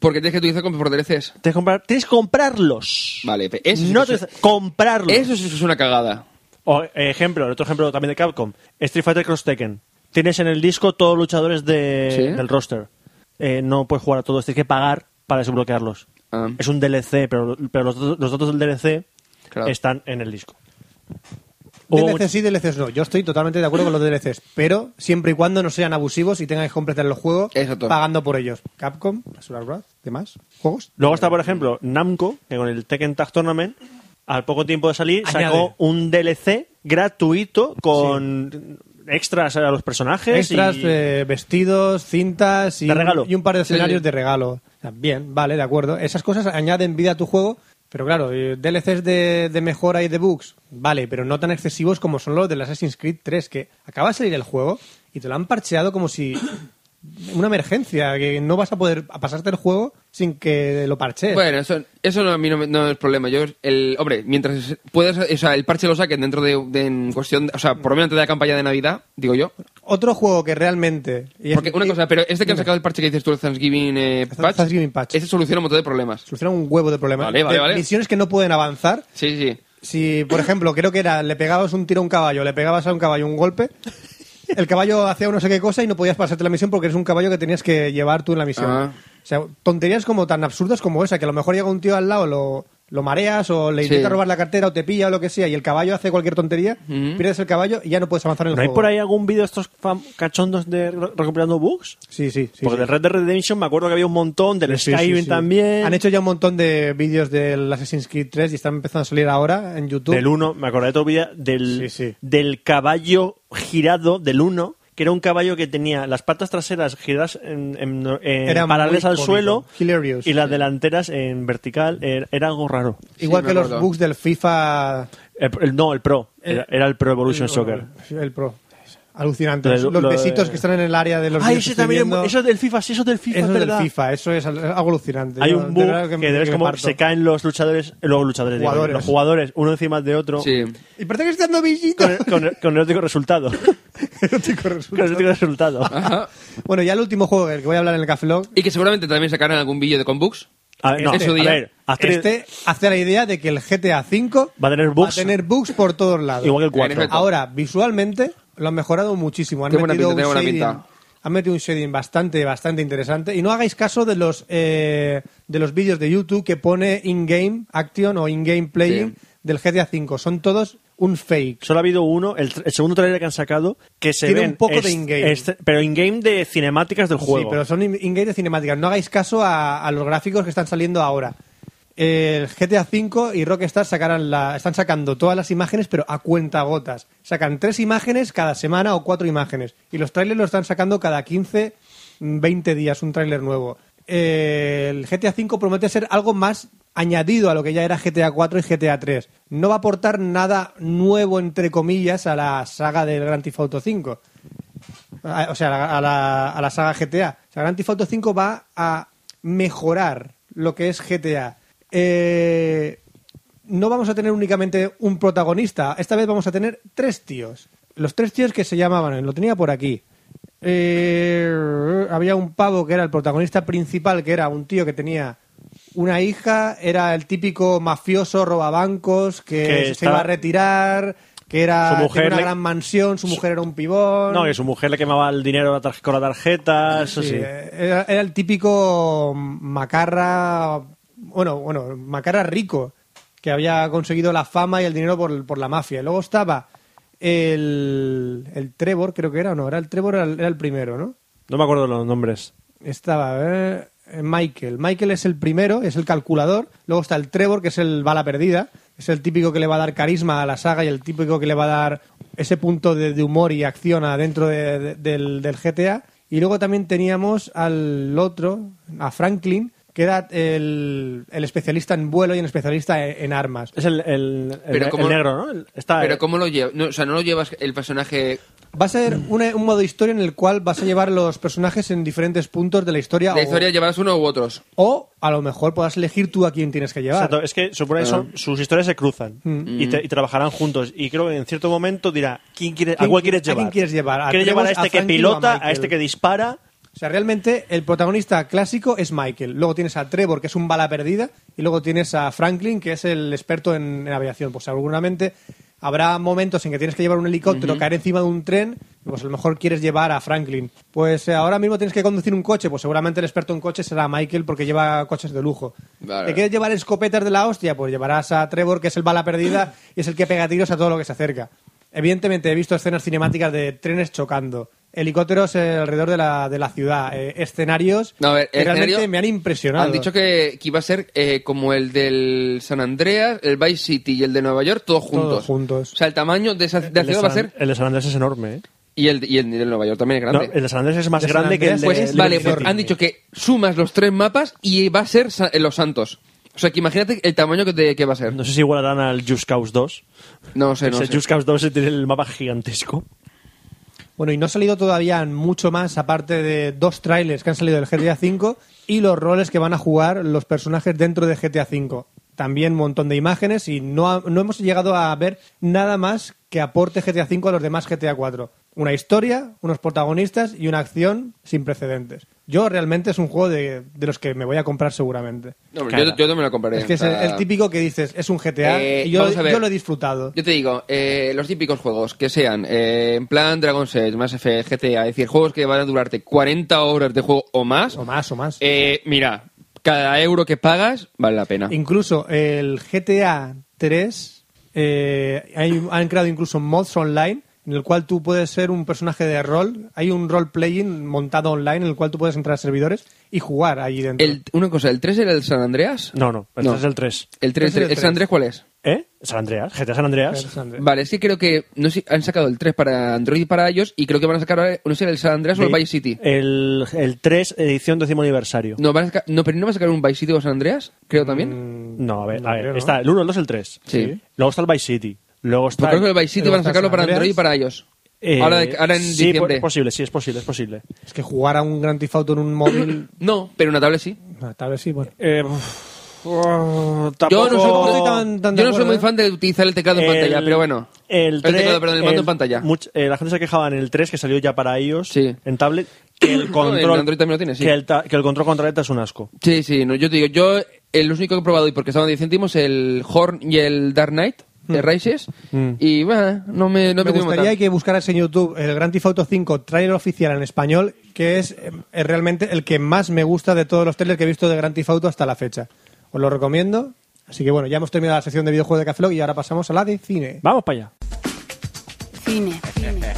S1: Porque tienes que utilizar como por DLCs.
S2: Tienes que, comprar- tienes que comprarlos.
S1: Vale, pe- eso, sí
S2: No
S1: que es,
S2: te- comprarlos.
S1: eso sí que es una cagada.
S2: O, eh, ejemplo, otro ejemplo también de Capcom. Street Fighter Cross Tekken. Tienes en el disco todos los luchadores de-
S1: Sí.
S2: del roster. Eh, no puedes jugar a todos, tienes que pagar para desbloquearlos.
S1: Ah.
S2: Es un DLC, pero, pero los, datos- los datos del DLC
S1: Claro.
S2: están en el disco. Hubo
S4: DLCs sí, DLCs no. Yo estoy totalmente de acuerdo con los DLCs, pero siempre y cuando no sean abusivos y tengáis que completar el juego
S1: Exacto.
S4: pagando por ellos. Capcom, Asura Wrath, demás juegos.
S2: Luego está, por ejemplo, Namco, que con el Tekken Tag Tournament, al poco tiempo de salir,
S4: Añade.
S2: sacó un DLC gratuito con extras a los personajes.
S4: Extras,
S2: y-
S4: eh, vestidos, cintas y,
S2: De regalo.
S4: y un par de
S1: Sí,
S4: escenarios
S1: sí.
S4: de regalo. O sea, Bien, vale, de acuerdo. Esas cosas añaden vida a tu juego, pero claro, eh, DLCs de, de mejora y de bugs, vale, pero no tan excesivos como son los del Assassin's Creed 3, que acaba de salir el juego y te lo han parcheado como si una emergencia, que no vas a poder pasarte el juego sin que lo parchees.
S1: Bueno, eso, eso no, a mí no, me- no es problema. Yo, el, hombre, mientras puedas, o sea, el parche lo saquen dentro de, de- en cuestión, o sea, por lo menos antes de la campaña de Navidad, digo yo.
S4: Otro juego que realmente... y es-
S1: Porque una
S4: y-
S1: cosa, pero este que han
S4: Dime.
S1: sacado el parche que dices tú, el Thanksgiving, eh, patch,
S4: Thanksgiving patch.
S1: ese soluciona un montón de problemas.
S4: Soluciona un huevo de problemas.
S1: Vale, vale,
S4: de
S1: vale.
S4: Misiones que no pueden avanzar
S1: Sí, sí.
S4: Si, por ejemplo, creo que era, le pegabas un tiro a un caballo, le pegabas a un caballo un golpe, el caballo hacía no sé qué cosa y no podías pasarte la misión porque eres un caballo que tenías que llevar tú en la misión.
S1: Ah.
S4: O sea, tonterías como tan absurdas como esa, que a lo mejor llega un tío al lado, lo, lo mareas o le intenta
S1: Sí.
S4: robar la cartera o te pilla o lo que sea y el caballo hace cualquier tontería,
S1: Mm.
S4: pierdes el caballo y ya no puedes avanzar en el
S2: ¿No hay
S4: juego.
S2: por ahí algún vídeo de estos fam- cachondos de re- recopilando bugs?
S4: Sí, sí, sí.
S2: Porque
S4: sí.
S2: del Red Dead Redemption me acuerdo que había un montón, del
S4: Sí, sí,
S2: Skyrim
S4: sí, sí.
S2: también,
S4: Han hecho ya un montón de vídeos del Assassin's Creed 3 y están empezando a salir ahora en YouTube.
S2: del 1, me acordé de otro vídeo del,
S4: Sí, sí.
S2: del caballo girado del 1, que era un caballo que tenía las patas traseras giradas en, en- en
S4: Era
S2: paralelas
S4: muy
S2: al
S4: cómico.
S2: suelo
S4: Hilarious.
S2: y las delanteras en vertical, era, era algo raro.
S4: Igual
S1: Sí,
S4: que
S1: me
S4: los
S1: acuerdo.
S4: bugs del FIFA
S2: El- el- no, el Pro,
S4: El-
S2: era, era el Pro Evolution Soccer.
S4: Eh, El pro. Alucinante.
S2: Lo de-
S4: los
S2: lo de-
S4: besitos que están en el área de los
S2: Ah,
S4: niños
S2: ese también, es
S4: escribiendo.
S2: mu- eso es del FIFA, sí, eso es del FIFA,
S4: Eso
S2: es
S4: es
S2: verdad.
S4: del FIFA. Eso es al- alucinante.
S2: Hay
S4: Yo,
S2: un
S4: de
S2: bug
S4: verdad
S2: que,
S4: me-
S2: debes
S4: me
S2: como
S4: parto.
S2: se caen los luchadores, los luchadores, digo,
S4: Jugadores.
S2: los jugadores uno encima de otro
S1: Sí.
S4: Y parece que está dando besitos.
S2: con, el- con el- con erótico resultado.
S4: Erótico
S2: con
S4: resultado.
S2: erótico resultado.
S1: Ajá.
S4: bueno, ya el último juego del que voy a hablar en el Café Lock.
S1: Y que seguramente también sacarán algún vídeo de Conbooks.
S2: A ver, no,
S1: Este-
S2: a ver, Astrid
S4: Este hace la idea de que el GTA V
S2: va a tener bugs.
S4: va a tener bugs por todos lados.
S2: Igual que el
S1: En
S2: 4.
S1: efecto.
S4: Ahora, visualmente, lo han mejorado muchísimo. Han
S1: Tiene buena
S4: metido
S1: pinta, tiene
S4: un
S1: buena
S4: shading-
S1: pinta.
S4: han metido un shading bastante, bastante interesante. Y no hagáis caso de los, eh, de los vídeos de YouTube que pone in-game action o in-game playing
S1: Sí.
S4: del GTA V. Son todos un fake.
S2: Solo ha habido uno, el, tr- el segundo trailer que han sacado, que se
S4: Tiene
S2: ven
S4: un poco de
S2: es-
S4: in-game.
S2: es- Pero in-game de cinemáticas del juego.
S4: Sí, pero son in- in-game de cinemáticas. No hagáis caso a, a los gráficos que están saliendo ahora. El GTA V y Rockstar sacarán la, están sacando todas las imágenes, pero a cuentagotas. Sacan tres imágenes cada semana o cuatro imágenes. Y los trailers los están sacando cada 15, 20 días, un tráiler nuevo. Eh, El GTA V promete ser algo más añadido a lo que ya era GTA 4 y GTA 3. No va a aportar nada nuevo, entre comillas, a la saga del Grand Theft Auto 5. A- o sea, a la, a la- a la saga GTA. O sea, Grand Theft Auto 5 va a mejorar lo que es GTA. Eh, no vamos a tener únicamente un protagonista, esta vez vamos a tener tres tíos. Los tres tíos que se llamaban, lo tenía por aquí. Eh, había un pavo que era el protagonista principal, que era un tío que tenía una hija, era el típico mafioso robabancos que,
S2: Que
S4: se
S2: estaba-
S4: iba a retirar, que era
S2: Su
S4: tenía
S2: mujer
S4: una
S2: le-
S4: gran mansión, su mujer era un pibón.
S2: No, que su mujer le quemaba el dinero a la tar- con la tarjeta, eso sí.
S4: Sí, eh, Era, era el típico macarra, bueno, bueno, macarra rico, que había conseguido la fama y el dinero por, por la mafia. Y Luego estaba el, el Trevor, creo que era, o no, era el Trevor, era el, era el primero, ¿no?
S2: No me acuerdo los nombres.
S4: Estaba eh, Michael. Michael es el primero, es el calculador. Luego está el Trevor, que es el bala perdida. Es el típico que le va a dar carisma a la saga y el típico que le va a dar ese punto de, de humor y acción adentro de- de- del, del GTA. Y luego también teníamos al otro, a Franklin, que era el, el especialista en vuelo y el especialista en, en armas.
S2: Es el, el- el-
S1: Pero
S2: el
S1: como-
S2: negro, ¿no? El- Está,
S1: Pero ¿cómo lo llevas? o sea, no lo llevas el personaje...
S4: Va a ser una- un modo historia en el cual vas a llevar los personajes en diferentes puntos de la historia.
S1: La
S4: o-
S1: historia llevarás uno u otros.
S4: O a lo mejor podrás elegir tú a quién tienes que llevar.
S2: eh, Exacto, es que supone que
S1: Ah.
S2: son- sus historias se cruzan
S4: Mm.
S1: Mm.
S2: y, te- y trabajarán juntos. Y creo que en cierto momento dirá: ¿quién quiere, ¿a
S4: ¿Quién
S2: cuál
S4: quiere-
S2: quieres
S4: a quién
S2: llevar?
S4: quieres llevar? ¿A
S2: ¿Quieres llevar a
S4: Trevor,
S2: este
S4: a
S2: que
S4: Franklin o a
S2: pilota, a,
S4: Michael?
S2: este que dispara?
S4: O sea, realmente el protagonista clásico es Michael. Luego tienes a Trevor, que es un bala perdida. Y luego tienes a Franklin, que es el experto en, en aviación. Pues seguramente habrá momentos en que tienes que llevar un helicóptero, caer encima de un tren. y, Pues a lo mejor quieres llevar a Franklin. Pues eh, ahora mismo tienes que conducir un coche. Pues seguramente el experto en coches será Michael, porque lleva coches de lujo.
S1: Vale.
S4: ¿Te quieres llevar escopetas de la hostia? Pues llevarás a Trevor, que es el bala perdida y es el que pega tiros a todo lo que se acerca. Evidentemente he visto escenas cinemáticas de trenes chocando, helicópteros eh, alrededor de la, de la ciudad, eh, escenarios
S1: No, a ver,
S4: que realmente
S1: escenario-
S4: me han impresionado.
S1: Han dicho que, que iba a ser eh, como el del San Andreas, el Vice City y el de Nueva York, todos juntos.
S4: juntos.
S1: O sea, el tamaño de, esa, de la
S2: el, de
S1: ciudad va a
S2: San,
S1: ser...
S2: el de San Andrés es enorme, ¿eh?
S1: Y el, y el de Nueva York también es grande.
S2: No, el de San Andrés es más
S4: De San
S2: grande que el
S4: Andrés
S2: de.
S4: es-
S1: Pues vale,
S4: Liberty
S1: pues
S4: City.
S1: han dicho que sumas los tres mapas y va a ser Sa- eh, Los Santos. O sea, que imagínate el tamaño que, te- que va a ser.
S2: No sé si igualarán al Just Cause 2.
S1: No sé, no
S2: Ese
S1: sé.
S2: Just Cause 2 tiene el mapa gigantesco.
S4: Bueno, y no ha salido todavía mucho más, aparte de dos trailers que han salido del GTA V y los roles que van a jugar los personajes dentro de GTA V. También un montón de imágenes y no, ha- no hemos llegado a ver nada más que aporte GTA V a los demás GTA 4. Una historia, unos protagonistas y una acción sin precedentes. Yo realmente es un juego de, de los que me voy a comprar seguramente.
S1: No, hombre,
S2: Cara.
S1: yo, yo no me lo compraré.
S4: Es que es el,
S1: O sea,
S4: el típico que dices, es un GTA
S1: Eh,
S4: y yo,
S1: vamos a ver.
S4: yo lo he disfrutado.
S1: Yo te digo, eh, los típicos juegos que sean eh, en plan Dragon Age, Mass Effect, GTA, es decir, juegos que van a durarte 40 horas de juego o más,
S4: O más, o más.
S1: eh, mira, cada euro que pagas vale la pena.
S4: Incluso el GTA 3 eh, hay- han creado incluso mods online en el cual tú puedes ser un personaje de rol. Hay un role playing montado online en el cual tú puedes entrar a servidores y jugar allí dentro.
S1: El- una cosa, ¿el 3 era el San Andreas?
S2: No, no, el 3 es el 3.
S1: El 3,
S4: Ese es el Eh.
S1: ¿El San Andreas cuál es?
S2: ¿Eh? San Andreas, GTA San Andreas.
S4: Interesante.
S1: Vale, es que creo que no sé, han sacado el 3 para Android y para iOS y creo que van a sacar, ahora, no sé, el San Andreas o el
S2: De-
S1: Vice City.
S2: El, el 3, edición décimo aniversario.
S1: No, van a sacar- no, pero no va a sacar un Vice City o San Andreas, creo también.
S4: Mm,
S2: No, a ver,
S4: No
S2: a ver,
S4: creo, ¿no?
S2: está el 1, el 2, el 3.
S1: Sí.
S2: Luego está el Vice City. Luego está.
S1: Pues creo que el Vice City
S4: el
S1: van a
S4: San
S1: sacarlo para
S4: Andreas.
S1: Android y para iOS.
S2: eh,
S1: ahora, de- ahora en
S2: sí,
S1: diciembre.
S2: es posible, sí, es posible, es posible.
S4: Es que jugar a un Grand Theft Auto en un móvil,
S1: No, pero una tablet sí.
S4: no, tal vez sí, bueno.
S2: Eh, uf, uh,
S1: Yo no soy,
S2: tampoco-
S4: estoy tan- tan de
S1: yo no soy
S4: acuerdo,
S1: muy
S4: ¿eh?
S1: fan de utilizar el teclado en
S2: el-
S1: pantalla, pero bueno.
S2: El, tres-
S1: teclado, perdón, el mando en pantalla.
S2: much- eh, la gente se quejaba en el 3, que salió ya para iOS,
S1: Sí.
S2: en tablet, que el
S1: No,
S2: control.
S1: en Android también lo tiene, sí.
S2: que, el ta- que el control con tableta es un asco.
S1: Sí, sí, no, yo te digo, yo el único que he probado y porque estaban a 10 céntimos, el Horn y el Dark Knight, de Rises, y bueno, no me, no me,
S4: Mm. Me
S1: tuve
S4: gustaría
S1: matado.
S4: que buscaras en YouTube el Grand Theft Auto 5 trailer oficial en español, que es, eh, es realmente el que más me gusta de todos los trailers que he visto de Grand Theft Auto hasta la fecha. Os lo recomiendo. Así que bueno, ya hemos terminado la sección de videojuegos de Café Lock y ahora pasamos a la de cine.
S2: Vamos para allá.
S3: Cine. Cine.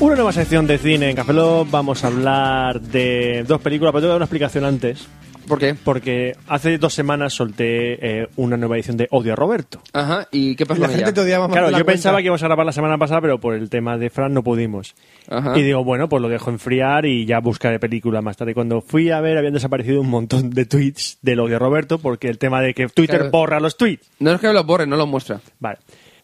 S2: Una nueva sección de cine en Café Lock. Vamos a hablar de dos películas, pero tengo que dar una explicación antes.
S1: ¿Por qué?
S2: Porque hace dos semanas solté eh, una nueva edición de Odio a Roberto.
S1: Ajá, ¿y qué pasó
S4: La
S1: con
S4: gente
S1: ella?
S4: te odiaba más
S2: Claro,
S4: de
S2: yo
S4: la cuenta.
S2: pensaba que íbamos a grabar la semana pasada, pero por el tema de Fran no pudimos.
S1: Ajá.
S2: Y digo, bueno, pues lo dejo enfriar y ya buscaré película más tarde. Cuando fui a ver, habían desaparecido un montón de tweets del odio a Roberto, porque el tema de que Twitter
S1: Claro.
S2: borra los tweets.
S1: No es que los borre, no los muestra.
S2: Vale.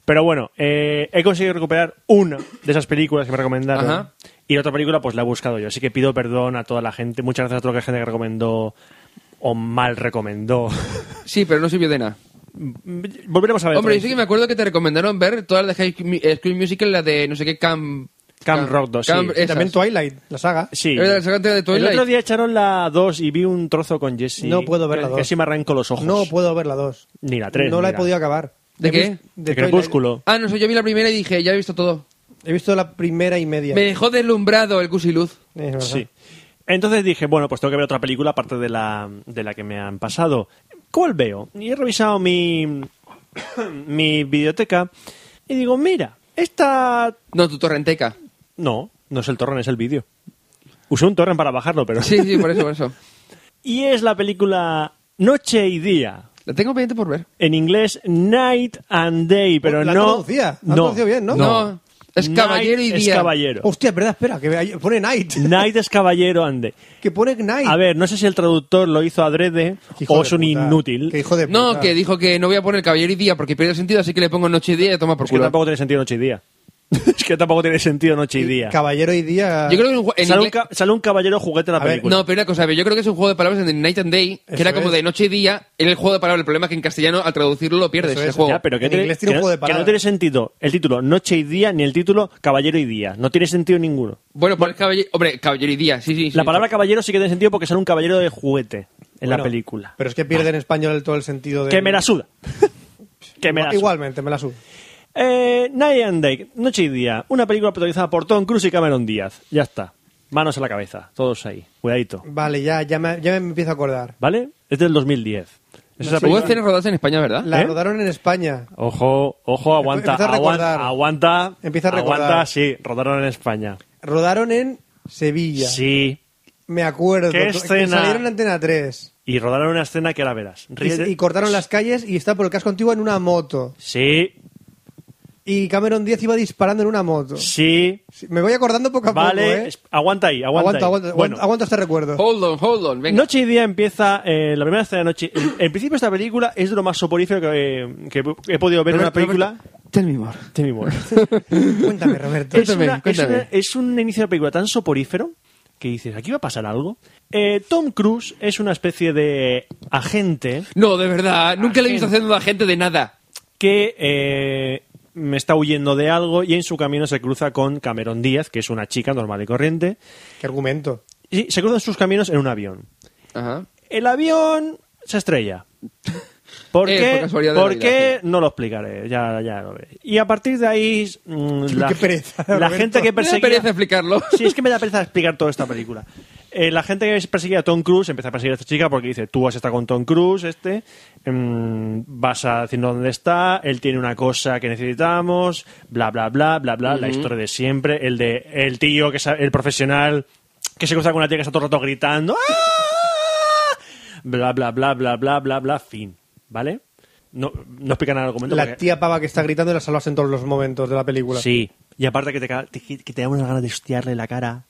S2: Pero bueno, eh, he conseguido recuperar una de esas películas que me recomendaron.
S1: Ajá.
S2: Y la otra película, pues la he buscado yo. Así que pido perdón a toda la gente. Muchas gracias a toda la gente que recomendó o mal recomendó.
S1: Sí, pero no sirvió de nada.
S2: Volveremos a ver.
S1: Hombre,
S2: otra
S1: yo sí
S2: vez.
S1: que me acuerdo que te recomendaron ver todas las de High Mu- eh, School Musical, la de no sé qué, Camp...
S2: Camp Rock 2,
S1: Camp-
S2: sí.
S1: esas.
S4: También Twilight, la saga.
S2: Sí.
S1: Era la sacante de Twilight.
S2: El otro día echaron la 2 y vi un trozo con Jesse.
S4: No puedo ver
S2: que-
S4: la
S2: Que
S4: 2.
S2: sí me arranco los ojos.
S4: No puedo ver la 2.
S2: Ni la tres,
S4: No
S2: ni
S4: la he
S2: la-
S4: podido acabar.
S1: ¿De
S4: He
S1: qué?
S4: vis-
S2: De
S4: Twilight.
S2: Crepúsculo.
S1: Ah, no sé, yo vi la primera y dije, ya he visto todo.
S4: He visto la primera y media.
S1: Me dejó deslumbrado el Cusiluz.
S4: Es verdad.
S2: Sí. Entonces dije, bueno, pues tengo que ver otra película aparte de la, de la que me han pasado. ¿Cuál veo? Y he revisado mi, mi biblioteca y digo, mira, esta...
S1: No, tu torrenteca.
S2: No, no es el torrent, es el vídeo. Usé un torrent para bajarlo, pero...
S1: Sí, sí, por eso, por eso.
S2: Y es la película Noche y Día.
S1: La tengo pendiente por ver.
S2: En inglés, Night and Day, pero
S4: Oh, La han
S2: no...
S4: traducida, la han traducido bien, ¿no? Oh.
S1: No, es caballero y
S2: Night es
S1: día.
S2: caballero.
S4: Hostia, es verdad, espera, que hay- pone Night.
S2: Night es caballero and Day.
S4: Que pone Night.
S2: A ver, no sé si el traductor lo hizo adrede
S4: Hijo
S2: o
S4: de
S2: es un
S4: puta.
S2: inútil.
S4: Que hijo de
S1: No,
S4: puta.
S1: que dijo que no voy a poner caballero y día porque pierde sentido, así que le pongo noche y día y toma por
S2: Es que
S1: culo.
S2: tampoco tiene sentido noche y día. es que tampoco tiene sentido noche y día.
S4: Caballero y día.
S1: Yo creo que en, ju- en
S2: Sale un,
S1: inglés-
S2: ca- sale un caballero juguete en la
S4: A ver,
S2: película.
S1: No, pero una cosa, yo creo que es un juego de palabras en Night and Day, que
S4: Eso
S1: era como
S4: es.
S1: de noche y día, era el juego de palabras. El problema es que en castellano al traducirlo lo pierdes
S4: Eso
S1: el
S4: es,
S1: juego.
S2: Ya, pero que,
S4: En
S2: tiene-
S4: inglés tiene
S2: que
S4: un juego de
S2: no- que no
S4: palabras.
S2: tiene sentido el título noche y día ni el título caballero y día. No tiene sentido ninguno.
S1: Bueno, pues caballero, hombre, caballero y día, sí, sí. sí.
S2: la palabra caballero sí que tiene sentido porque sale un caballero de juguete en la
S4: Bueno,
S2: película. Ah.
S4: Pero es que pierde en español el- todo el sentido de.
S2: Que me la suda. que me la suda.
S4: Igualmente, me la subo.
S2: Eh, Night and Day, Noche y Día, una película protagonizada por Tom Cruise y Cameron Díaz. Ya está. Manos a la cabeza, todos ahí. Cuidadito.
S4: Vale, ya, ya, me, ya me empiezo a acordar.
S2: ¿Vale? Es del 2010. Es esa
S1: Hubo
S2: película-
S1: escenas rodadas en España, ¿verdad?
S4: La
S2: ¿Eh?
S4: rodaron en España.
S2: Ojo, ojo, aguanta,
S4: Empieza a
S2: aguanta,
S4: recordar.
S2: aguanta,
S4: Empieza a recordar.
S2: aguanta, sí, rodaron en España.
S4: Rodaron en Sevilla.
S2: Sí,
S4: Me acuerdo.
S2: ¿Qué
S4: Que
S2: escena?
S4: salieron en Antena 3.
S2: y rodaron una escena que ahora verás. Ríete.
S4: Y, y cortaron las calles y está por el casco antiguo en una moto.
S2: Sí,
S4: Y Cameron Díaz iba disparando en una moto.
S2: sí,
S4: Sí, Me voy acordando poco a
S2: vale,
S4: poco, ¿eh?
S2: es- aguanta ahí, aguanta
S4: aguanto,
S2: ahí.
S4: aguanto,
S2: Bueno, Oh.
S4: aguanto, aguanto este recuerdo.
S1: Hold on, hold on, venga.
S2: Noche y Día empieza, eh, la primera escena de Noche. En, en principio esta película es de lo más soporífero que, eh, que he podido ver en una
S1: Roberto,
S2: película.
S1: Tell me more.
S2: Te mi amor.
S4: Cuéntame, Roberto.
S2: es,
S1: Cuéntame,
S2: una- es
S1: cuéntame.
S2: una- es un inicio de película tan soporífero que dices, aquí va a pasar algo. Eh, Tom Cruise es una especie de agente
S1: No, de verdad, nunca le he visto
S2: Agente.
S1: haciendo a gente de nada.
S2: que eh, me está huyendo de algo y en su camino se cruza con Cameron Díaz, que es una chica normal y corriente,
S4: Qué argumento.
S2: y se cruzan sus caminos en un avión.
S1: Ajá.
S2: El avión se estrella. ¿Por
S1: Eh,
S2: qué?
S1: por casualidad de
S2: ¿Por
S1: la vida,
S2: qué? No lo explicaré, ya, ya lo veréis. Y a partir de ahí, mm, la,
S4: Qué pereza,
S2: la
S4: Roberto.
S2: gente que
S1: Me da
S2: perseguía...
S1: pereza explicarlo.
S2: Sí, es que me da pereza explicar toda esta película. Eh, la gente que perseguía a Tom Cruise empieza a perseguir a esta chica porque dice, tú vas a estar con Tom Cruise, este, mm, vas a decirnos dónde está, él tiene una cosa que necesitamos, bla, bla, bla, bla, bla, la historia de siempre, el de el tío, que es el profesional, que se cruza con una tía que está todo el rato gritando, ¡Ah! bla, bla, bla, bla, bla, bla, bla, fin, ¿vale? No, no explica nada el argumento.
S4: La
S2: porque-
S4: tía pava que está gritando la salvas en todos los momentos de la película.
S2: Sí, y aparte que te, ca- te- que te da una ganas de hostiarle la cara,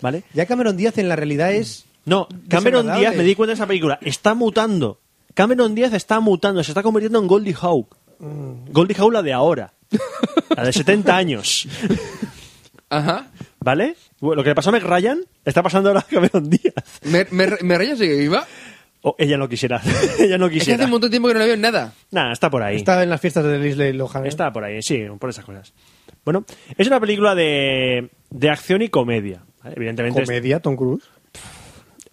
S2: ¿vale?
S4: Ya Cameron Díaz en la realidad es.
S2: No, Cameron
S4: desagradable.
S2: Díaz, me di cuenta de esa película, está mutando. Cameron Díaz está mutando, se está convirtiendo en Goldie Hawk.
S1: Mm.
S2: Goldie Hawk la de ahora. La de 70 años.
S1: Ajá.
S2: ¿Vale? Lo que le pasó a Meg Ryan, está pasando ahora a Cameron Díaz.
S1: ¿Me, me, me rayas sigue viva?
S2: O ella no quisiera. ella no
S1: Es que hace
S2: quisiera.
S1: un montón de tiempo que no la veo en nada.
S2: Nada, está por ahí. Está...
S4: Estaba en las fiestas de Lindsay Lohan. ¿eh?
S2: por ahí, sí, por esas cosas. Bueno, es una película de, de acción y comedia. ¿vale? Evidentemente. es-
S4: Comedia, Tom Cruise.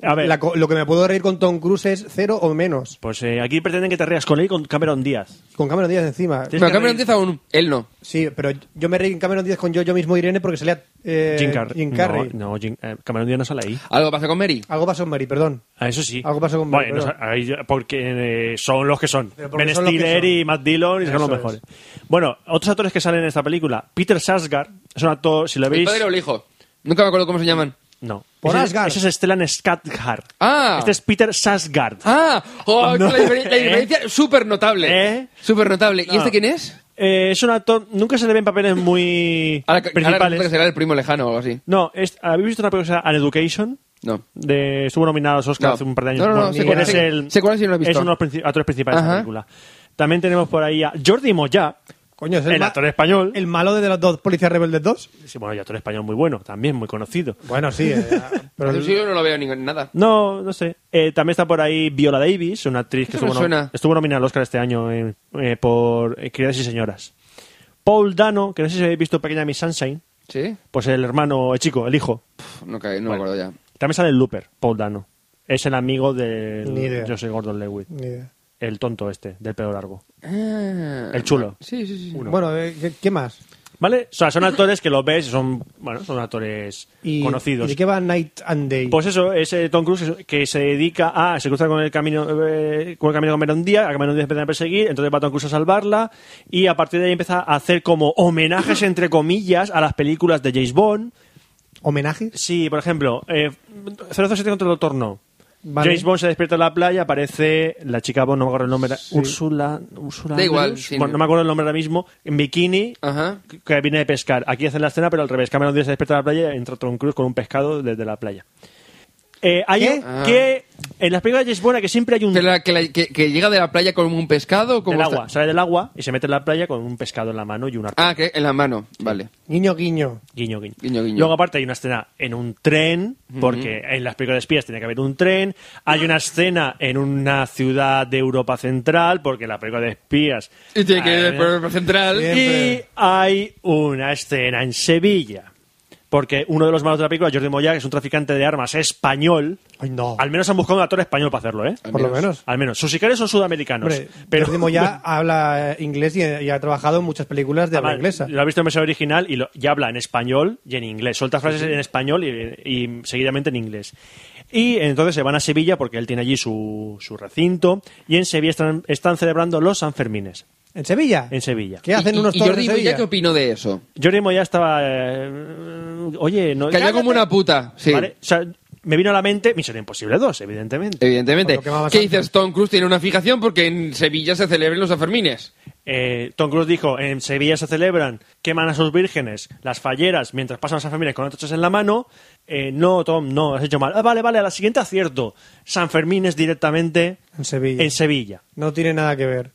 S2: a ver,
S4: La co- lo que me puedo reír con Tom Cruise es cero o menos.
S2: pues eh, aquí pretenden que te rías con él y con Cameron Díaz.
S4: Con Cameron Díaz encima.
S2: Tienes
S1: Pero
S2: que
S1: Cameron
S2: reír.
S1: Díaz aún. Él no.
S4: Sí, pero yo me reí en Cameron Díaz con yo, yo mismo Irene porque salía eh,
S2: Jim, Carrey.
S4: Carrey.
S2: No, no, Jim- eh, Cameron Díaz no sale ahí.
S1: Algo pasa con Mary.
S4: Algo pasó con Mary, perdón.
S2: Ah, eso sí.
S4: Algo pasó con
S2: Vale,
S4: Mary,
S2: no
S4: pero-
S2: sa- ahí ya- porque eh, son los que son.
S4: Pero porque
S2: Ben
S4: son los que
S2: Stiller
S4: son.
S2: y Matt Dillon y son
S4: Eso
S2: los mejores. Bueno, otros actores que salen en esta película. Peter Sarsgaard es un actor, si lo
S1: ¿El
S2: veis...
S1: padre o el hijo? Nunca me acuerdo cómo se llaman.
S2: No.
S4: Por
S2: ese,
S4: Asgard.
S2: ese es Stellan Skarsgård.
S1: Ah.
S2: Este es Peter Sarsgaard.
S1: ¡Ah! Oh,
S2: No.
S1: La, diferen- la diferencia es súper notable.
S2: ¿Eh?
S1: Súper notable. ¿Y
S2: No.
S1: este quién es?
S2: Eh, es un actor... Nunca se le ven papeles muy
S1: Ahora, que- ahora resulta que
S2: principales.
S1: será el primo lejano o algo así.
S2: No, es- ¿habéis visto una película que se llama An Education?
S1: No.
S2: De, estuvo nominado a los Oscar
S1: No.
S2: hace un par de años.
S1: No, no, no,
S2: Bueno,
S1: sé
S2: él
S1: cuál
S2: es
S1: es.
S2: el-
S1: Sé cuál es y no lo he visto.
S2: Es uno de los princip- actores principales de la
S1: Ajá.
S2: película. También tenemos por ahí a Jordi Moya.
S4: Coño, es el,
S2: El
S4: ma-
S2: actor español.
S4: El malo de los dos Policías Rebeldes 2.
S2: Sí, bueno, y actor español muy bueno, también muy conocido.
S4: Bueno, sí. eh, pero
S1: Pero
S4: el-
S1: yo no lo veo ni en nada.
S2: No, no sé. Eh, también está por ahí Viola Davis, una actriz que
S1: Eso me
S2: estuvo, nom-
S1: suena.
S2: estuvo nominada al Oscar este año eh, eh, por eh, Queridas y Señoras. Paul Dano, que no sé si habéis visto Pequeña Miss Sunshine,
S1: ¿Sí?
S2: pues el hermano, el chico, el hijo.
S1: Pff, No, cae- no me acuerdo ya.
S2: También sale el Looper, Paul Dano. Es el amigo
S4: Ni idea.
S2: de José Gordon Lewitt.
S4: Ni idea.
S2: El tonto este, del pelo largo.
S1: Ah.
S2: El chulo.
S1: Sí, sí, sí.
S4: Bueno, eh, ¿qué, qué más?
S2: ¿Vale? O sea, son actores que los ves y son, bueno, son actores
S4: Y,
S2: conocidos.
S4: ¿Y de qué va Night and Day?
S2: Pues eso, es eh, Tom Cruise que se dedica a. Se cruza con el camino eh, con el camino de Cameron Díaz, a Cameron Díaz empiezan a perseguir, entonces va Tom Cruise a salvarla y a partir de ahí empieza a hacer como homenajes, entre comillas, a las películas de James Bond.
S4: ¿Homenaje?
S2: Sí, por ejemplo, eh, 007 contra el Doctor No.
S4: Vale.
S2: James Bond se despierta en la playa, aparece la chica Bond, no me acuerdo el nombre, Úrsula. Úrsula
S1: Da igual,
S2: Andrews.
S1: sí. Ah.
S2: Bueno, no me acuerdo el nombre ahora mismo, en bikini,
S1: Ajá.
S2: que- que viene de pescar. Aquí hacen la escena, pero al revés. Cameron Díaz se despierta en la playa y entra Tom Cruise con un pescado desde la playa. Eh, hay
S4: ¿Qué?
S2: un- que en las películas de James Bond que siempre hay un...
S1: ¿Que, Ah. la- que la- que- que llega de la playa con un pescado o cómo
S2: del
S1: está?
S2: agua. Sale del agua y se mete en la playa con un pescado en la mano y un arco.
S1: Ah, que en la mano. Vale.
S4: Guiño, guiño.
S2: Guiño, guiño.
S1: Guiño, guiño.
S2: Luego, aparte, hay una escena en un tren, porque en las películas de espías tiene que haber un tren. Hay una escena en una ciudad de Europa Central, porque en la película de espías.
S1: Y tiene que ir
S2: Ah,
S1: al programa central.
S4: Bien.
S2: Y
S4: Siempre.
S2: hay una escena en Sevilla. Porque uno de los malos de la película, Jordi Moya, que es un traficante de armas español.
S4: Ay, no.
S2: Al menos han buscado un actor español para hacerlo, ¿eh?
S4: Por lo menos.
S2: Al menos. Sus sicarios son sudamericanos.
S4: Hombre,
S2: pero
S4: Jordi Moya habla eh, inglés y, y ha trabajado en muchas películas de habla
S2: Además,
S4: inglesa.
S2: Lo ha visto en versión original y, lo- y habla en español y en inglés. Suelta frases en español y, y seguidamente en inglés. Y entonces se van a Sevilla porque él tiene allí su, su recinto. Y en Sevilla están, están celebrando los Sanfermines.
S4: ¿En Sevilla?
S2: En Sevilla.
S4: ¿Qué hacen
S1: ¿Y-
S4: unos
S1: y,
S4: toros
S1: Jordi
S4: en Sevilla?
S1: Villa qué opinó de eso?
S2: Jordi Moya estaba. eh, oye, no.
S1: Cayó como una puta. Sí.
S2: ¿Vale? O sea, me vino a la mente Misión Imposible 2, evidentemente.
S1: Evidentemente.
S4: Por lo que va
S1: ¿Qué
S4: bastante.
S1: dices? Tom Cruise tiene una fijación porque en Sevilla se celebran los Sanfermines.
S2: Eh, Tom Cruise dijo, en Sevilla se celebran, queman a sus vírgenes, las falleras, mientras pasan a San Fermín con antorchas en la mano. Eh, no, Tom, no, has hecho mal. Ah, vale, vale, a la siguiente acierto. San Fermín es directamente
S4: En Sevilla.
S2: en Sevilla.
S4: No tiene nada que ver.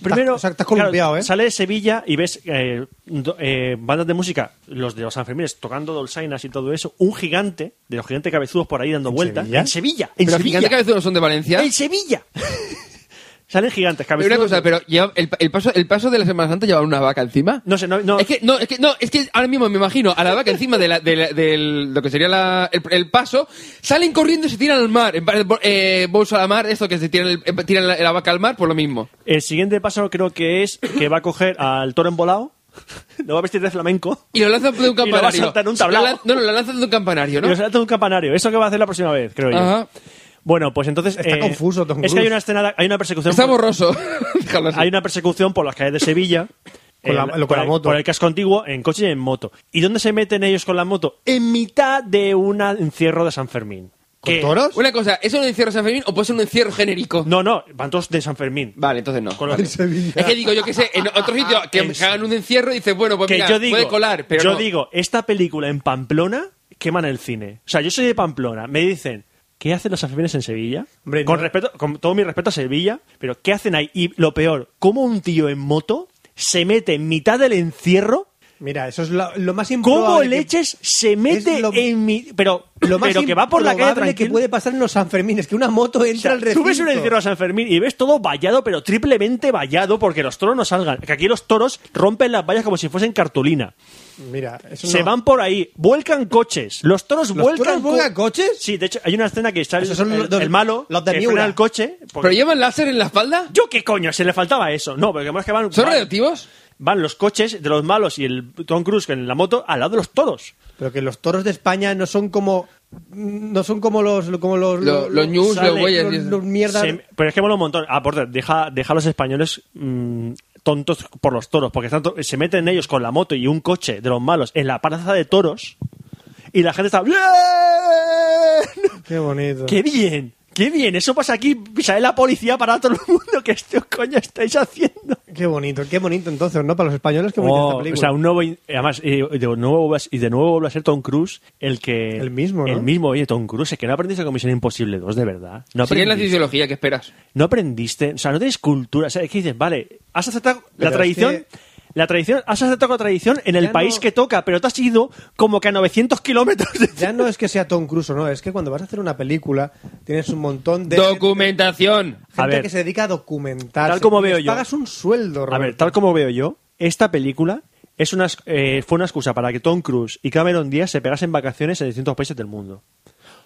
S2: Primero,
S4: Estás- o sea, estás
S2: claro,
S4: columpiado, ¿eh?
S2: sale de Sevilla y ves eh, do- eh, bandas de música, los de los Sanfermines tocando dolsainas y todo eso, un gigante, de los gigantes cabezudos por ahí dando vueltas.
S4: Sevilla?
S2: En Sevilla, en
S1: pero
S2: Sevilla.
S1: gigante cabezudo no son de Valencia.
S2: En Sevilla. Salen gigantes
S1: Pero
S2: cabezudos.
S1: una cosa, pero lleva- el, el paso, el paso de la Semana Santa llevar una vaca encima.
S2: No sé, no- no-
S1: Es que, no, es que, no, es que ahora mismo me imagino a la vaca encima de, la- de la- del- lo que sería la- el, el paso, salen corriendo y se tiran al mar. En plan, Eh, bolsa a la mar, esto que se tiran, el- eh, tiran la, la vaca al mar, por lo mismo.
S2: El siguiente paso creo que es que va a coger al toro embolado, lo va a vestir de flamenco
S1: Y lo lanzan de un
S2: Y lo va a
S1: campanario.
S2: saltar en un tablao.
S1: Lo lan- no, no, lo lanzan de un campanario,
S2: y
S1: ¿no?
S2: lo salta de un campanario. Eso que va a hacer la próxima vez, creo
S1: Ajá.
S2: yo. Bueno, pues entonces...
S4: Está confuso, Tom
S2: Es que hay
S4: Cruise.
S2: una escena, hay una persecución...
S1: Está
S2: por-
S1: borroso. Déjalo así.
S2: Hay una persecución por las calles de Sevilla.
S4: Con la-
S2: en-
S4: lo- con
S2: por
S4: la
S2: el-
S4: moto.
S2: Por el casco antiguo, en coche y en moto. ¿Y dónde se meten ellos con la moto? En mitad de un encierro de San Fermín.
S4: ¿Con
S2: Que-
S4: toros?
S1: Una cosa, ¿es un encierro San Fermín o puede ser un encierro genérico?
S2: No, no, van todos de San Fermín.
S1: Vale, entonces no.
S2: Con los-
S1: Es que digo, yo que sé, en otro sitio que
S2: Ah, En-
S1: hagan un encierro y dices, bueno, pues
S2: que
S1: mira,
S2: yo digo,
S1: puede colar, pero
S2: yo
S1: no.
S2: digo, esta película en Pamplona queman el cine. O sea, yo soy de Pamplona, me dicen, ¿qué hacen los afines en Sevilla?
S4: Hombre,
S2: con
S4: no.
S2: respeto, con todo mi respeto a Sevilla, pero ¿qué hacen ahí? Y lo peor, ¿cómo un tío en moto se mete en mitad del encierro?
S4: Mira, eso es lo, lo más improbable.
S2: ¿Cómo
S4: que-
S2: leches se mete
S4: es lo-
S2: en mi...? Pero,
S4: Lo más
S2: pero que va por la calle
S4: improbable que
S2: tranquilo.
S4: puede pasar en los Sanfermines, que una moto
S2: O
S4: entra
S2: sea,
S4: al recinto.
S2: tú ves un entierro a San Fermín y ves todo vallado, pero triplemente vallado porque los toros no salgan. Que aquí los toros rompen las vallas como si fuesen cartulina.
S4: Mira, eso
S2: Se
S4: no.
S2: van por ahí, vuelcan coches. Los toros
S4: ¿Los
S2: vuelcan
S4: toros vuelcan
S2: co-
S4: coches?
S2: Sí, de hecho, hay una escena que está el,
S4: Esos son
S2: el-
S4: los de-
S2: el malo,
S4: los de
S2: que
S4: Miura.
S2: frena el coche. porque-
S1: ¿Pero llevan láser en la espalda?
S2: ¿Yo qué coño? Se le faltaba eso. No, porque más que van...
S1: ¿Son
S2: van-
S1: radioactivos?
S2: Van los coches de los malos y el Tom Cruise en la moto al lado de los toros.
S4: Pero que los toros de España no son como. No son como los. Como los,
S1: Lo- los ñus,
S2: sale-
S1: los güeyes.
S4: los-
S1: y eso.
S4: los mierda.
S2: Se- pero es que mola un montón. Aparte, deja, deja a los españoles mm, tontos por los toros, porque tanto, se meten ellos con la moto y un coche de los malos en la plaza de toros y la gente está... ¡Bien!
S4: Qué bonito.
S2: ¡Qué bien! ¡Qué bien! Eso pasa aquí, sale la policía para todo el mundo. ¿Qué esto, coño estáis haciendo?
S4: Qué bonito, qué bonito entonces, ¿no? Para los españoles, qué bonita
S2: Oh,
S4: esta
S2: o
S4: película.
S2: sea, un nuevo. in- Además, eh, de nuevo, vuelve a s- y de nuevo vuelve a ser Tom Cruise el que.
S4: El mismo, ¿no?
S2: El mismo, oye, Tom Cruise, es que no aprendiste con Misión Imposible 2, de verdad. No
S1: Si tienes la
S2: aprendiste.
S1: fisiología, ¿qué esperas?
S2: No aprendiste. O sea, no tienes cultura. O sea, es que dices, vale, has aceptado
S4: Pero
S2: la
S4: es
S2: tradición.
S4: que-
S2: La tradición, has aceptado la tradición en el
S4: Ya
S2: país
S4: no-
S2: que toca, pero te has ido como que a 900 kilómetros de
S4: Ya no es que sea Tom Cruise o no, es que cuando vas a hacer una película tienes un montón de
S1: Documentación.
S4: gente
S2: A ver.
S4: que se dedica a documentar.
S2: Tal como veo yo.
S4: Pagas un sueldo,
S2: A
S4: Roberto.
S2: ver, tal como veo yo, esta película es una, es- eh, fue una excusa para que Tom Cruise y Cameron Díaz se pegasen vacaciones en distintos países del mundo.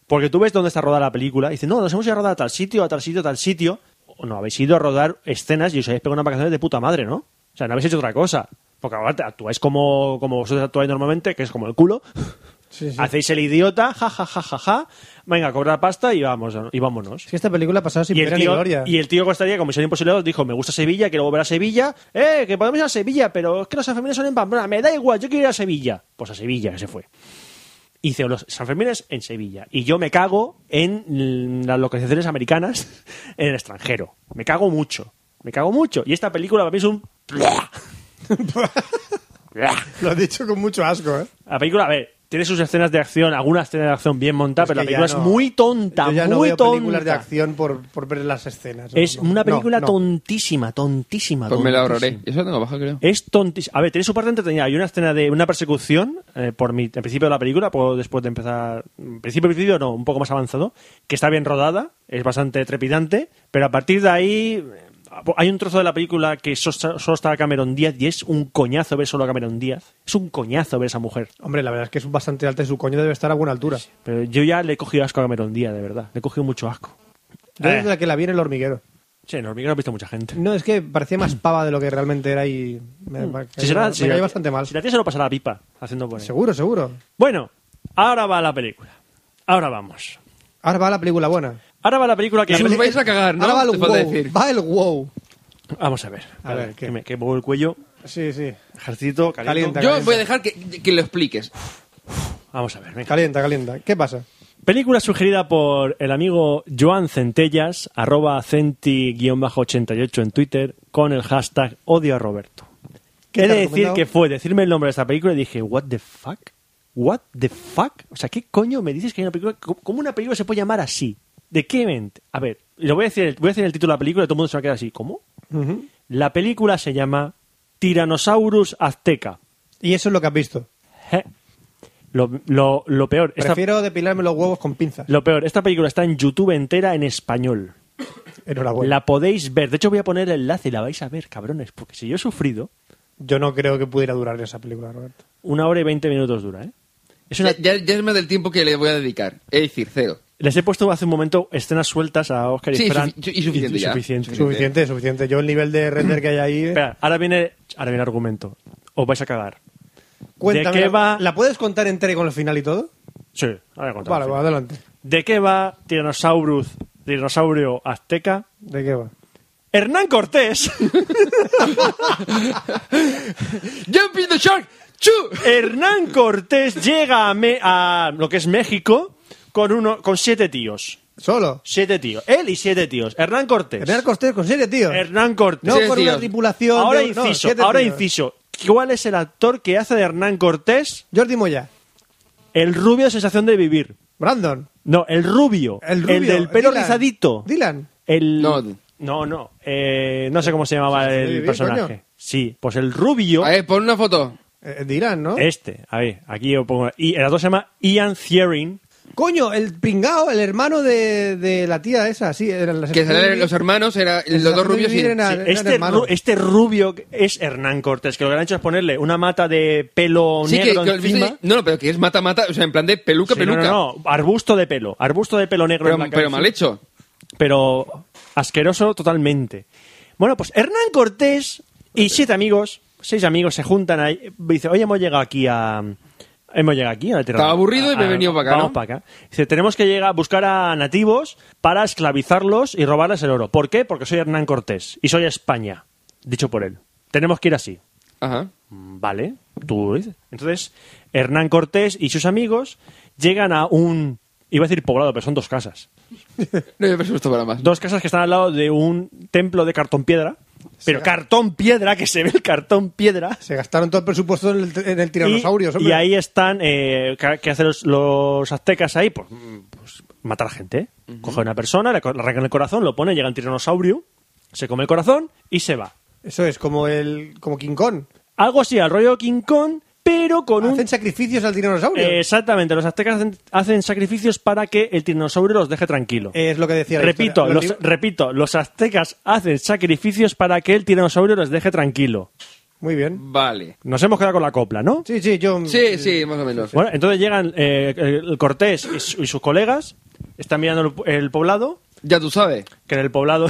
S2: Porque tú ves dónde está rodada la película y dices, no, nos hemos ido a rodar a tal sitio, a tal sitio, a tal sitio. O no, habéis ido a rodar escenas y os habéis pegado unas vacaciones de puta madre, ¿no? O sea, no habéis hecho otra cosa. Porque ahora te- actuáis como, como vosotros actuáis normalmente, que es como el culo.
S4: Sí, sí.
S2: Hacéis el idiota, ja, ja, ja, ja, ja. Venga, cobrar pasta y, vamos, y vámonos.
S4: Es que esta película ha pasado sin
S2: Y el,
S4: pena ni
S2: tío,
S4: gloria.
S2: y el tío Costaría, como Misión Imposible 2, dijo, me gusta Sevilla, quiero volver a Sevilla. Eh, que podemos ir a Sevilla, pero es que los Sanfermines son en Pamplona. Me da igual, yo quiero ir a Sevilla. Pues a Sevilla que se fue. Hice los Sanfermines en Sevilla. Y yo me cago en las localizaciones americanas en el extranjero. Me cago mucho. Me cago mucho. Y esta película para mí es un...
S4: Lo has dicho con mucho asco, ¿eh?
S2: La película, a ver, tiene sus escenas de acción, algunas escenas de acción bien montadas, pero la
S4: que
S2: película
S4: ya
S2: es
S4: no-
S2: muy tonta,
S4: Yo ya
S2: muy
S4: no veo
S2: tonta.
S4: películas de acción por, por ver las escenas. No,
S2: Es
S4: no,
S2: una
S4: no,
S2: película
S4: no.
S2: tontísima, tontísima.
S1: Pues me la ahorraré.
S2: tontísima.
S1: Eso lo tengo baja, creo.
S2: Es tontísimo. A ver, tiene su parte entretenida. Hay una escena de una persecución eh, por mi, al principio de la película, puedo después de empezar. en Principio, principio, no, un poco más avanzado, que está bien rodada, es bastante trepidante, pero a partir de ahí. eh, Hay un trozo de la película que so- solo está Cameron Díaz y es un coñazo ver solo a Cameron Díaz. Es un coñazo ver a esa mujer.
S4: Hombre, la verdad es que es bastante alta y su coño debe estar a buena altura.
S2: Pero yo ya le he cogido asco a Cameron Díaz, de verdad. Le he cogido mucho asco.
S4: Yo
S2: Eh.
S4: desde la que la vi en el hormiguero.
S2: Sí, en Hormiguero lo ha visto mucha gente.
S4: No, es que parecía más pava de lo que realmente era y me, me
S2: Si se la-
S4: me
S2: si la-
S4: cayó bastante mal.
S2: Si la tía se lo pasará la pipa haciendo por ahí.
S4: Seguro, seguro.
S2: Bueno, ahora va la película. Ahora vamos.
S4: Ahora va la película buena.
S2: Ahora va la película que...
S1: Si os vais a cagar, ¿no?
S4: Ahora va el
S1: Te falta
S4: wow.
S1: decir.
S4: Va el wow.
S2: Vamos a ver.
S4: A ver, ¿qué?
S2: que me que muevo el cuello.
S4: Sí, sí.
S2: Ejercito, caliente.
S4: Calienta.
S1: Yo voy a dejar que, que lo expliques.
S2: Vamos a ver, venga.
S4: Calienta, calienta. ¿Qué pasa?
S2: Película sugerida por el amigo Joan Centellas, arroba centi-88 en Twitter, con el hashtag odio a Roberto. He
S4: ¿Qué te
S2: de
S4: ha
S2: decir
S4: recomendado?
S2: que fue decirme el nombre de esta película y dije, ¿What the fuck? ¿What the fuck? O sea, ¿qué coño me dices que hay una película? ¿Cómo- ¿Cómo una película se puede llamar así? ¿De qué mente? A ver, lo voy a decir, voy a decir el título de la película y todo el mundo se va a quedar así. ¿Cómo? La película se llama Tyrannosaurus Azteca.
S4: Y eso es lo que has visto.
S2: Je. Lo, lo- lo peor, esta-
S4: Prefiero depilarme los huevos con pinzas.
S2: lo peor, esta película está en YouTube entera en español.
S4: Enhorabuena.
S2: La podéis ver. De hecho, voy a poner el enlace y la vais a ver, cabrones. Porque si yo he sufrido,
S4: Yo no creo que pudiera durar esa película, Roberto.
S2: una hora y veinte minutos dura, ¿eh? Es una-
S1: Ya, ya- ya es más del tiempo que le voy a dedicar. Es decir, cero.
S2: Les he puesto hace un momento escenas sueltas a Oscar y
S1: Sí,
S2: Fran.
S1: sufi- y suficiente ya.
S2: suficiente.
S1: Suficiente.
S4: Suficiente, suficiente. Yo el nivel de render que hay ahí...
S2: Espera, ahora viene, ahora viene el argumento. Os vais a cagar.
S4: Cuéntame,
S2: ¿De qué va?
S4: ¿La puedes contar entera y con el final y todo?
S2: Sí, ahora voy a contar.
S4: Vale, pues adelante.
S2: ¿De qué va Tiranosaurus, Tiranosaurio Azteca?
S4: ¿De qué va?
S2: Hernán Cortés.
S1: ¡Jumping the shark! ¡Chu!
S2: Hernán Cortés llega a, Me- a lo que es México con, uno, con siete tíos.
S4: ¿Solo?
S2: Siete tíos. Él y siete tíos. Hernán Cortés.
S4: Hernán Cortés con siete, tío.
S2: Hernán Cortés.
S4: No
S1: Siete
S4: con una
S1: tíos.
S4: tripulación... de-
S2: ahora
S4: no,
S2: inciso,
S4: siete
S2: ahora
S4: tíos.
S2: inciso. ¿Cuál es el actor que hace de Hernán Cortés
S4: Jordi Moya.
S2: el rubio sensación de vivir?
S4: Brandon.
S2: No, el rubio.
S4: El rubio.
S2: del pelo
S4: Dylan.
S2: rizadito.
S4: Dylan.
S2: El...
S1: No.
S2: no. No, eh, no sé cómo se llamaba
S4: Sensación de
S2: el
S4: vivir,
S2: personaje.
S4: coño.
S2: Sí, pues el rubio.
S1: A ver, pon una foto.
S4: Eh, Dylan, ¿no?
S2: Este, a ver, aquí yo pongo. Y el otro se llama Ian Thierin.
S4: Coño, el pringao, el hermano de, de la tía esa, sí. eran las-
S1: Que salían los hermanos, era,
S4: las-
S1: los dos rubios y...
S4: eran-
S1: Sí.
S4: eran
S2: Este,
S4: hermanos.
S2: ru- este rubio que es Hernán Cortés, que lo que han hecho es ponerle una mata de pelo
S1: Sí, que,
S2: negro
S1: que-
S2: encima.
S1: ¿viste? no, no, pero que es mata mata, o sea, en plan de peluca
S2: Sí, no,
S1: peluca.
S2: No, no, arbusto de pelo, arbusto de pelo negro.
S1: pero,
S2: en la
S1: pero
S2: cabeza.
S1: mal hecho.
S2: pero asqueroso totalmente. Bueno, pues Hernán Cortés y siete amigos, seis amigos se juntan ahí, dice, oye, hemos llegado aquí a... Hemos llegado aquí a la tierra. Ah,
S1: Estaba aburrido y me he venido para acá,
S2: Vamos
S1: ¿no?
S2: para acá. Dice, tenemos que llegar a buscar a nativos para esclavizarlos y robarles el oro. ¿Por qué? Porque soy Hernán Cortés y soy España, dicho por él. Tenemos que ir así. Mm,
S1: Ajá.
S2: Vale, tú lo dices. Entonces, Hernán Cortés y sus amigos llegan a un... Iba a decir poblado, pero son dos casas
S1: No había presupuesto para más.
S2: dos casas que están al lado de un templo de cartón piedra. Pero cartón piedra, que se ve el cartón piedra.
S4: Se gastaron todo el presupuesto en el, en el tiranosaurio,
S2: y,
S4: hombre.
S2: y ahí están, eh, ca- ¿qué hacen los, los aztecas ahí? Pues, mm, pues, matar a gente. ¿eh? Coge a una persona, le, co- le arrancan el corazón, lo pone, llega un tiranosaurio, se come el corazón y se va.
S4: Eso es, como el como King Kong.
S2: Algo así, al rollo King Kong, pero con un...
S4: Hacen sacrificios al tiranosaurio.
S2: Eh, exactamente, los aztecas hacen, hacen sacrificios para que el tiranosaurio los deje tranquilo.
S4: es lo que decía la
S2: Repito,
S4: historia.
S2: los,
S4: Los-
S2: repito, los aztecas hacen sacrificios para que el tiranosaurio los deje tranquilo.
S4: Muy bien.
S1: Vale.
S2: Nos hemos quedado con la copla, ¿no?
S4: Sí, sí, yo...
S1: Sí, sí, más o menos.
S2: Bueno, entonces llegan eh, el Cortés y, su- y sus colegas, están mirando el, el poblado,
S1: Ya tú sabes.
S2: que en el poblado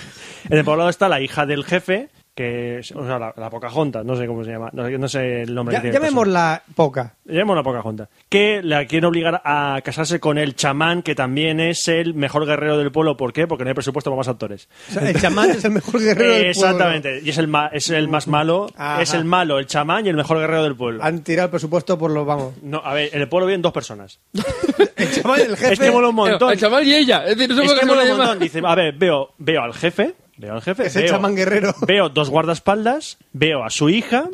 S2: en el poblado está la hija del jefe, que es o sea, la, la Pocahontas, no sé cómo se llama, no, sé- no sé el nombre
S4: Ya,
S2: que tiene. la
S4: llamémosla poca.
S2: Llamémosla Pocahontas. Que la quieren obligar a casarse con el chamán, que también es el mejor guerrero del pueblo. ¿Por qué? Porque no hay presupuesto para más actores.
S4: O sea, el chamán es el mejor guerrero del pueblo.
S2: Exactamente, y es el, ma- es el más malo,
S4: Ajá.
S2: es el malo, el chamán y el mejor guerrero del pueblo.
S4: Han tirado el presupuesto por los... Vamos.
S2: No, a ver, en el pueblo viven dos personas.
S4: El chamán, el jefe...
S2: Es que mola un montón.
S1: El chaval y ella. Es decir, no
S2: Es
S1: somos
S2: que
S1: que
S2: mola un
S1: nadie más.
S2: montón. Dice, a ver, veo, veo al jefe, veo al jefe,
S4: Es el
S2: veo-
S4: chamán guerrero.
S2: Veo dos guardaespaldas, veo a su hija,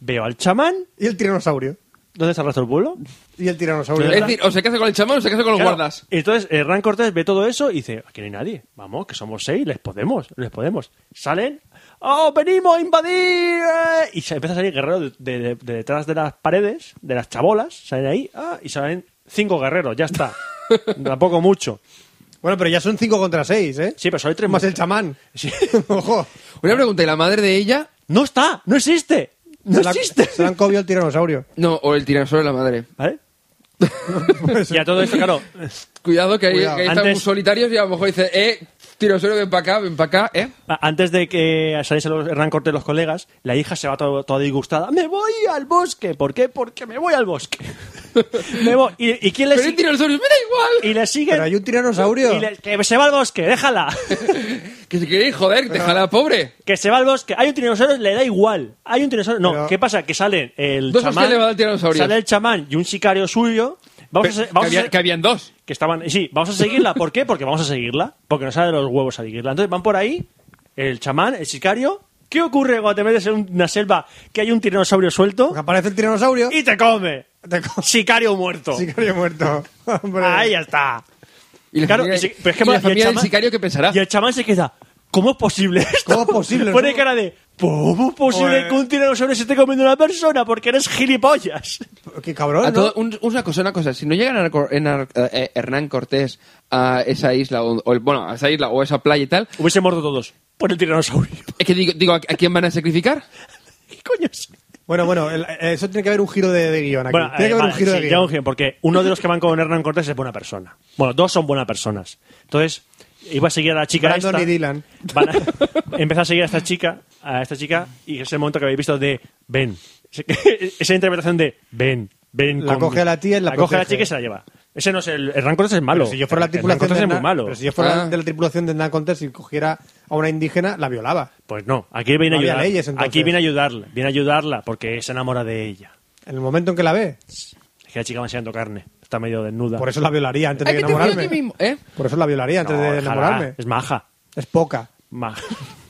S2: veo al chamán.
S4: Y el tiranosaurio.
S2: ¿Dónde está el resto del pueblo?
S4: Y el tiranosaurio.
S1: Es decir, o se casa con el chamán o se casa con los
S2: Claro,
S1: guardas.
S2: Entonces, Hernán Cortés ve todo eso y dice, aquí no hay nadie. Vamos, que somos seis, les podemos, les podemos. Salen, ¡oh, venimos a invadir! eh! Y se empieza a salir guerreros de, de- de detrás de las paredes, de las chabolas, salen ahí, ¡ah! y salen cinco guerreros, ya está. Tampoco mucho.
S4: Bueno, pero ya son 5 contra 6, ¿eh?
S2: Sí, pero solo hay tres
S4: Más
S2: mu-
S4: el chamán.
S2: Sí.
S4: Ojo.
S1: Una pregunta, ¿y la madre de ella?
S2: ¡No está! ¡No existe! ¡No
S4: Se la-
S2: existe!
S4: Se la han comido el tiranosaurio.
S1: No, o el tiranosaurio de la madre.
S2: ¿Vale? y a todo esto, claro,
S1: Cuidado, que ahí,
S4: Cuidado.
S1: que ahí están
S2: Antes-
S1: muy solitarios y a lo mejor dice, eh, tiranosaurio, ven para acá, ven para acá, eh.
S2: A- Ah, Antes de que saliese los- Hernán Cortés los colegas, la hija se va to- toda disgustada. ¡Me voy al bosque! ¿Por qué? Porque me voy al bosque. Me voy. ¿Y, y quién le
S1: Pero el
S2: sigue?
S1: tiranosaurio, me da
S2: Y le sigue.
S4: Pero hay un tiranosaurio.
S2: Y le- que se va al bosque, déjala.
S1: igual. Que si queréis, joder, déjala, pobre.
S2: que se va al bosque. Hay un tiranosaurio, le da igual. Hay un tiranosaurio. No,
S4: Pero-
S2: ¿qué pasa? Que sale el
S1: Dos
S2: chamán.
S1: hostias le va a dar tiranosaurio.
S2: Sale el chamán y un sicario suyo. Vamos a,
S1: Pero-
S2: se- vamos a
S1: que, había-
S2: se-
S1: que habían dos.
S2: que estaban sí vamos a seguirla ¿por qué? porque vamos a seguirla porque nos sale de los huevos a seguirla entonces van por ahí el chamán el sicario ¿qué ocurre cuando te metes en una selva que hay un tiranosaurio suelto
S4: Porque Aparece el tiranosaurio.
S2: y te come
S4: Te co-
S2: sicario muerto
S4: Sicario muerto. Hombre.
S2: ahí ya está
S1: Y la
S2: Claro,
S1: familia,
S2: y si- pero es que
S1: y la
S2: mola, y el
S1: familia del
S2: chamán-
S1: sicario, ¿qué pensará?
S2: y el chamán se queda ¿cómo es posible esto?
S4: ¿Cómo es posible?
S2: pone
S4: ¿No?
S2: cara de ¿cómo es posible
S1: Pues
S4: Joder.
S2: que un tiranosaurio se esté comiendo una persona? porque eres gilipollas
S4: Qué cabrón,
S1: A
S4: ¿no?
S1: todo- un- una cosa, una cosa. Si no llegan a Cor- en Ar- eh, Hernán Cortés a esa isla, o, o el- bueno, a esa isla o a esa playa y tal,
S2: hubiese muerto todos por el tiranosaurio
S1: es que digo, digo, ¿a, a quién van a sacrificar?
S2: ¿qué coño es?
S4: Bueno, bueno, el- eso tiene que haber un giro de, de guión aquí.
S2: Bueno,
S4: tiene
S2: eh,
S4: que haber
S2: vale,
S4: un giro
S2: sí,
S4: de
S2: ya
S4: guión.
S2: un giro, porque uno de los que van con Hernán Cortés es buena persona. Bueno, dos son buenas personas. Entonces, iba a seguir a la chica
S4: Brandon
S2: esta.
S4: y Dylan.
S2: Van a empezar a seguir a esta chica, a esta chica, y es el momento que habéis visto de ven. Esa interpretación de ven, ven.
S4: La
S2: conmigo".
S4: coge a la tía y la
S2: coge a la
S4: protege.
S2: chica y se la lleva. Ese no es el Hernán Cortés es malo.
S4: Pero si yo fuera la
S2: Hernán
S4: tripulación
S2: Cortés
S4: de
S2: es muy
S4: Hernán-
S2: malo.
S4: Pero si yo fuera
S1: Ah.
S4: de la tripulación de Hernán Cortés y cogiera a una indígena, la violaba.
S2: Pues no, aquí viene a
S4: No había
S2: ayudarla.
S4: leyes, entonces.
S2: aquí viene a ayudarla, viene a ayudarla porque se enamora de ella.
S4: En el momento en que la ve.
S2: Es que la chica va enseñando carne, está medio desnuda.
S4: Por eso la violaría antes de
S1: Hay que te fías de ti
S4: enamorarme.
S1: mismo, ¿eh?
S4: Por eso la violaría antes
S2: No,
S4: de
S2: déjala,
S4: enamorarme.
S2: Es maja.
S4: Es poca.
S2: Maja.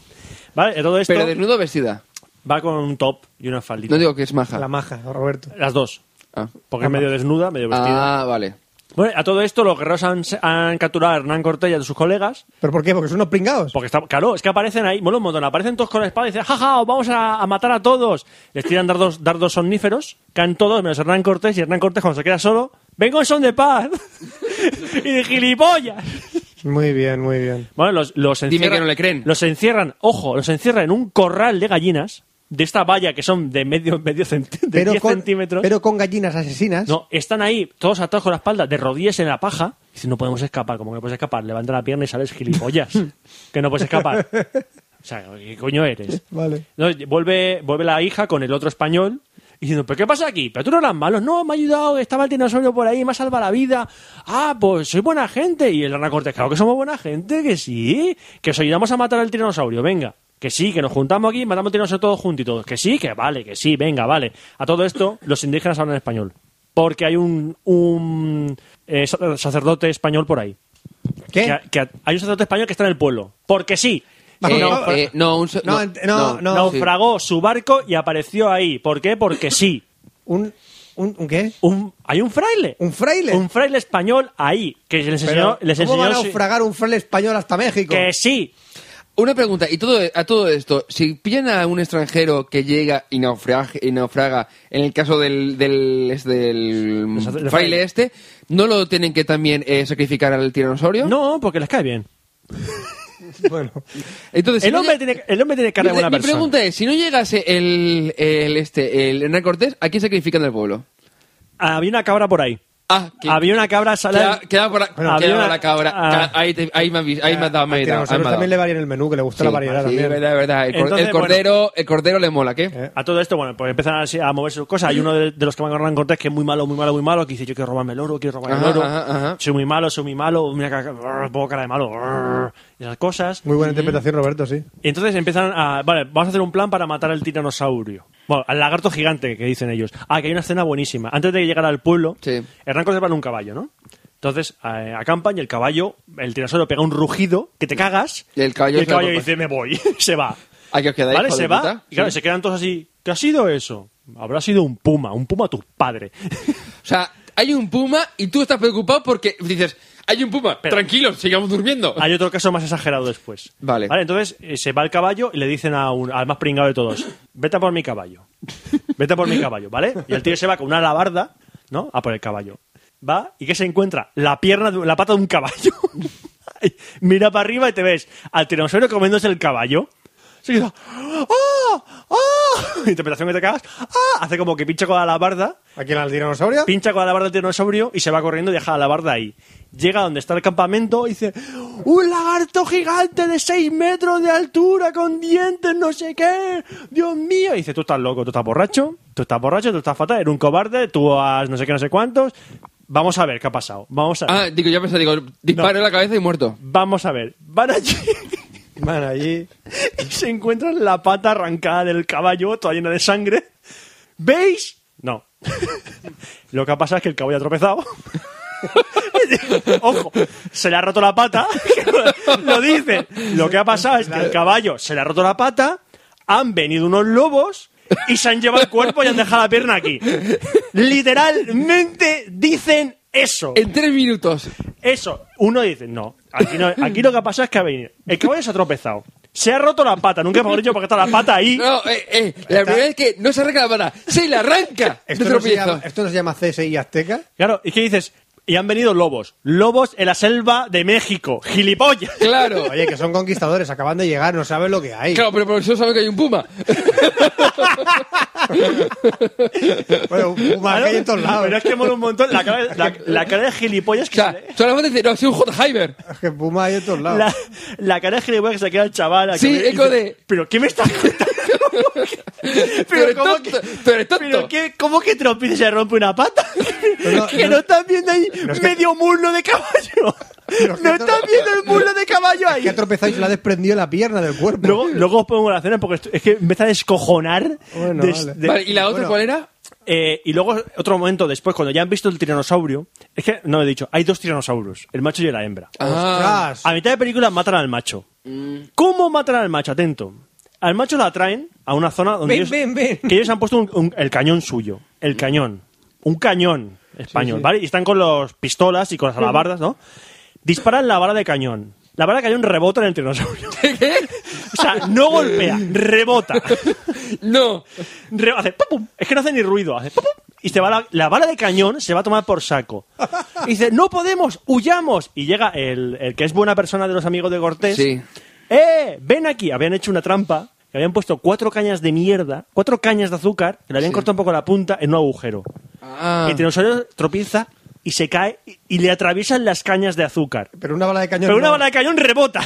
S2: Vale, todo esto
S1: Pero desnudo o vestida.
S2: va con un top y una faldita.
S1: No digo que es maja.
S4: La maja, Roberto.
S2: Las dos.
S1: Ah.
S2: Porque es medio desnuda, medio vestida.
S1: Ah, vale.
S2: Bueno, a todo esto los guerreros han, han capturado a Hernán Cortés y a sus colegas.
S4: ¿Pero por qué? Porque son unos pringados.
S2: Porque está, claro, es que aparecen ahí, mola un montón, aparecen todos con la espada y dicen, jaja, os vamos a, a matar a todos. Les tiran dardos, dardos somníferos, caen todos, menos Hernán Cortés, y Hernán Cortés cuando se queda solo, vengo en son de paz. y de gilipollas.
S4: Muy bien, muy bien.
S2: Bueno, los, los
S1: Dime
S2: encierran.
S1: que no le creen.
S2: Los encierran, ojo, los encierran en un corral de gallinas, de esta valla que son de medio, medio centi- de 10
S4: con,
S2: centímetros.
S4: pero con gallinas asesinas.
S2: No, están ahí, todos atados con la espalda, de rodillas en la paja. Y Dicen, no podemos escapar, como que no puedes escapar. Levanta la pierna y sales gilipollas. que no puedes escapar. O sea, ¿qué coño eres?
S4: Vale.
S2: No, vuelve, vuelve la hija con el otro español diciendo, ¿pero qué pasa aquí? ¿Pero tú no eras malo? No, me ha ayudado, estaba el dinosaurio por ahí, me ha salvado la vida. Ah, pues soy buena gente. Y el Hernán Cortés, claro que somos buena gente, que sí, que os ayudamos a matar al tiranosaurio, venga. Que sí, que nos juntamos aquí, y matamos al tiranosaurio todos juntitos. Que sí, que vale, que sí, venga, vale. A todo esto, los indígenas hablan español. Porque hay un, un eh, sa- sacerdote español por ahí.
S4: ¿Qué?
S2: Que, que hay un sacerdote español que está en el pueblo. Porque sí.
S4: Vamos,
S1: Eh,
S4: no,
S1: eh, no, un se-
S4: no,
S1: no,
S4: ent- no,
S1: no,
S4: no.
S1: sí.
S2: naufragó su barco y apareció ahí. ¿Por qué? Porque sí.
S4: ¿Un, un, un qué?
S2: Un, hay un fraile.
S4: ¿Un fraile?
S2: Un fraile español ahí. Que les enseñó.
S4: Pero,
S2: les
S4: ¿Cómo
S2: enseñó
S4: van a
S2: si-
S4: naufragar un fraile español hasta México?
S2: que sí.
S1: Una pregunta, y todo, a todo esto, si pillan a un extranjero que llega y, naufrage- y naufraga, en el caso del, del, es del
S2: Del sacer- del fraile.
S1: fraile este, ¿no lo tienen que también eh, sacrificar al tiranosaurio?
S2: No, porque les cae bien.
S4: Bueno,
S1: Entonces, Pues si
S2: El
S1: no
S2: hombre,
S1: lle-
S2: tiene, el hombre tiene cara de
S1: Mi,
S2: buena
S1: mi
S2: persona.
S1: pregunta es, si no llegase el, el, este, el Hernán Cortés, ¿a quién sacrifican del pueblo?
S2: Había una cabra por ahí.
S1: Ah, que-
S2: Había una cabra salada.
S1: Queda, queda por la,
S2: Bueno,
S1: queda
S2: había Ah,
S1: por
S2: una-
S1: la cabra.
S2: ah.
S1: Ca- ahí, te- ahí me has vis- ahí me has dado, me has dado, ahí
S4: al
S1: me
S4: tiranosaurio
S1: has dado.
S4: también le varía en el menú, que le gusta la
S1: Sí,
S4: variedad
S1: sí,
S4: también.
S1: verdad, verdad. El, cor-
S2: Entonces,
S1: el
S2: bueno.
S1: cordero, el cordero le mola, ¿qué?
S4: Eh.
S2: A todo esto, bueno, pues empiezan así a mover sus cosas. Hay uno de, de los que van con Hernán Cortés que es muy malo, muy malo, muy malo, que dice yo quiero robarme el oro, quiero robarme
S1: Ajá,
S2: el oro.
S1: ajá, ajá.
S2: Soy muy malo, soy muy malo, mira, ca- ca- pongo cara de malo, y esas cosas.
S4: Muy buena interpretación, Roberto, sí.
S2: Y entonces empiezan a. Vale, vamos a hacer un plan para matar al tiranosaurio. Bueno, al lagarto gigante que dicen ellos. Ah, que hay una escena buenísima. Antes de llegar al pueblo,
S1: Sí.
S2: Hernán Cortés va en un caballo, ¿no? Entonces eh, acampan y el caballo, el tiranosaurio pega un rugido que te cagas.
S1: Y el caballo
S2: y el
S1: se
S2: caballo
S1: va,
S2: dice: Me voy, se va.
S1: Aquí os quedáis,
S2: ¿Vale?
S1: hijo de
S2: Se va.
S1: puta.
S2: Y claro,
S1: Sí.
S2: se quedan todos así. ¿Qué ha sido eso? Habrá sido un puma, un puma tu padre.
S1: O sea, hay un puma y tú estás preocupado porque dices, hay un puma,
S2: Pero-
S1: tranquilo, sigamos durmiendo.
S2: Hay otro caso más exagerado después.
S1: Vale.
S2: entonces eh, se va el caballo y le dicen a un- al más pringado de todos: Vete a por mi caballo. Vete a por mi caballo, ¿vale? Y el tío se va con una alabarda, ¿no? A por el caballo. Va y que se encuentra la pierna, de- la pata de un caballo. Y Mira para arriba y te ves al tiranosaurio comiéndose el caballo. Se queda, ¡Ah! ¡Ah! Interpretación que te cagas. ¡Ah! Hace como que pincha con la alabarda
S4: Aquí en el dinosaurio.
S2: pincha con la alabarda del tiranosaurio y se va corriendo y deja la alabarda ahí. Llega donde está el campamento y dice: ¡Un lagarto gigante de 6 metros de altura con dientes, no sé qué! ¡Dios mío! Y dice: Tú estás loco, tú estás borracho, tú estás borracho, tú estás fatal, eres un cobarde, tú has no sé qué, no sé cuántos. Vamos a ver qué ha pasado. Vamos a ver.
S1: Ah, digo, yo pensé, digo, disparo
S2: No.
S1: en la cabeza y muerto.
S2: Vamos a ver. Van allí
S4: Van allí.
S2: y se encuentran la pata arrancada del caballo, toda llena de sangre. ¿Veis? No. Lo que ha pasado es que el caballo ha tropezado. Ojo, se le ha roto la pata. Lo dicen. Lo que ha pasado es que el caballo se le ha roto la pata, han venido unos lobos y se han llevado el cuerpo y han dejado la pierna aquí. Literalmente dicen eso.
S1: En tres minutos.
S2: Eso, uno dice, no, aquí, no, aquí lo que ha pasado es que ha venido. El caballo se ha tropezado. Se ha roto la pata, nunca mejor dicho, porque está la pata ahí.
S1: No, eh, eh, la primera vez que no se arranca la pata, se la arranca.
S4: ¿Esto
S1: de
S4: no, se
S1: tropiezo.
S4: llama, ¿Esto no se llama CSI Azteca?
S2: Claro, ¿y qué dices? Y han venido lobos. Lobos en la selva de México. ¡Gilipollas!
S1: Claro.
S4: Oye, que son conquistadores, acaban de llegar, no saben lo que hay.
S1: Claro, pero por eso sabe que hay un puma.
S4: Bueno, un mar que hay en todos lados.
S2: Pero es que mola un montón la cara, la, la cara de gilipollas
S1: O
S2: que
S1: sea,
S2: se le-
S1: solamente dice, no, ha sido un J. Hyber.
S4: Es que Puma hay en todos lados.
S2: la, la cara de gilipollas que se queda el chaval. aquí,
S1: Sí,
S2: y dice,
S1: eco de-
S2: ¿Pero qué me estás contando?
S1: Tú eres
S2: ¿cómo
S1: tonto, tú eres tonto.
S2: ¿Pero qué, cómo que tropieza y se rompe una pata?
S4: no,
S2: que
S4: no-
S2: no, están viendo ahí
S4: es que-
S2: medio muslo de caballo.
S4: Pero es que
S2: no
S4: no-
S2: están viendo el muslo de caballo ahí.
S4: Que ha tropezado y se le ha desprendido la pierna del cuerpo.
S2: Luego, luego os pongo la cena porque esto- es que empieza a descojonar.
S4: Bueno,
S2: de-
S4: vale.
S2: de-
S1: Vale, ¿y la otra
S4: Bueno.
S1: cuál era?
S2: eh, y luego, otro momento después, cuando ya han visto el tiranosaurio, es que no he dicho, hay dos tiranosaurios, el macho y la hembra.
S1: Ah,
S4: ¡Ostras!
S2: A mitad de película matan al macho. ¿Cómo matan al macho? Atento. Al macho lo atraen a una zona donde
S4: Ven,
S2: ellos,
S4: ven, ven.
S2: que ellos han puesto un- un- el cañón suyo. El cañón. Un cañón. español, ¿vale? Y están con los pistolas y con las alabardas, ¿no? Disparan la vara de cañón. La vara de cañón rebota en el tiranosaurio. O sea, no golpea, rebota.
S1: No.
S2: Re- hace pum, pum. Es que no hace ni ruido, hace pum, pum. Y se va la, la bala de cañón se va a tomar por saco. Y dice, no podemos, huyamos. Y llega el, el que es buena persona de los amigos de Cortés.
S1: Sí.
S2: ¡Eh! Ven aquí. Habían hecho una trampa. que habían puesto cuatro cañas de mierda, cuatro cañas de azúcar, que le habían cortado un poco la punta en un agujero.
S1: Ah.
S2: El tiranosaurio tropieza y se cae y, y le atraviesan las cañas de azúcar.
S4: Pero una bala de cañón.
S2: Pero una
S4: no.
S2: bala de cañón rebota.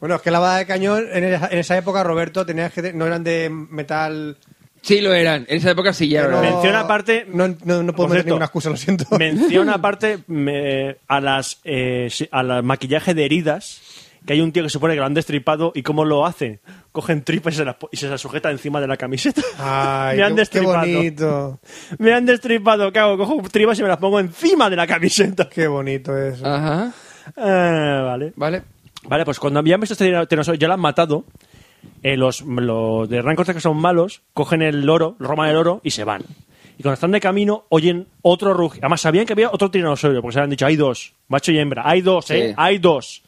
S4: Bueno, es que la bala de cañón en esa, en esa época, Roberto, tenías que no eran de metal.
S1: Sí lo eran. En esa época sí ya
S4: Pero-
S1: lo eran.
S2: Menciona aparte.
S4: No- no- no puedo
S2: por
S4: meter ninguna excusa, lo siento.
S2: Menciona aparte me- a las eh, si- a la maquillaje de heridas. Que hay un tío que se pone que lo han destripado y cómo lo hacen. Cogen tripas y se las po- y se las sujeta encima de la camiseta.
S4: Ay,
S2: me han
S4: qué, qué
S2: destripado.
S4: bonito.
S2: Me han destripado, cago. Cojo tripas y me las pongo encima de la camiseta.
S4: Qué bonito eso.
S1: Ajá.
S2: Ah, vale.
S1: Vale.
S2: Vale, pues cuando habían visto este tiranosaurio, ya lo han matado. eh, los, los de Hernán Cortés que son malos cogen el loro, roman el oro y se van. Y cuando están de camino, oyen otro rugido. Además, sabían que había otro tiranosaurio, porque se habían dicho: hay dos, macho y hembra, hay dos,
S1: Sí.
S2: eh, hay dos.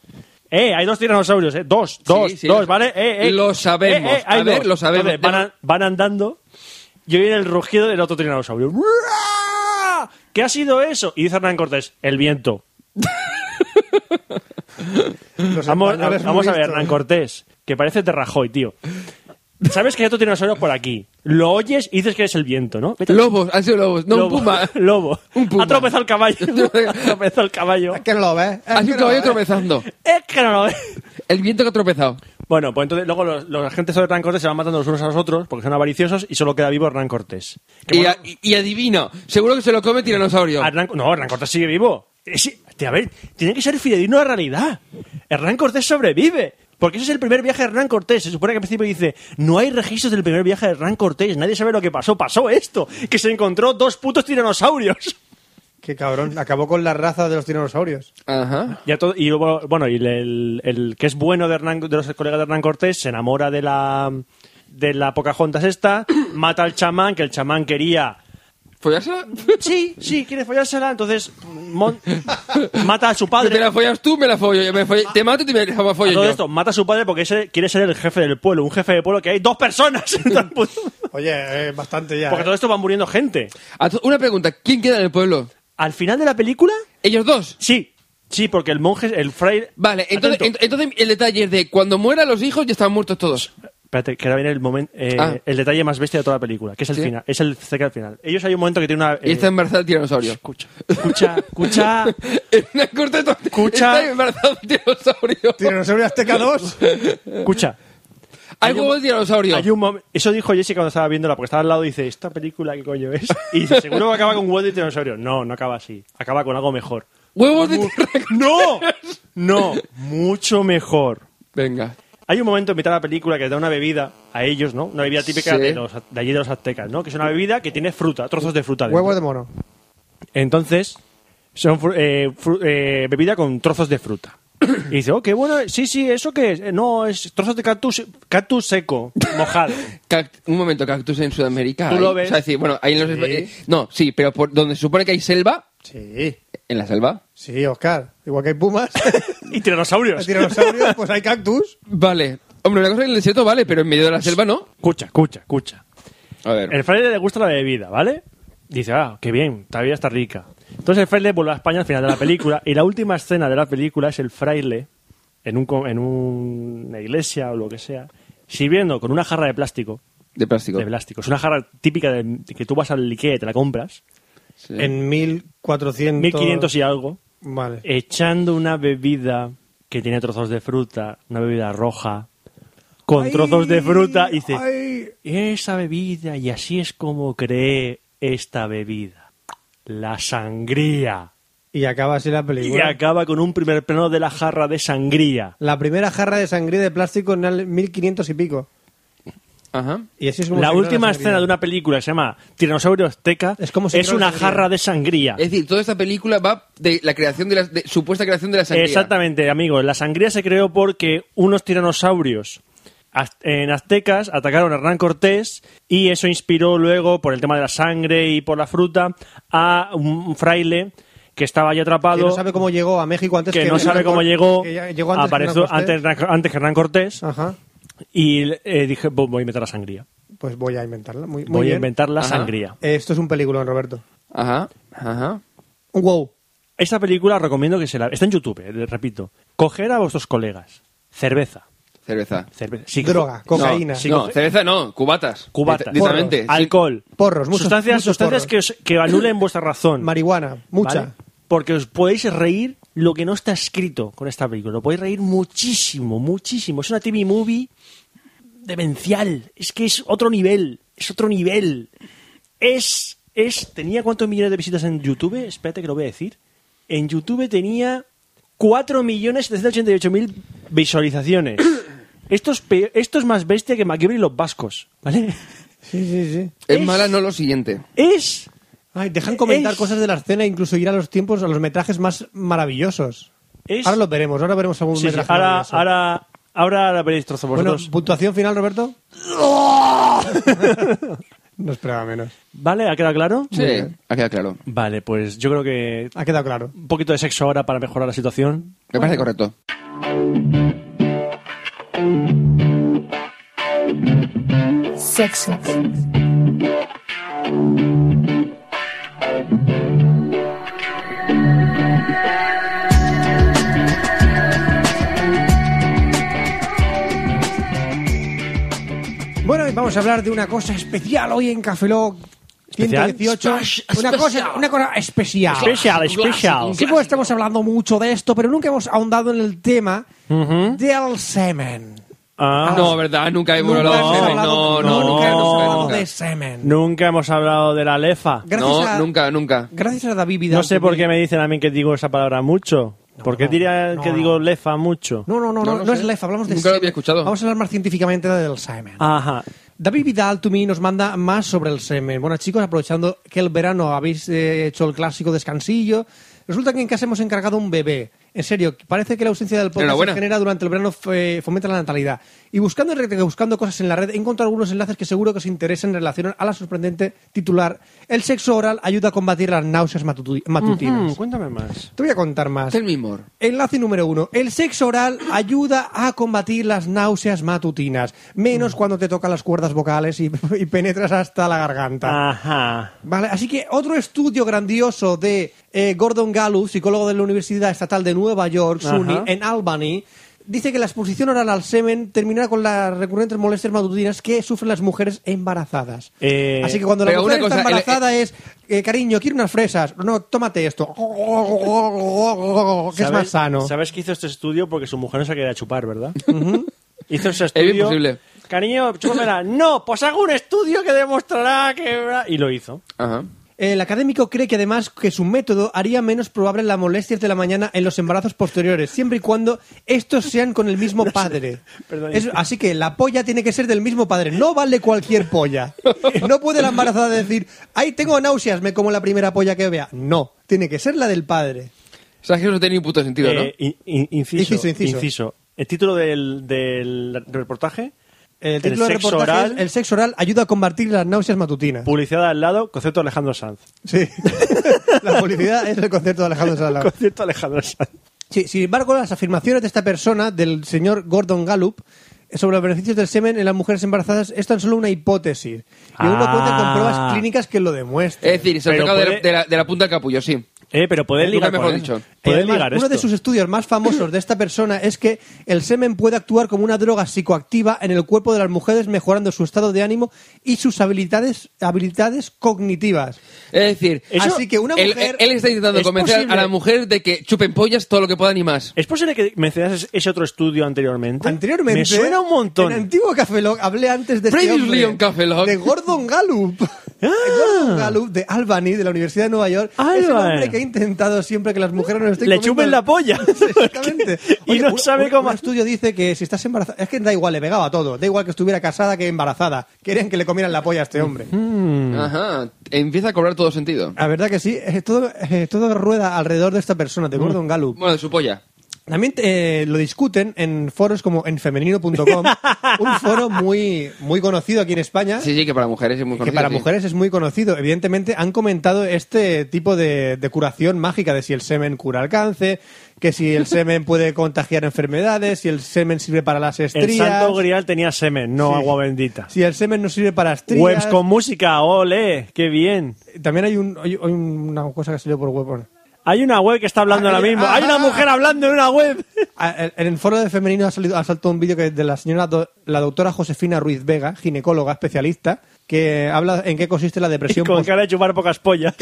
S2: Eh, hay dos tiranosaurios, eh, dos, dos,
S1: sí,
S2: dos,
S1: lo-
S2: ¿vale? Eh, eh.
S1: lo sabemos.
S2: Eh, eh, hay
S1: A ver,
S2: dos.
S1: lo sabemos.
S2: Entonces, van, a- van andando y oyen el rugido del otro tiranosaurio. ¡Ruah! ¿Qué ha sido eso? Y dice Hernán Cortés: el viento.
S4: Los
S2: Vamos,
S4: españoles
S2: a-
S4: muy
S2: Pues vamos a ver, eh.
S4: listos.
S2: Hernán Cortés, que parece de Rajoy, tío. Sabes que hay otro tiranosaurio por aquí. Lo oyes y dices que eres el viento, ¿no? Vete a-
S1: Lobos, han sido lobos. No,
S2: Lobo.
S1: un puma.
S2: Lobo.
S1: Un puma.
S2: Ha tropezado el caballo. ha tropezado el caballo.
S4: Es que no lo ves. Es
S1: Ha
S4: que
S1: sido un
S4: no
S1: caballo
S4: lo ves.
S1: tropezando.
S2: Es que no lo ves.
S1: El viento que ha tropezado.
S2: Bueno, pues entonces luego los, los agentes de Hernán Cortés se van matando los unos a los otros porque son avariciosos y solo queda vivo Hernán Cortés. Que
S1: Y,
S2: bueno,
S1: a- y- y adivina. Seguro que se lo come tiranosaurio.
S2: a Hernán- no, Hernán Cortés sigue vivo. Es- tío, a ver, tiene que ser fidedigno a la realidad. Hernán Cortés sobrevive. Porque ese es el primer viaje de Hernán Cortés. Se supone que al principio dice, no hay registros del primer viaje de Hernán Cortés. Nadie sabe lo que pasó. Pasó esto. Que se encontró dos putos tiranosaurios.
S4: Qué cabrón. Acabó con la raza de los dinosaurios.
S1: Ajá.
S2: Y, a todo- y luego, bueno, y el, el- el que es bueno de, Hernán- de los colegas de Hernán Cortés se enamora de la, de la Pocahontas esta, mata al chamán, que el chamán quería
S1: ¿Follársela?
S2: Sí, sí, quiere follársela, entonces mon- mata a su padre.
S1: Te la follas tú, me la follo. yo, me follo- Te mato y te me la follo
S2: A todo
S1: yo.
S2: esto, mata a su padre porque ese quiere ser el jefe del pueblo, un jefe de pueblo que hay dos personas. en todo el pueblo.
S4: Oye, eh, bastante ya.
S2: porque
S4: eh.
S2: todo esto va muriendo gente.
S1: A to- Una pregunta. ¿Quién queda en el pueblo?
S2: Al final de la película,
S1: ¿Ellos dos?
S2: sí, sí, porque el monje, el fraile.
S1: Vale, entonces,
S2: Atento.
S1: ent- entonces el detalle es de cuando mueran los hijos ya están muertos todos.
S2: Espérate, que ahora viene el momento, eh,
S1: Ah.
S2: el detalle más bestia de toda la película, que es el
S1: Sí.
S2: final, es el cerca del final. Ellos hay un momento que tiene una.
S1: Y este-
S2: eh,
S1: está embarazada el tiranosaurio.
S2: Escucha, escucha, escucha.
S1: Una corta to-
S2: Escucha.
S1: Está embarazado el tiranosaurio.
S4: Tiranosaurio Azteca 2.
S2: escucha.
S1: Hay huevos de dinosaurio.
S2: Hay un momen- Eso dijo Jessica cuando estaba viéndola, porque estaba al lado y dice, ¿esta película qué coño es? Y dice, seguro que acaba con World y Dinosaurio. No, no acaba así. Acaba con algo mejor.
S1: Huevos de tierra.
S2: ¡No! No, mucho mejor.
S1: Venga.
S2: Hay un momento en mitad de la película que les da una bebida a ellos, ¿no? Una bebida típica
S1: Sí.
S2: de, los, de allí de los aztecas, ¿no? Que es una bebida que tiene fruta, trozos de fruta. dentro.
S4: Huevos de mono.
S2: Entonces, son fru- eh, fru- eh, bebida con trozos de fruta. Y dice, oh, qué bueno. Sí, sí, ¿eso qué es? Eh, No, es trozos de cactus, cactus seco, mojado.
S1: Cact- un momento, cactus en Sudamérica.
S2: Tú
S1: hay.
S2: lo ves.
S1: O sea, sí, bueno, ahí en los. eh, No, sí, pero por donde se supone que hay selva,
S4: Sí.
S1: en la selva.
S4: Sí, Oscar. Igual que hay pumas,
S2: y tiranosaurios.
S4: hay dinosaurios, pues hay cactus.
S1: Vale. Hombre, una cosa en el desierto vale, pero en medio de la selva no.
S2: Escucha, escucha, escucha.
S1: A ver.
S2: El fraile le gusta la bebida, ¿vale? Dice, ah, qué bien, esta bebida está rica. Entonces el fraile vuelve a España al final de la película y la última escena de la película es el fraile en, un, co- en un- una iglesia o lo que sea, sirviendo con una jarra de plástico.
S1: De plástico.
S2: De plástico. Es una jarra típica de, que tú vas al Ikea y te la compras.
S1: Sí.
S4: En 1400.
S2: 1500 y algo.
S4: Vale.
S2: Echando una bebida que tiene trozos de fruta, una bebida roja, con trozos de fruta. Y dice,
S4: Ay.
S2: Esa bebida, y así es como creé esta bebida. La sangría.
S4: Y acaba así la
S2: Y
S4: película.
S2: acaba con un primer plano de la jarra de sangría.
S4: La primera jarra de sangría de plástico en el 1500 y pico.
S1: Ajá.
S4: Y así es como
S2: La
S4: se creó
S2: última
S4: sangría.
S2: escena de una película que se llama Tiranosaurio Azteca
S4: Es como si fuera
S2: una
S4: una sangría.
S2: jarra de sangría.
S1: Es decir, toda esta película va de la creación de la de- supuesta creación de la sangría.
S2: Exactamente, amigos. La sangría se creó porque unos tiranosaurios az- en aztecas atacaron a Hernán Cortés y eso inspiró luego, por el tema de la sangre y por la fruta, a un fraile que estaba ya atrapado
S4: Que no sabe cómo llegó a México antes
S2: que
S4: que
S2: no sabe cómo llegó,
S4: que ya- llegó antes que
S2: apareció
S4: Hernán Cortés. Ah.
S2: antes, antes que Hernán Cortés
S4: Ajá.
S2: y eh, dije, "Bo- voy a inventar la sangría.
S4: Pues voy a inventarla. Muy, muy
S2: voy
S4: bien.
S2: a inventar la
S1: Ajá.
S2: sangría.
S4: Eh, Esto es un peliculón, Roberto.
S1: Ajá, ajá.
S4: Wow.
S2: Esta película recomiendo que se la... Está en YouTube, eh, repito. Coger a vuestros colegas. Cerveza.
S1: Cerveza.
S2: cerveza. Si-
S4: Droga, cocaína.
S1: No, no, cerveza no, cubatas.
S2: Cubatas.
S1: Directamente.
S2: Alcohol.
S4: Porros, muchos-
S2: Sustancias,
S4: muchos
S2: sustancias
S4: porros.
S2: que, os- que anulen vuestra razón.
S4: Marihuana. Mucha.
S2: ¿vale? Porque os podéis reír lo que no está escrito con esta película. Lo podéis reír muchísimo, muchísimo. Es una TV movie demencial. Es que es otro nivel. Es otro nivel. Es. es ¿Tenía cuántos millones de visitas en YouTube? Espérate que lo voy a decir. En YouTube tenía 4.788.000 visualizaciones. Esto es, pe- esto es más bestia que McGibber y los vascos, ¿vale?
S4: Sí, sí, sí.
S1: Es mala no lo siguiente.
S2: Es
S4: Ay, dejan comentar
S2: Es-
S4: cosas de la escena e incluso ir a los tiempos, a los metrajes más maravillosos.
S2: Es-
S4: Ahora lo veremos, ahora veremos algún
S2: Sí, sí,
S4: metraje
S2: ahora,
S4: maravilloso.
S2: ahora, ahora la veréis trozo
S4: bueno,
S2: vosotros.
S4: puntuación final, Roberto. no esperaba menos.
S2: ¿Vale? ¿Ha quedado claro?
S1: Sí, ha quedado claro.
S2: Vale, pues yo creo que
S4: Ha quedado claro.
S2: un poquito de sexo ahora para mejorar la situación.
S1: Me parece correcto.
S3: Sexo.
S4: Bueno, y vamos a hablar de una cosa especial hoy en Café Lock
S2: ¿Especial?
S4: 118. Una cosa, una cosa especial.
S2: Especial, especial.
S4: Sí, pues estamos hablando mucho de esto, pero nunca hemos ahondado en el tema del semen.
S2: Ah,
S1: No, verdad, nunca hemos
S4: Nunca
S1: hablado
S4: hemos
S1: de semen.
S4: hablado-
S1: No, no,
S4: nunca
S1: nunca,
S4: hemos
S1: nunca,
S4: hablado
S1: nunca.
S4: de semen.
S2: Nunca hemos hablado de la lefa.
S4: Gracias
S1: No,
S4: a-
S1: nunca, nunca.
S4: Gracias a David Vidal.
S2: No sé
S4: que
S2: por
S4: me-
S2: qué me dicen a mí que digo esa palabra mucho. ¿Por qué
S4: no,
S2: diría
S4: no,
S2: que
S4: no.
S2: digo lefa mucho?
S4: No, no, no, no,
S1: No lo
S4: no es
S1: sé.
S4: Lefa, hablamos de
S1: Nunca lo había
S4: semen.
S1: escuchado.
S4: Vamos a hablar más científicamente del semen.
S2: Ajá.
S4: David Vidal, Tumi, nos manda más sobre el semen. Bueno, chicos, aprovechando que el verano habéis eh, hecho el clásico descansillo, resulta que en casa hemos encargado un bebé. En serio, parece que la ausencia del podcast
S1: Enhorabuena.
S4: se genera durante el verano fe- fomenta la natalidad. Y buscando, en red- buscando cosas en la red, he encontrado algunos enlaces que seguro que os interesan en relación a la sorprendente titular El sexo oral ayuda a combatir las náuseas matutu- matutinas.
S2: Mm, cuéntame más.
S4: Te voy a contar más.
S1: Tell me more.
S4: Enlace número uno. El sexo oral ayuda a combatir las náuseas matutinas,
S1: Mm.
S4: menos cuando te tocan las cuerdas vocales y, y penetras hasta la
S1: Ah.
S4: garganta.
S2: Ajá.
S4: Vale, así que otro estudio grandioso de eh, Gordon Gallup, psicólogo de la Universidad Estatal de Nueva York, SUNY,
S2: Ajá.
S4: en Albany, dice que la exposición oral al semen terminará con las recurrentes molestias matutinas que sufren las mujeres embarazadas.
S2: Eh,
S4: así que cuando la
S1: pero
S4: mujer
S1: una cosa,
S4: está
S1: el-
S4: embarazada es, eh, cariño, quiero unas fresas. No, tómate esto. que es
S2: ¿Sabes-
S4: más sano.
S2: ¿Sabes que hizo este estudio? Porque su mujer no se quería chupar, ¿verdad? Hizo ese estudio.
S1: bien posible.
S2: Cariño, chúpamela. No, pues hago un estudio que demostrará que... Y lo hizo.
S1: Ajá.
S4: El académico cree que además que su método haría menos probable las molestias de la mañana en los embarazos posteriores, siempre y cuando estos sean con el mismo padre.
S2: Perdón.
S4: Es- así que la polla tiene que ser del mismo padre, no vale cualquier polla. No puede la embarazada decir, ay, tengo náuseas, me como la primera polla que vea. No, tiene que ser la del padre.
S1: Sabes que eso no tiene ni puto sentido, ¿no?
S2: Eh, in- in- inciso,
S4: Inciso,
S2: inciso,
S4: inciso.
S2: El título del, del reportaje,
S4: El título del
S2: sexo
S4: reportaje
S2: oral,
S4: es, El sexo oral ayuda a combatir las náuseas matutinas.
S2: publicidad al lado, concepto Alejandro Sanz.
S4: Sí. la publicidad es el concepto de Alejandro Salado.
S2: Concepto Alejandro Sanz.
S4: Sí, sin embargo, las afirmaciones de esta persona, del señor Gordon Gallup, sobre los beneficios del semen en las mujeres embarazadas es tan solo una hipótesis. Y aún no cuenta con
S2: Ah.
S4: pruebas clínicas que lo demuestren.
S1: Es decir, se ha
S2: Pero
S1: tocado de la-
S2: puede-
S1: de, la, de la punta del capullo, sí.
S2: Eh, pero poder
S1: Nunca
S2: ligar con
S1: mejor
S2: él.
S1: dicho.
S4: Y
S2: Poder
S4: Eh, además,
S2: ligar
S4: uno de
S2: esto.
S4: sus estudios más famosos de esta persona es que el semen puede actuar como una droga psicoactiva en el cuerpo de las mujeres, mejorando su estado de ánimo y sus habilidades, habilidades cognitivas.
S1: Es decir,
S2: Eso-
S4: Así que una
S1: él,
S4: mujer.
S1: él está intentando
S2: es
S1: convencer
S2: posible.
S1: a la mujer de que chupen pollas todo lo que puedan y más.
S2: ¿Es posible que mencionases ese otro estudio anteriormente?
S4: Anteriormente,
S2: Me suena un montón.
S4: En antiguo Café Lock hablé antes de este
S1: Previously
S4: hombre,
S1: on Café Lock.
S4: de Gordon Gallup. De Gordon Gallup de Albany, de la Universidad de Nueva York. Es el
S2: Ah. Albany.
S4: hombre que ha intentado siempre que las mujeres no estén
S2: Le
S4: comiendo-
S2: chupen la polla.
S4: Exactamente.
S2: Y no
S4: un-
S2: sabe
S4: un-
S2: cómo-
S4: Un estudio dice que si estás embarazada. Es que da igual, le pegaba a todo. Da igual que estuviera casada que embarazada. Querían que le comieran la polla a este hombre.
S2: Mm.
S1: Ajá. Empieza a cobrar todo sentido.
S4: La verdad que sí. eh, todo, eh, todo rueda alrededor de esta persona, de Gordon Gallup.
S1: Bueno, de su polla.
S4: También eh, lo discuten en foros como en femenino.com, un foro muy, muy conocido aquí en España.
S1: Sí, sí, que para mujeres es muy
S4: que
S1: conocido.
S4: para
S1: sí.
S4: mujeres es muy conocido. Evidentemente han comentado este tipo de, de curación mágica de si el semen cura alcance, que si el semen puede contagiar enfermedades, si el semen sirve para las
S2: El santo
S4: estrías,
S2: grial tenía semen, no
S4: Sí.
S2: agua bendita.
S4: si el semen no sirve para estrías.
S2: Webs con música, ole, qué bien.
S4: También hay, un, hay- hay una cosa que salió por web.
S2: Hay una web que está hablando
S4: Ah,
S2: ahora mismo.
S4: ah,
S2: Hay una
S4: ah,
S2: mujer hablando en una web.
S4: Ah, En en el foro de femenino ha, salido, ha saltado un vídeo que de la señora do- la doctora Josefina Ruiz Vega, ginecóloga especialista, que habla en qué consiste la depresión
S2: Con
S4: post-
S2: cara de chupar pocas pollas.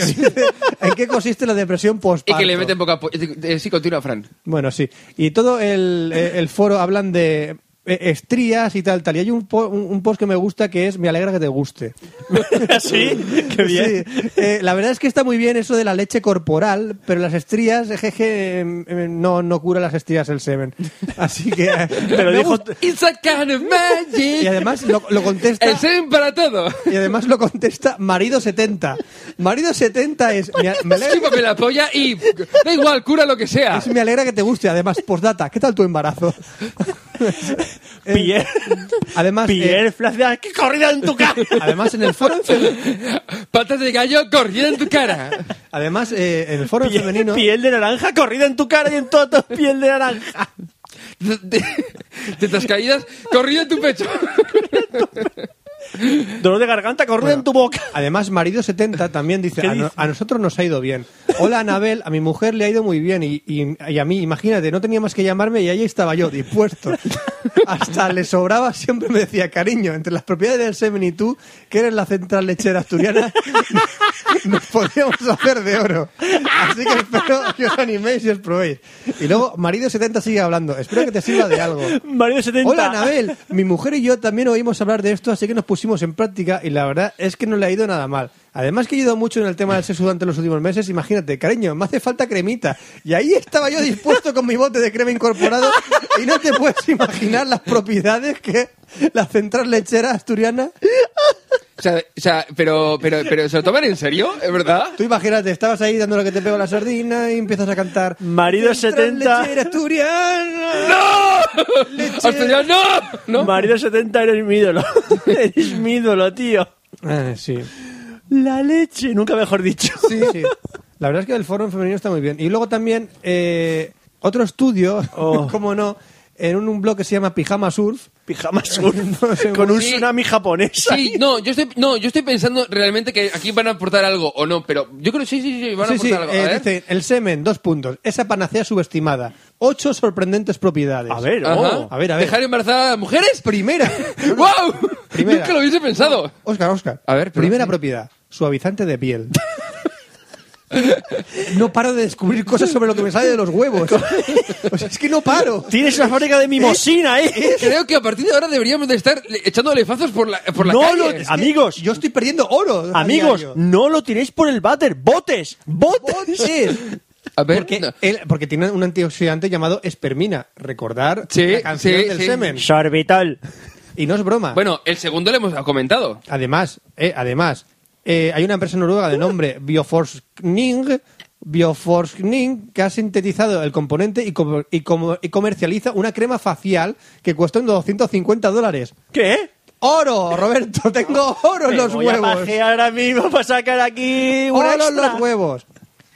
S4: en qué consiste la depresión
S1: Y
S4: postparto.
S1: que le meten poca... po- eh, Sí, continúa, Fran.
S4: Bueno, sí. Y todo el, eh, el foro hablan de eh, estrías y tal, tal. Y hay un, po- un- un post que me gusta que es Me alegra que te guste.
S2: sí, qué bien.
S4: Sí. Eh, la verdad es que está muy bien eso de la leche corporal, pero las estrías, jeje, em, em, no, no cura las estrías el semen. Así que... eh,
S2: Pero
S4: me
S2: dijo-
S4: gusta.
S1: It's a kind of magic.
S4: Y además lo, lo contesta...
S1: El semen para todo.
S4: Y además lo contesta Marido 70. Marido 70 es... Me, a- me alegra,
S1: Chúpame la polla y da igual, cura lo que sea.
S4: es, me alegra que te guste. Además, postdata, ¿qué tal tu embarazo? Eh,
S2: Pierre,
S4: Además, eh,
S2: Pierre Flacia, ¡qué corrida en tu cara!
S4: Además, en el foro, en fem-
S1: Patas de gallo corriendo en tu cara.
S4: además, eh, en el foro en
S2: Piel-
S4: femenino.
S2: Piel de naranja corrida en tu cara y en todo tu piel de naranja.
S1: De- de- Tetas caídas corriendo en tu pecho.
S2: Dolor de garganta corrida en tu boca.
S4: Además, marido 70 también dice
S2: ¿Qué
S4: a, no-
S2: dice?
S4: a nosotros nos ha ido bien. Hola, Anabel, a mi mujer le ha ido muy bien y, y- y a mí, imagínate, no tenía más que llamarme y ahí estaba yo, dispuesto. Hasta le sobraba, siempre me decía, cariño, entre las propiedades del semen y tú, que eres la central lechera asturiana, nos podríamos hacer de oro. Así que espero que os animéis y os probéis. Y luego, marido 70 sigue hablando. Espero que te sirva de algo.
S2: Mario 70.
S4: Hola, Anabel. Mi mujer y yo también oímos hablar de esto, así que nos pusimos en práctica y la verdad es que no le ha ido nada mal. Además que he ido mucho en el tema del sexo durante los últimos meses, imagínate, cariño, me hace falta cremita. Y ahí estaba yo dispuesto con mi bote de crema incorporado y no te puedes imaginar las propiedades que la central lechera asturiana...
S1: O sea, o sea, pero, pero, pero, ¿se lo toman en serio? ¿Es verdad?
S4: Tú imagínate, estabas ahí dando lo que te pego a la sardina y empiezas a cantar...
S2: Marido
S4: "Central
S2: 70".
S4: lechera asturiana...
S1: ¡No! Al final, ¡No! ¿No?
S2: Marido 70 eres mi ídolo. eres mi ídolo, tío.
S4: Ah, sí.
S2: La leche, nunca mejor dicho.
S4: Sí, sí. La verdad es que el foro en femenino está muy bien. Y luego también eh, otro estudio,
S2: Oh.
S4: como no, en un, un blog que se llama Pijama Surf.
S2: Pijama sur.
S4: No sé,
S2: con un
S1: sí.
S2: tsunami japonés.
S1: Sí, no yo, estoy, no, yo estoy pensando realmente que aquí van a aportar algo o no, pero yo creo que sí, sí, sí, van a aportar
S4: Sí, sí,
S1: pues algo. A
S4: eh,
S1: ver.
S4: dice, el semen, dos puntos. Esa panacea subestimada. Ocho sorprendentes propiedades.
S2: A ver,
S1: Ajá.
S2: oh.
S4: A ver, a ver.
S1: ¿Dejar embarazadas a mujeres?
S4: Primera.
S1: ¡Wow!
S4: Primera.
S1: Nunca lo hubiese pensado.
S4: Oscar, Oscar.
S1: A ver, pero-
S4: Primera propiedad, suavizante de piel. No paro de descubrir cosas sobre lo que me sale de los huevos. O sea, es que no paro.
S2: Tienes una fábrica de mimosina, ¿eh?
S1: Creo que a partir de ahora deberíamos de estar le- echando lefazos por la, por la
S2: No,
S1: calle.
S2: no, Amigos.
S4: Yo estoy perdiendo oro. a
S2: Amigos,
S4: diario.
S2: no lo tiréis por el váter. ¡Botes! ¡Botes!
S4: botes.
S1: A ver,
S4: porque,
S1: no.
S4: él- porque tiene un antioxidante llamado espermina. Recordar
S1: Sí,
S4: la canción
S1: sí,
S4: del
S1: sí.
S4: semen.
S2: Sorbitol.
S4: Y no es broma.
S1: Bueno, el segundo le hemos comentado.
S4: Además, eh, además eh, hay una empresa noruega de nombre Bioforskning, Bioforskning que ha sintetizado el componente y, com- y com- y comercializa una crema facial que cuesta unos 250 dólares.
S2: ¿Qué?
S4: ¡Oro, Roberto! ¡Tengo oro en
S2: Me
S4: los
S2: voy a
S4: huevos!
S2: pajear ahora mismo para sacar aquí un
S4: ¡Oro en
S2: extra.
S4: los huevos!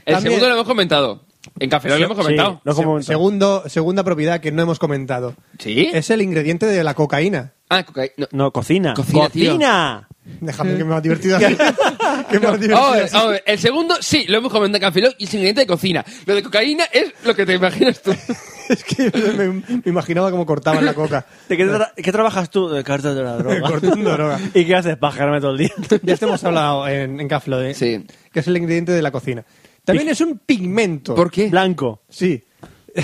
S1: El
S4: También-
S1: segundo lo hemos comentado. En Café Lock lo hemos
S2: Sí,
S1: comentado.
S2: lo
S4: Se-
S2: como-
S4: segundo, segunda propiedad que no hemos comentado.
S1: ¿Sí?
S4: Es el ingrediente de la cocaína.
S1: Ah, cocaína. no.
S2: No, cocina.
S1: Cocina, tío.
S2: ¡Cocina!
S4: Déjame que me ha divertido así. que me ha divertido
S1: A ver,
S4: así.
S1: a ver, Oh, el segundo, sí, lo hemos comentado en Café Lock y es ingrediente de cocina. Lo de cocaína es lo que te imaginas tú.
S4: Es que me, me imaginaba cómo cortaban la coca.
S2: ¿De qué, tra- qué trabajas tú? De cartas de la droga.
S4: Cortando droga.
S2: ¿Y qué haces? Pajarme todo el día.
S4: Ya te hemos hablado en, en Caflo de
S1: Sí.
S4: que es el ingrediente de la cocina. También es un pigmento.
S1: ¿Por qué?
S2: Blanco.
S4: Sí.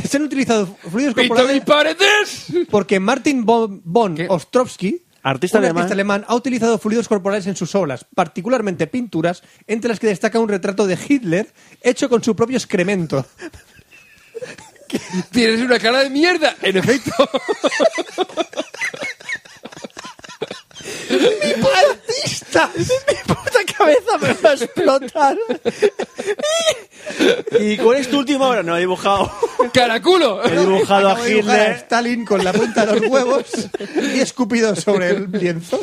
S4: Se han utilizado fluidos
S1: ¡Pito
S4: corporales
S1: mis paredes!
S4: porque Martin von, von
S1: ¿Qué?
S4: Ostrovsky,
S2: Artista
S4: un
S2: alemán.
S4: artista alemán, ha utilizado fluidos corporales en sus obras, particularmente pinturas, entre las que destaca un retrato de Hitler hecho con su propio excremento.
S1: Tienes una cara de mierda, en efecto.
S2: ¡Artista! ¡Mi puta cabeza me va a explotar! ¿Y cuál es tu última hora? No, he dibujado.
S1: ¡Caraculo!
S2: He dibujado
S4: Acabo
S2: a
S4: de dibujar este.
S2: Hitler.
S4: Stalin con la punta de los huevos y escupido sobre el lienzo.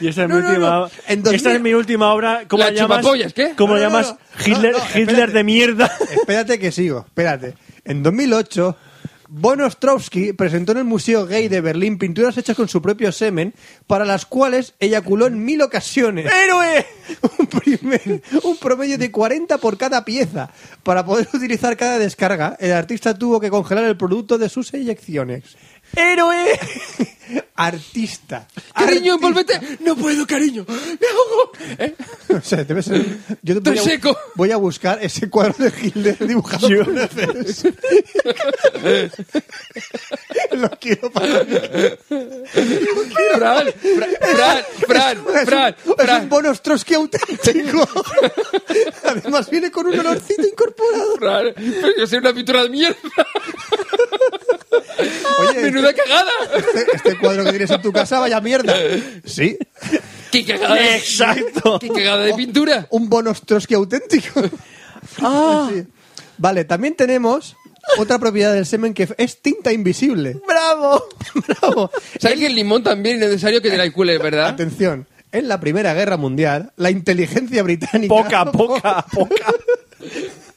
S2: Y esta es,
S4: No,
S2: mi
S4: no,
S2: última,
S4: no. En 2000
S2: esta es mi última obra. ¿Cómo
S1: La
S2: la llamas?
S1: chupapollas, ¿qué?
S2: ¿Cómo
S4: No,
S2: la
S4: no, no,
S2: llamas?
S4: no.
S2: Hitler,
S4: No, no,
S2: Hitler
S4: espérate.
S2: de mierda.
S4: Espérate que sigo, espérate. En 2008, Bono Ostrovsky presentó en el Museo Gay de Berlín pinturas hechas con su propio semen, para las cuales eyaculó en mil ocasiones.
S2: ¡Héroe!
S4: Un, primer- un promedio de 40 por cada pieza. Para poder utilizar cada descarga, el artista tuvo que congelar el producto de sus eyecciones.
S2: ¡Héroe!
S4: Artista.
S1: ¡Cariño,
S4: Artista.
S1: envolvete! ¡No puedo, cariño! ¡Me ahogo! ¿Eh?
S4: O sea, debe ser- Yo
S1: Estoy
S4: voy a,
S1: seco.
S4: voy a buscar ese cuadro de Hitler dibujado
S2: Yo-
S4: por Neces. Lo quiero para mí.
S1: Fran, Fran, Fran, Fran, Fran,
S4: es un, es un
S1: Fran,
S4: Bono Ostrovsky auténtico. Además viene con un olorcito incorporado.
S1: Fran. Pero yo soy una pintura de mierda.
S4: Oye,
S1: ¡Menuda cagada!
S4: este, este cuadro que tienes en tu casa, vaya mierda. Sí,
S1: ¡Qué cagada! de-
S2: ¡Exacto!
S1: ¡Qué cagada de pintura!
S4: un Bono Ostrovsky auténtico.
S1: Ah.
S4: Sí. Vale, también tenemos otra propiedad del semen que es tinta invisible.
S7: ¡Bravo!
S4: Bravo.
S1: ¿Sabes que el limón también es necesario que te la cules,
S2: ¿Ah?
S1: verdad?
S4: Atención, en la Primera Guerra Mundial, la inteligencia británica
S2: Poca, poca, poca.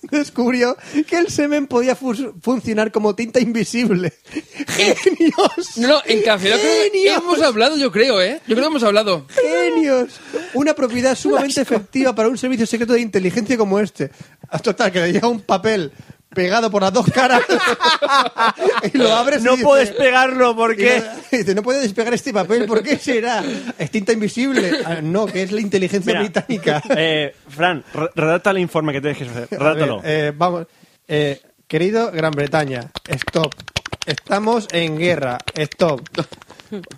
S4: descubrió que el semen podía fus- funcionar como tinta invisible. ¡Genios!
S1: No, no, en Café Lock creo que
S4: Genios.
S1: hemos hablado, yo creo, ¿eh? Yo creo que hemos hablado.
S4: ¡Genios! Una propiedad sumamente efectiva para un servicio secreto de inteligencia como este. Ah, Total, que le llega un papel pegado por las dos caras y lo abres y
S2: No
S4: dices-
S2: puedes pegarlo
S4: y
S2: porque.
S4: lo- y dice, no puedes despegar este papel, ¿por qué será? ¿Es tinta invisible? Ah, no, que es la inteligencia
S2: Mira,
S4: británica.
S2: eh, Fran, re- redacta el informe que tienes que hacer.
S4: A ver,
S2: Redátalo.
S4: eh, vamos. Eh, querido Gran Bretaña, stop. Estamos en guerra, stop.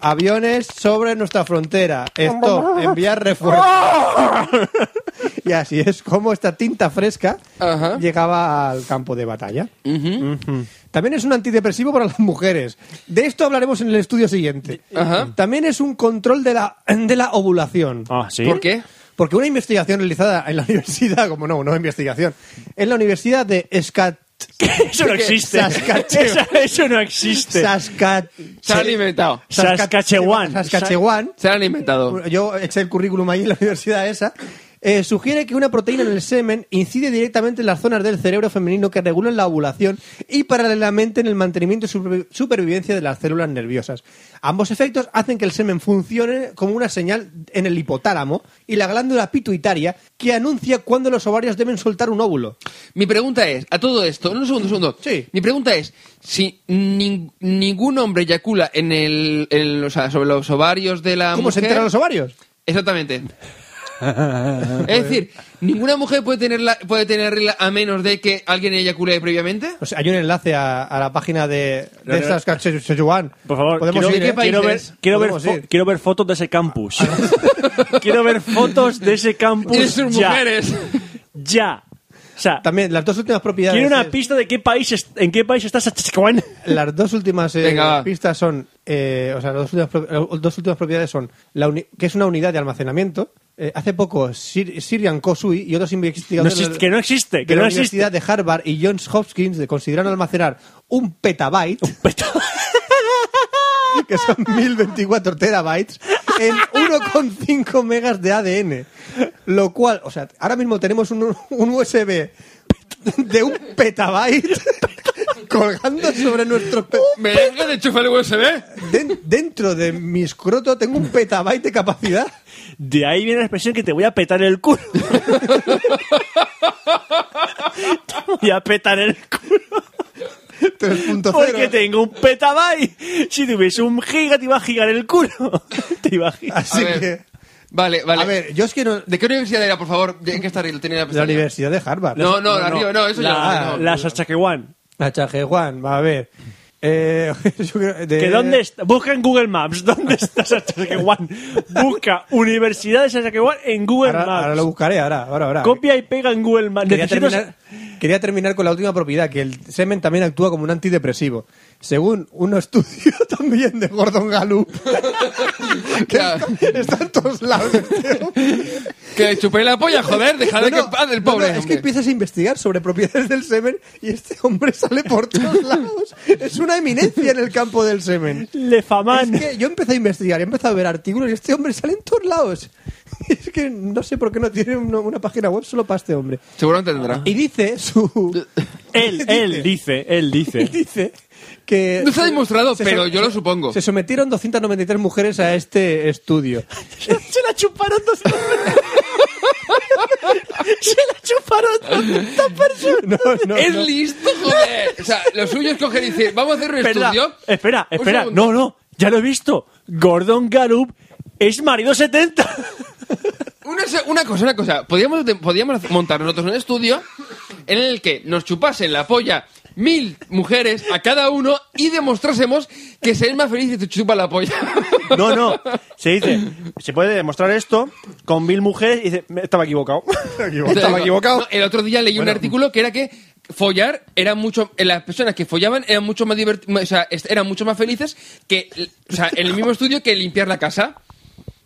S4: Aviones sobre nuestra frontera, stop. Enviar refuerzos. y así es como esta tinta fresca
S1: Ajá.
S4: llegaba al campo de batalla.
S1: Ujú.
S4: Ujú. También es un antidepresivo para las mujeres. De esto hablaremos en el estudio siguiente.
S1: Ajá.
S4: También es un control de la, de la ovulación.
S2: Ah, ¿sí?
S1: ¿Por qué?
S4: Porque una investigación realizada en la universidad, como no, no investigación, en la universidad de Scat-
S2: Eso no existe.
S4: Saskatchewan.
S2: Esa- Eso no existe.
S4: Saskat-
S1: Se han alimentado.
S2: Saskatchewan.
S4: Saskatchewan.
S1: Se han alimentado.
S4: Yo eché el currículum ahí en la universidad esa. Eh, sugiere que una proteína en el semen incide directamente en las zonas del cerebro femenino que regulan la ovulación y paralelamente en el mantenimiento y supervi- supervivencia de las células nerviosas. Ambos efectos hacen que el semen funcione como una señal en el hipotálamo y la glándula pituitaria que anuncia cuándo los ovarios deben soltar un óvulo.
S1: Mi pregunta es, a todo esto, un segundo, un segundo.
S4: Sí.
S1: Mi pregunta es, si nin- ningún hombre eyacula en el, en, o sea, sobre los ovarios de la
S4: ¿Cómo se
S1: mujer...
S4: enteran los ovarios?
S1: Exactamente. es decir, ninguna mujer puede tenerla, puede tenerla a menos de que alguien eyacule previamente.
S4: O sea, hay un enlace a, a la página de, de
S2: no.
S4: Saskatchewan.
S2: Por favor,
S4: podemos
S2: quiero,
S4: ir, ¿eh?
S1: ¿De qué
S2: quiero ver,
S1: países?
S2: quiero, ver fo-
S4: Podemos ir.
S2: quiero ver fotos de ese campus. quiero ver fotos de ese campus.
S1: Y de sus
S2: Pues ya.
S1: mujeres.
S2: Ya. O sea,
S4: También las dos últimas propiedades.
S2: quiero una
S4: es-
S2: pista de qué país es- en qué país está Saskatchewan.
S4: Las dos últimas eh,
S1: Venga, va.
S4: pistas son, eh, o sea, las dos últimas, pro- las dos últimas propiedades son la uni- que es una unidad de almacenamiento. Eh, hace poco Sir- Sirian Kosui y otros
S2: No
S4: investigadores
S2: existe- que no existe,
S4: de
S2: que
S4: la
S2: no existe.
S4: Universidad de Harvard y Johns Hopkins de- consideraron almacenar un petabyte, que son 1024 terabytes, en 1,5 megas de ADN. Lo cual, o sea, ahora mismo tenemos un, un USB de un petabyte colgando sobre nuestros... pe-
S1: ¿Me deja de enchufar el USB?
S4: Den- dentro de mi escroto tengo un petabyte de capacidad.
S2: De ahí viene la expresión que te voy a petar el culo. te voy a petar el culo.
S4: 3.0.
S2: Porque tengo un petabyte. Si tuviese un giga, te iba a gigar el culo. te iba a gigar.
S1: A
S4: Así
S1: ver,
S4: que,
S1: Vale, vale.
S4: a ver, yo es que no...
S1: ¿De qué universidad era, por favor? ¿De qué está tenía la
S4: La
S1: pestaña?
S4: Universidad de Harvard.
S1: No, no, arriba, no, eso ya
S2: La,
S1: no,
S2: la Saskatchewan.
S4: La Chajejuan, va a ver. Eh, yo creo- de-
S2: ¿Que dónde está? Busca en Google Maps. ¿Dónde está Saskatchewan? Busca Universidad de Saskatchewan en Google
S4: Ahora,
S2: Maps.
S4: ahora lo buscaré, ahora, ahora, ahora.
S2: Copia y pega en Google Maps.
S4: Quería
S2: Necesito,
S4: terminar- Quería terminar con la última propiedad, que el semen también actúa como un antidepresivo. Según un estudio también de Gordon Gallup.
S1: Claro.
S4: Está en todos lados. tío.
S1: Que le chupé la polla, joder, dejadle
S4: No,
S1: que
S4: no,
S1: en paz el
S4: no,
S1: pobre.
S4: no, es que
S1: hombre.
S4: empiezas a investigar sobre propiedades del semen y este hombre sale por todos lados. es una eminencia en el campo del semen.
S2: Lefaman.
S4: Es que yo empecé a investigar, he empezado a ver artículos y este hombre sale en todos lados. Es que no sé por qué no tiene una, una página web solo para este hombre.
S1: Seguramente tendrá.
S4: Y dice su...
S2: Él, él dice, él dice.
S4: dice que...
S1: No está demostrado,
S4: se-
S1: pero
S4: se-
S1: yo lo supongo.
S4: Se sometieron 293 mujeres a este estudio.
S7: Se la chuparon dos Se la chuparon dos personas.
S4: No, no,
S1: ¡Es
S4: no.
S1: listo, joder! O sea, lo suyo es coger y decir, vamos a hacer un
S2: Espera,
S1: estudio.
S2: espera,
S1: Un
S2: espera.
S1: segundo.
S2: No, no, ya lo he visto. Gordon Garup es marido 70.
S1: Una, se- una cosa, una cosa. Podríamos, de- podríamos hacer- montar nosotros un estudio en el que nos chupasen la polla mil mujeres a cada uno y demostrásemos que se es más feliz si te chupa la polla.
S2: No, no. Se dice, se puede demostrar esto con mil mujeres y dice, "Me- estaba equivocado.
S1: Estaba equivocado. el otro día leí un artículo que era que follar era mucho eh, las personas que follaban eran mucho más divert- o sea, est- eran mucho más felices que o sea, en el mismo estudio que limpiar la casa.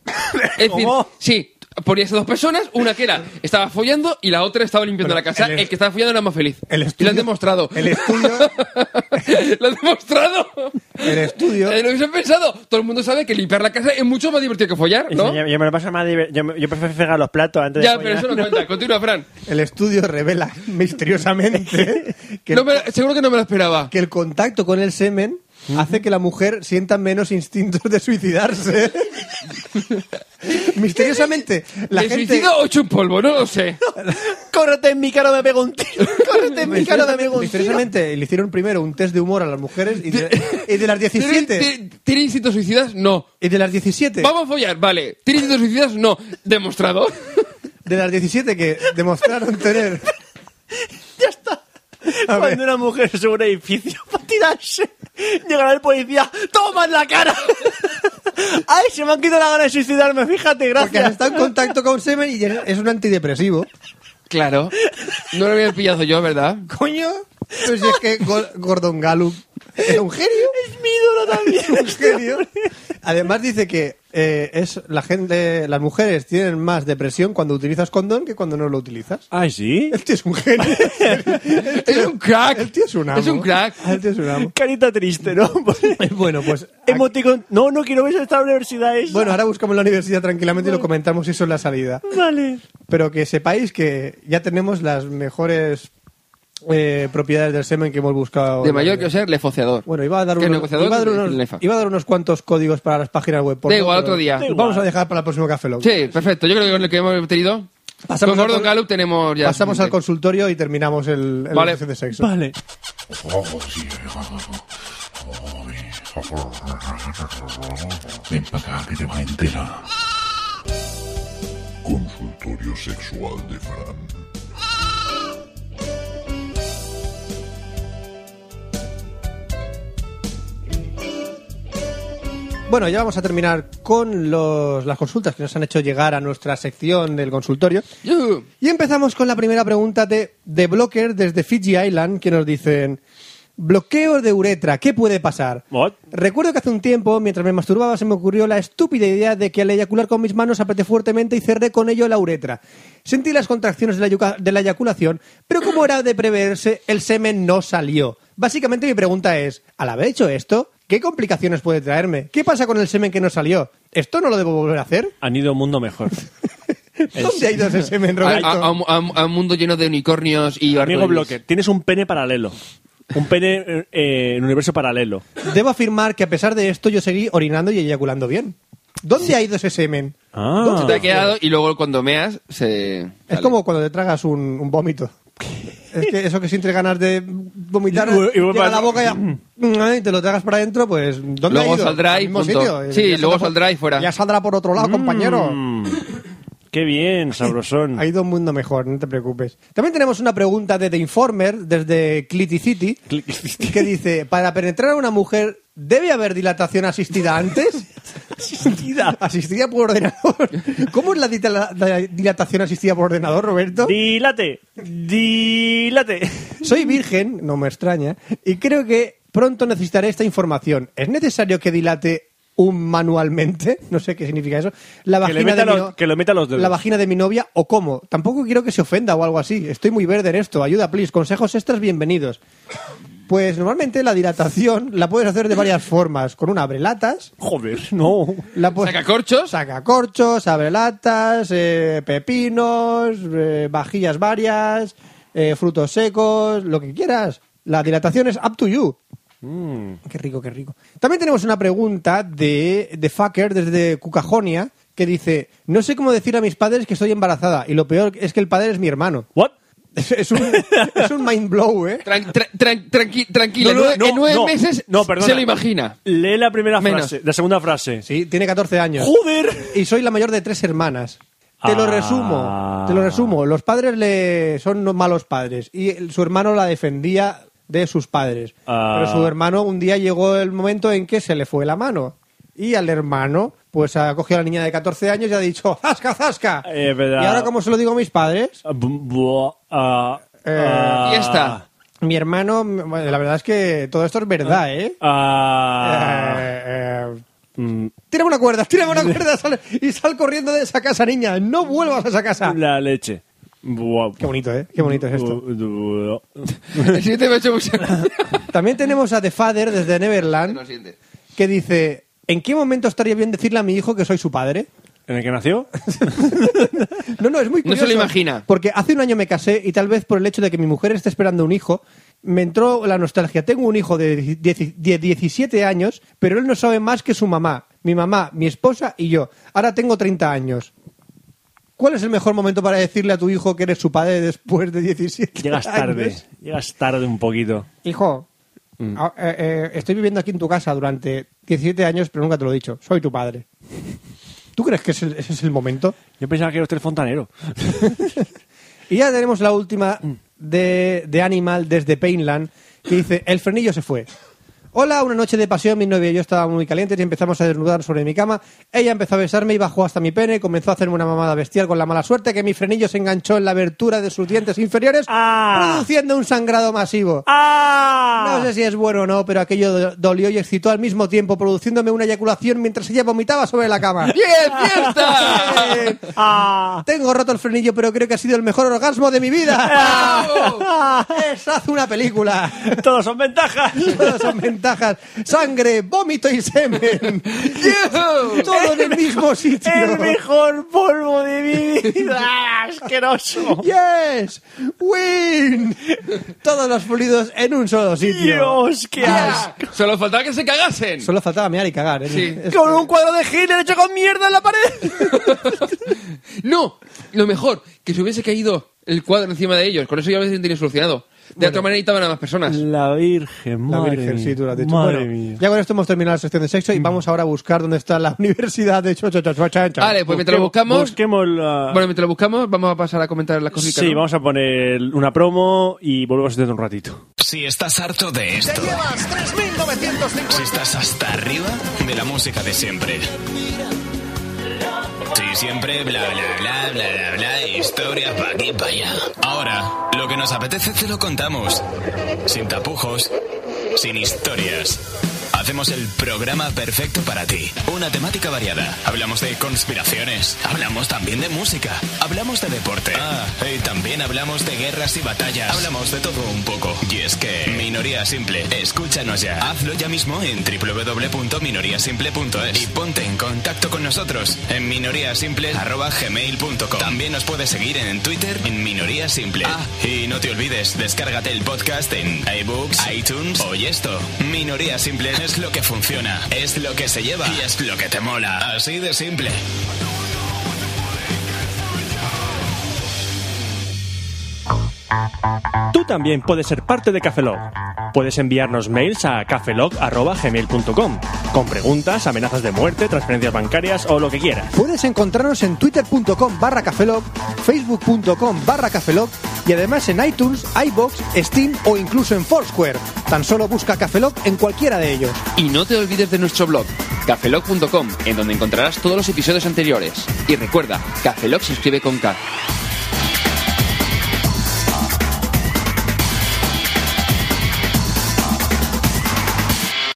S1: Es decir,
S2: ¿Cómo?
S1: sí, ponías a dos personas, una que era estaba follando y la otra estaba limpiando la casa.
S4: el
S1: El,
S4: es-
S1: que estaba follando era más feliz.
S4: el
S1: y lo
S4: estudio-
S1: han demostrado.
S4: el estudio-
S1: lo han demostrado.
S4: El estudio...
S1: Eh, Lo hubiesen pensado. Todo el mundo sabe que limpiar la casa es mucho más divertido que follar,
S2: Dice,
S1: ¿no?
S2: Yo, yo me lo paso más diver- yo, me- yo prefiero fregar los platos antes de
S1: Ya,
S2: follar".
S1: pero eso no cuenta. Continúa, Fran.
S4: El estudio revela misteriosamente que,
S1: No
S4: el,
S1: me lo- seguro que no me lo esperaba.
S4: que el contacto con el semen hace que la mujer sienta menos instintos de suicidarse. misteriosamente, la
S1: ¿Me
S4: gente...
S1: suicido o echo un polvo? No lo sé.
S7: Córrete en mi cara, me pego un tiro. Córrete en mi cara, me pego un tiro.
S4: Misteriosamente, le hicieron primero un test de humor a las mujeres y de, y de las
S1: ¿Tiene,
S4: 17...
S1: tiene- tiene instintos suicidas? No.
S4: Y de las 17...
S1: Vamos a follar, vale. ¿Tiene instintos suicidas? No. Demostrado.
S4: De las 17 que demostraron tener...
S7: Ya está.
S4: A ver.
S7: Cuando una mujer sube un edificio para tirarse, llegará el policía. ¡Toma en la cara! ¡Ay, se me han quitado la gana de suicidarme! Fíjate,
S4: Porque
S7: gracias.
S4: está en contacto con semen y es es un antidepresivo.
S1: Claro. No lo había pillado yo, ¿verdad?
S4: Coño, pues si es que Go- Gordon Gallup es un genio.
S7: Es mi ídolo también.
S4: Un genio. Además dice que eh, es la gente, las mujeres tienen más depresión cuando utilizas condón que cuando no lo utilizas.
S2: Ay, sí.
S4: El tío es un genio. El tío-
S1: Es un crack.
S4: El tío es un amo.
S1: Es un crack.
S4: El tío es un amo.
S2: Carita triste, ¿no?
S4: Bueno, pues...
S2: Emoticon. No, no quiero ver esta universidad. Es...
S4: Bueno, ahora buscamos la universidad tranquilamente y lo comentamos eso en la salida.
S2: vale.
S4: Pero que sepáis que ya tenemos las mejores eh, propiedades del semen que hemos buscado.
S1: De mayor que ser, lefociador.
S4: Bueno, iba a dar,
S1: Que
S4: unos,
S1: negociador
S4: iba a dar
S1: y
S4: unos-
S1: lefa.
S4: iba a dar unos cuantos códigos para las páginas web. por
S1: Da
S4: favor,
S1: igual,
S4: pero
S1: otro día. Da
S4: Vamos a dejar para el próximo Café Lock.
S1: Sí, perfecto. Yo creo que con el que hemos tenido...
S4: Pasamos
S1: con Gordon
S4: al-
S1: Gallup tenemos ya...
S4: Pasamos al
S1: suficiente.
S4: consultorio y terminamos el, el
S1: Vale.
S4: ejercicio de sexo.
S2: Vale.
S9: Ven para acá que te va a enterar. Consultorio sexual de Fran.
S4: Bueno, ya vamos a terminar con los, las consultas que nos han hecho llegar a nuestra sección del consultorio.
S1: Yuhu.
S4: Y empezamos con la primera pregunta de, de Blocker desde Fiji Island, que nos dicen... Bloqueo de uretra, ¿qué puede pasar?
S2: What?
S4: Recuerdo que hace un tiempo, mientras me masturbaba, se me ocurrió la estúpida idea de que al eyacular con mis manos apreté fuertemente y cerré con ello la uretra. Sentí las contracciones de la, yuca- de la eyaculación, pero como era de preverse, el semen no salió. Básicamente mi pregunta es, al haber hecho esto, ¿qué complicaciones puede traerme? ¿Qué pasa con el semen que no salió? ¿Esto no lo debo volver a hacer?
S2: Han ido a un mundo mejor.
S4: ¿Dónde ha ido ese semen,
S1: A,
S4: Roberto?
S1: a- a un- a un- a un mundo lleno de unicornios y
S2: Amigo
S1: arcoíris.
S2: Bloque, tienes un pene paralelo. Un pene eh, eh, en un universo paralelo.
S4: Debo afirmar que a pesar de esto yo seguí orinando y eyaculando bien. ¿Dónde ha ido ese semen?
S2: Ah.
S1: Se te ha quedado y luego cuando meas se...
S4: Es
S1: sale.
S4: como cuando te tragas un, un vómito. Es que eso que sientes ganas de vomitar,
S2: Y vu- y vuelve
S4: llega a
S2: a-
S4: la boca y, ya- y te lo tragas para adentro, pues ¿dónde
S1: Mm. Luego
S4: ha ido?
S1: saldrá
S4: Al
S1: y
S4: mismo
S1: punto.
S4: sitio. eh,
S1: Sí,
S4: Ya
S1: luego
S4: saldrá por-
S1: saldrá y fuera. Mm.
S4: Ya saldrá por otro lado, compañero.
S2: Qué bien, sabrosón.
S4: Ha ido un mundo mejor, no te preocupes. También tenemos una pregunta de The Informer, desde Clity City, que dice, ¿para penetrar a una mujer debe haber dilatación asistida antes?
S2: Asistida.
S4: ¿Asistida por ordenador? ¿Cómo es la, dita- la dilatación asistida por ordenador, Roberto?
S2: Dilate. Dilate.
S4: Soy virgen, no me extraña, y creo que pronto necesitaré esta información. ¿Es necesario que dilate un manualmente? No sé qué significa eso. La
S2: Que le
S4: vagina
S2: meta
S4: de mi
S2: los-
S4: no-
S2: que lo meta los dedos.
S4: La vagina de mi novia o cómo. Tampoco quiero que se ofenda o algo así. Estoy muy verde en esto. Ayuda, please. Consejos extras, bienvenidos. Pues normalmente la dilatación la puedes hacer de varias formas. Con un abrelatas.
S2: Joder, no.
S4: La pu-
S1: ¿Sacacorchos?
S4: Sacacorchos, abrelatas, eh, pepinos, eh, vajillas varias, eh, frutos secos, lo que quieras. La dilatación es up to you. Qué rico, qué rico. También tenemos una pregunta de, de Fucker desde Cucajonia que dice, no sé cómo decir a mis padres que estoy embarazada y lo peor es que el padre es mi hermano.
S2: What?
S4: Es, es un, es un mind blow, ¿eh?
S1: Tran- tra- tran- tranqui- tranquila, en nue- en nueve meses
S2: no, perdona.
S1: se lo imagina.
S2: Lee la primera
S1: Menos.
S2: frase, la segunda frase.
S4: Sí, tiene 14 años.
S2: Joder.
S4: y soy la mayor de tres hermanas. Te lo
S2: Ah.
S4: resumo, te lo resumo. Los padres le son no- malos padres y el- su hermano la defendía de sus padres.
S2: Ah.
S4: Pero su hermano un día llegó el momento en que se le fue la mano. Y al hermano, pues ha cogido a la niña de 14 años y ha dicho, ¡Zasca, zasca!
S2: Eh, verdad.
S4: Y ahora, como se lo digo a mis padres,
S2: Ah, bu- bu- ah,
S4: Eh,
S2: ah,
S1: Y esta.
S4: mi hermano, m- bueno, la verdad es que todo esto es verdad, ¿eh?
S2: ah,
S4: Eh, eh,
S2: mm,
S4: Tírame una cuerda, tírame una cuerda sal- y sal corriendo de esa casa, niña. No vuelvas a esa casa.
S2: La leche. Buah.
S4: Qué bonito, ¿eh? Qué bonito es esto.
S2: Bu- bu-
S1: El siguiente me ha hecho mucha gracia.
S4: También tenemos a The Father desde Neverland que dice, ¿en qué momento estaría bien decirle a mi hijo que soy su padre?
S2: ¿En el que nació?
S4: No, no, es muy
S1: No se
S4: curioso.
S1: lo imagina.
S4: Porque hace un año me casé y tal vez por el hecho de que mi mujer esté esperando un hijo, me entró la nostalgia. Tengo un hijo de, dieci- de 17 años, pero él no sabe más que su mamá, mi mamá, mi esposa y yo. Ahora tengo 30 años. ¿Cuál es el mejor momento para decirle a tu hijo que eres su padre después de 17
S2: Llegas
S4: años?
S2: tarde. Llegas tarde un poquito.
S4: Hijo, a- eh, eh, estoy viviendo aquí en tu casa durante 17 años, pero nunca te lo he dicho. Soy tu padre. ¿Tú crees que es el- ese es el momento?
S2: Yo pensaba que eras el fontanero.
S4: Y ya tenemos la última de, de Animal desde Painland, que dice, el frenillo se fue. Hola, una noche de pasión, mi novia y yo estábamos muy calientes y empezamos a desnudar sobre mi cama. Ella empezó a besarme y bajó hasta mi pene, comenzó a hacerme una mamada bestial con la mala suerte que mi frenillo se enganchó en la abertura de sus dientes inferiores,
S2: Ah.
S4: produciendo un sangrado masivo.
S2: ¡Ah!
S4: No sé si es bueno o no, pero aquello do- dolió y excitó al mismo tiempo, produciéndome una eyaculación mientras ella vomitaba sobre la cama.
S1: ¡Bien, fiesta!
S4: Bien.
S2: ¡Ah!
S4: Tengo roto el frenillo, pero creo que ha sido el mejor orgasmo de mi vida. Eso hace una película.
S2: Todos son ventajas.
S4: Todas son ventajas. Sangre, vómito y semen. Todo en el mismo sitio.
S7: El mejor polvo de mi vida. ¡Ah, ¡Asqueroso!
S4: Yes, win. Todos los fluidos en un solo sitio.
S7: Dios, qué asco.
S1: Solo faltaba que se cagasen.
S4: Solo faltaba mear y cagar. ¿eh?
S1: Sí.
S2: Este-
S4: Es-
S7: Con un cuadro de Hitler hecho con mierda en la pared.
S1: No, lo mejor, que se hubiese caído el cuadro encima de ellos. Con eso ya lo tienen solucionado. De otra manera necesitaban a más personas.
S2: La Virgen,
S4: La
S2: madre
S4: Virgen,
S2: mía.
S4: sí, tú lo has dicho.
S2: Madre
S4: Bueno,
S2: mía. Mm.
S4: ya con esto hemos terminado la sección de sexo y vamos ahora a buscar dónde está la universidad de Cho- Cho- Cho- Cho- Chan- Chan.
S1: Vale, pues mientras lo buscamos...
S2: Busquemos- Busquemos la...
S1: Bueno, mientras lo buscamos, vamos a pasar a comentar las cositas.
S2: Ah. sí,
S1: ¿no?
S2: vamos a poner una promo y volvemos dentro de un ratito.
S10: Si estás harto de esto. Si estás hasta arriba de la música de siempre. Sí, siempre bla bla bla bla bla bla, historias pa' aquí pa' allá. Ahora, lo que nos apetece te lo contamos. Sin tapujos, sin historias. Hacemos el programa perfecto para ti. Una temática variada. Hablamos de conspiraciones. Hablamos también de música. Hablamos de deporte. Ah, y también hablamos de guerras y batallas. Hablamos de todo un poco. Y es que, minoría simple, escúchanos ya. Hazlo ya mismo en www.minoriasimple.es y ponte en contacto con nosotros en minoriasimple.gmail.com. También nos puedes seguir en Twitter en Minoría Simple. Ah, y no te olvides, descárgate el podcast en iBooks, iTunes. Oye esto, Minoría Simple es lo que funciona, es lo que se lleva y es lo que te mola. Así de simple.
S2: Tú también puedes ser parte de Cafelog. Puedes enviarnos mails a cafelog.gmail.com con preguntas, amenazas de muerte, transferencias bancarias o lo que quieras.
S4: Puedes encontrarnos en twitter.com barra cafelog, facebook.com barra cafelog y además en iTunes, iBox, Steam o incluso en Foursquare. Tan solo busca Cafeloc en cualquiera de ellos.
S1: Y no te olvides de nuestro blog, cafeloc.com, en donde encontrarás todos los episodios anteriores. Y recuerda, Cafeloc se escribe con K.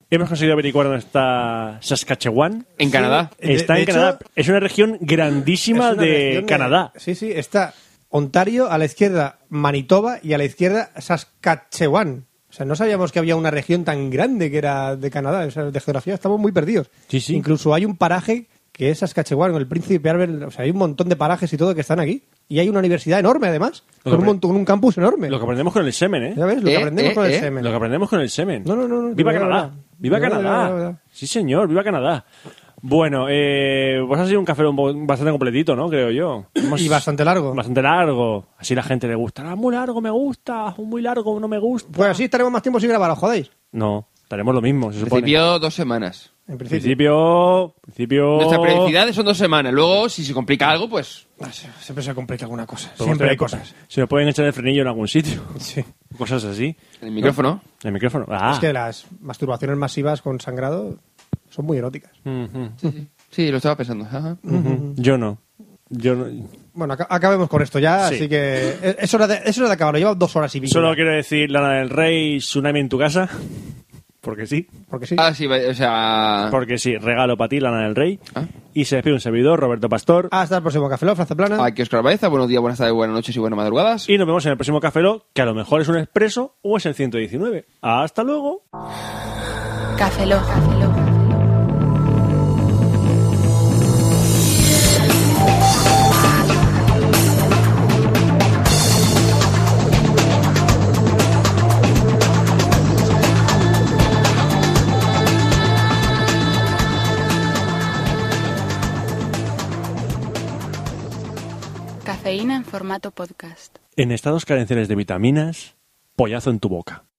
S2: Hemos conseguido averiguar dónde está Saskatchewan.
S1: En Canadá.
S2: Está
S4: de
S2: en Canadá.
S4: hecho,
S2: Es una región grandísima
S4: Es una
S2: de
S4: región
S2: Canadá.
S4: Sí, sí, está Ontario, a la izquierda Manitoba y a la izquierda Saskatchewan. O sea, no sabíamos que había una región tan grande que era de Canadá. O sea, de geografía estamos muy perdidos.
S2: Sí, sí.
S4: Incluso hay un paraje que es Saskatchewan, el Príncipe Albert. O sea, hay un montón de parajes y todo que están aquí. Y hay una universidad enorme, además,
S2: Lo
S4: con un,
S2: que-
S4: montón- un campus enorme.
S2: Lo que aprendemos con el semen, ¿eh?
S4: Ya ves, lo que
S1: Eh,
S4: aprendemos
S1: eh,
S4: con el
S1: eh.
S4: semen.
S2: Lo que aprendemos con el semen.
S4: No, no, no, no, de
S2: viva
S4: verdad,
S2: Canadá.
S4: de verdad.
S2: Viva
S4: De verdad,
S2: Canadá.
S4: de verdad.
S2: Sí, señor, viva Canadá. Bueno, eh, pues ha sido un café un po- bastante completito, ¿no? Creo yo. Hemos-
S4: Y bastante largo.
S2: Bastante largo. Así la gente le gusta. Ah, muy largo, me gusta. ah, Muy largo, no me gusta.
S4: Pues así estaremos más tiempo sin grabar, ¿os jodéis?
S2: No, estaremos lo mismo, se
S1: En
S2: supone.
S1: principio, dos semanas.
S4: En principio.
S2: principio, principio...
S1: Nuestras periodicidades son dos semanas. Luego, si se complica algo, pues
S4: Ah, se- Siempre se complica alguna cosa.
S2: Podemos
S4: Siempre hay
S2: tener-
S4: cosas.
S2: Se nos pueden echar el frenillo en algún sitio.
S4: Sí.
S2: Cosas así.
S1: el micrófono.
S2: El micrófono. Ah.
S4: Es que las masturbaciones masivas con sangrado son muy eróticas.
S2: Ujú.
S1: Sí, lo estaba pensando. Ajá.
S2: Ujú. mm, Yo no. Yo no.
S4: Bueno, aca- acabemos con esto ya,
S2: Sí.
S4: así que es- es hora, de, es hora de acabarlo. Lleva dos horas y pico.
S2: Solo
S4: ya,
S2: quiero decir Lana del Rey, Tsunami en tu casa. Porque sí.
S4: Porque sí.
S1: Ah, sí, va- o sea.
S2: Porque sí, regalo para ti, Lana del Rey.
S1: Ah.
S2: Y se despide un servidor, Roberto Pastor.
S4: Hasta el próximo Café Lock, Franza Plana.
S1: Aquí Oscar Baeza. Buenos días, buenas tardes, buenas noches y buenas madrugadas.
S2: Y nos vemos en el próximo Café Lock, que a lo mejor es un expreso o es el 119. ¡Hasta luego!
S3: Café Lock. Cafeína en formato podcast.
S2: En estados carenciales de vitaminas, pollazo en tu boca.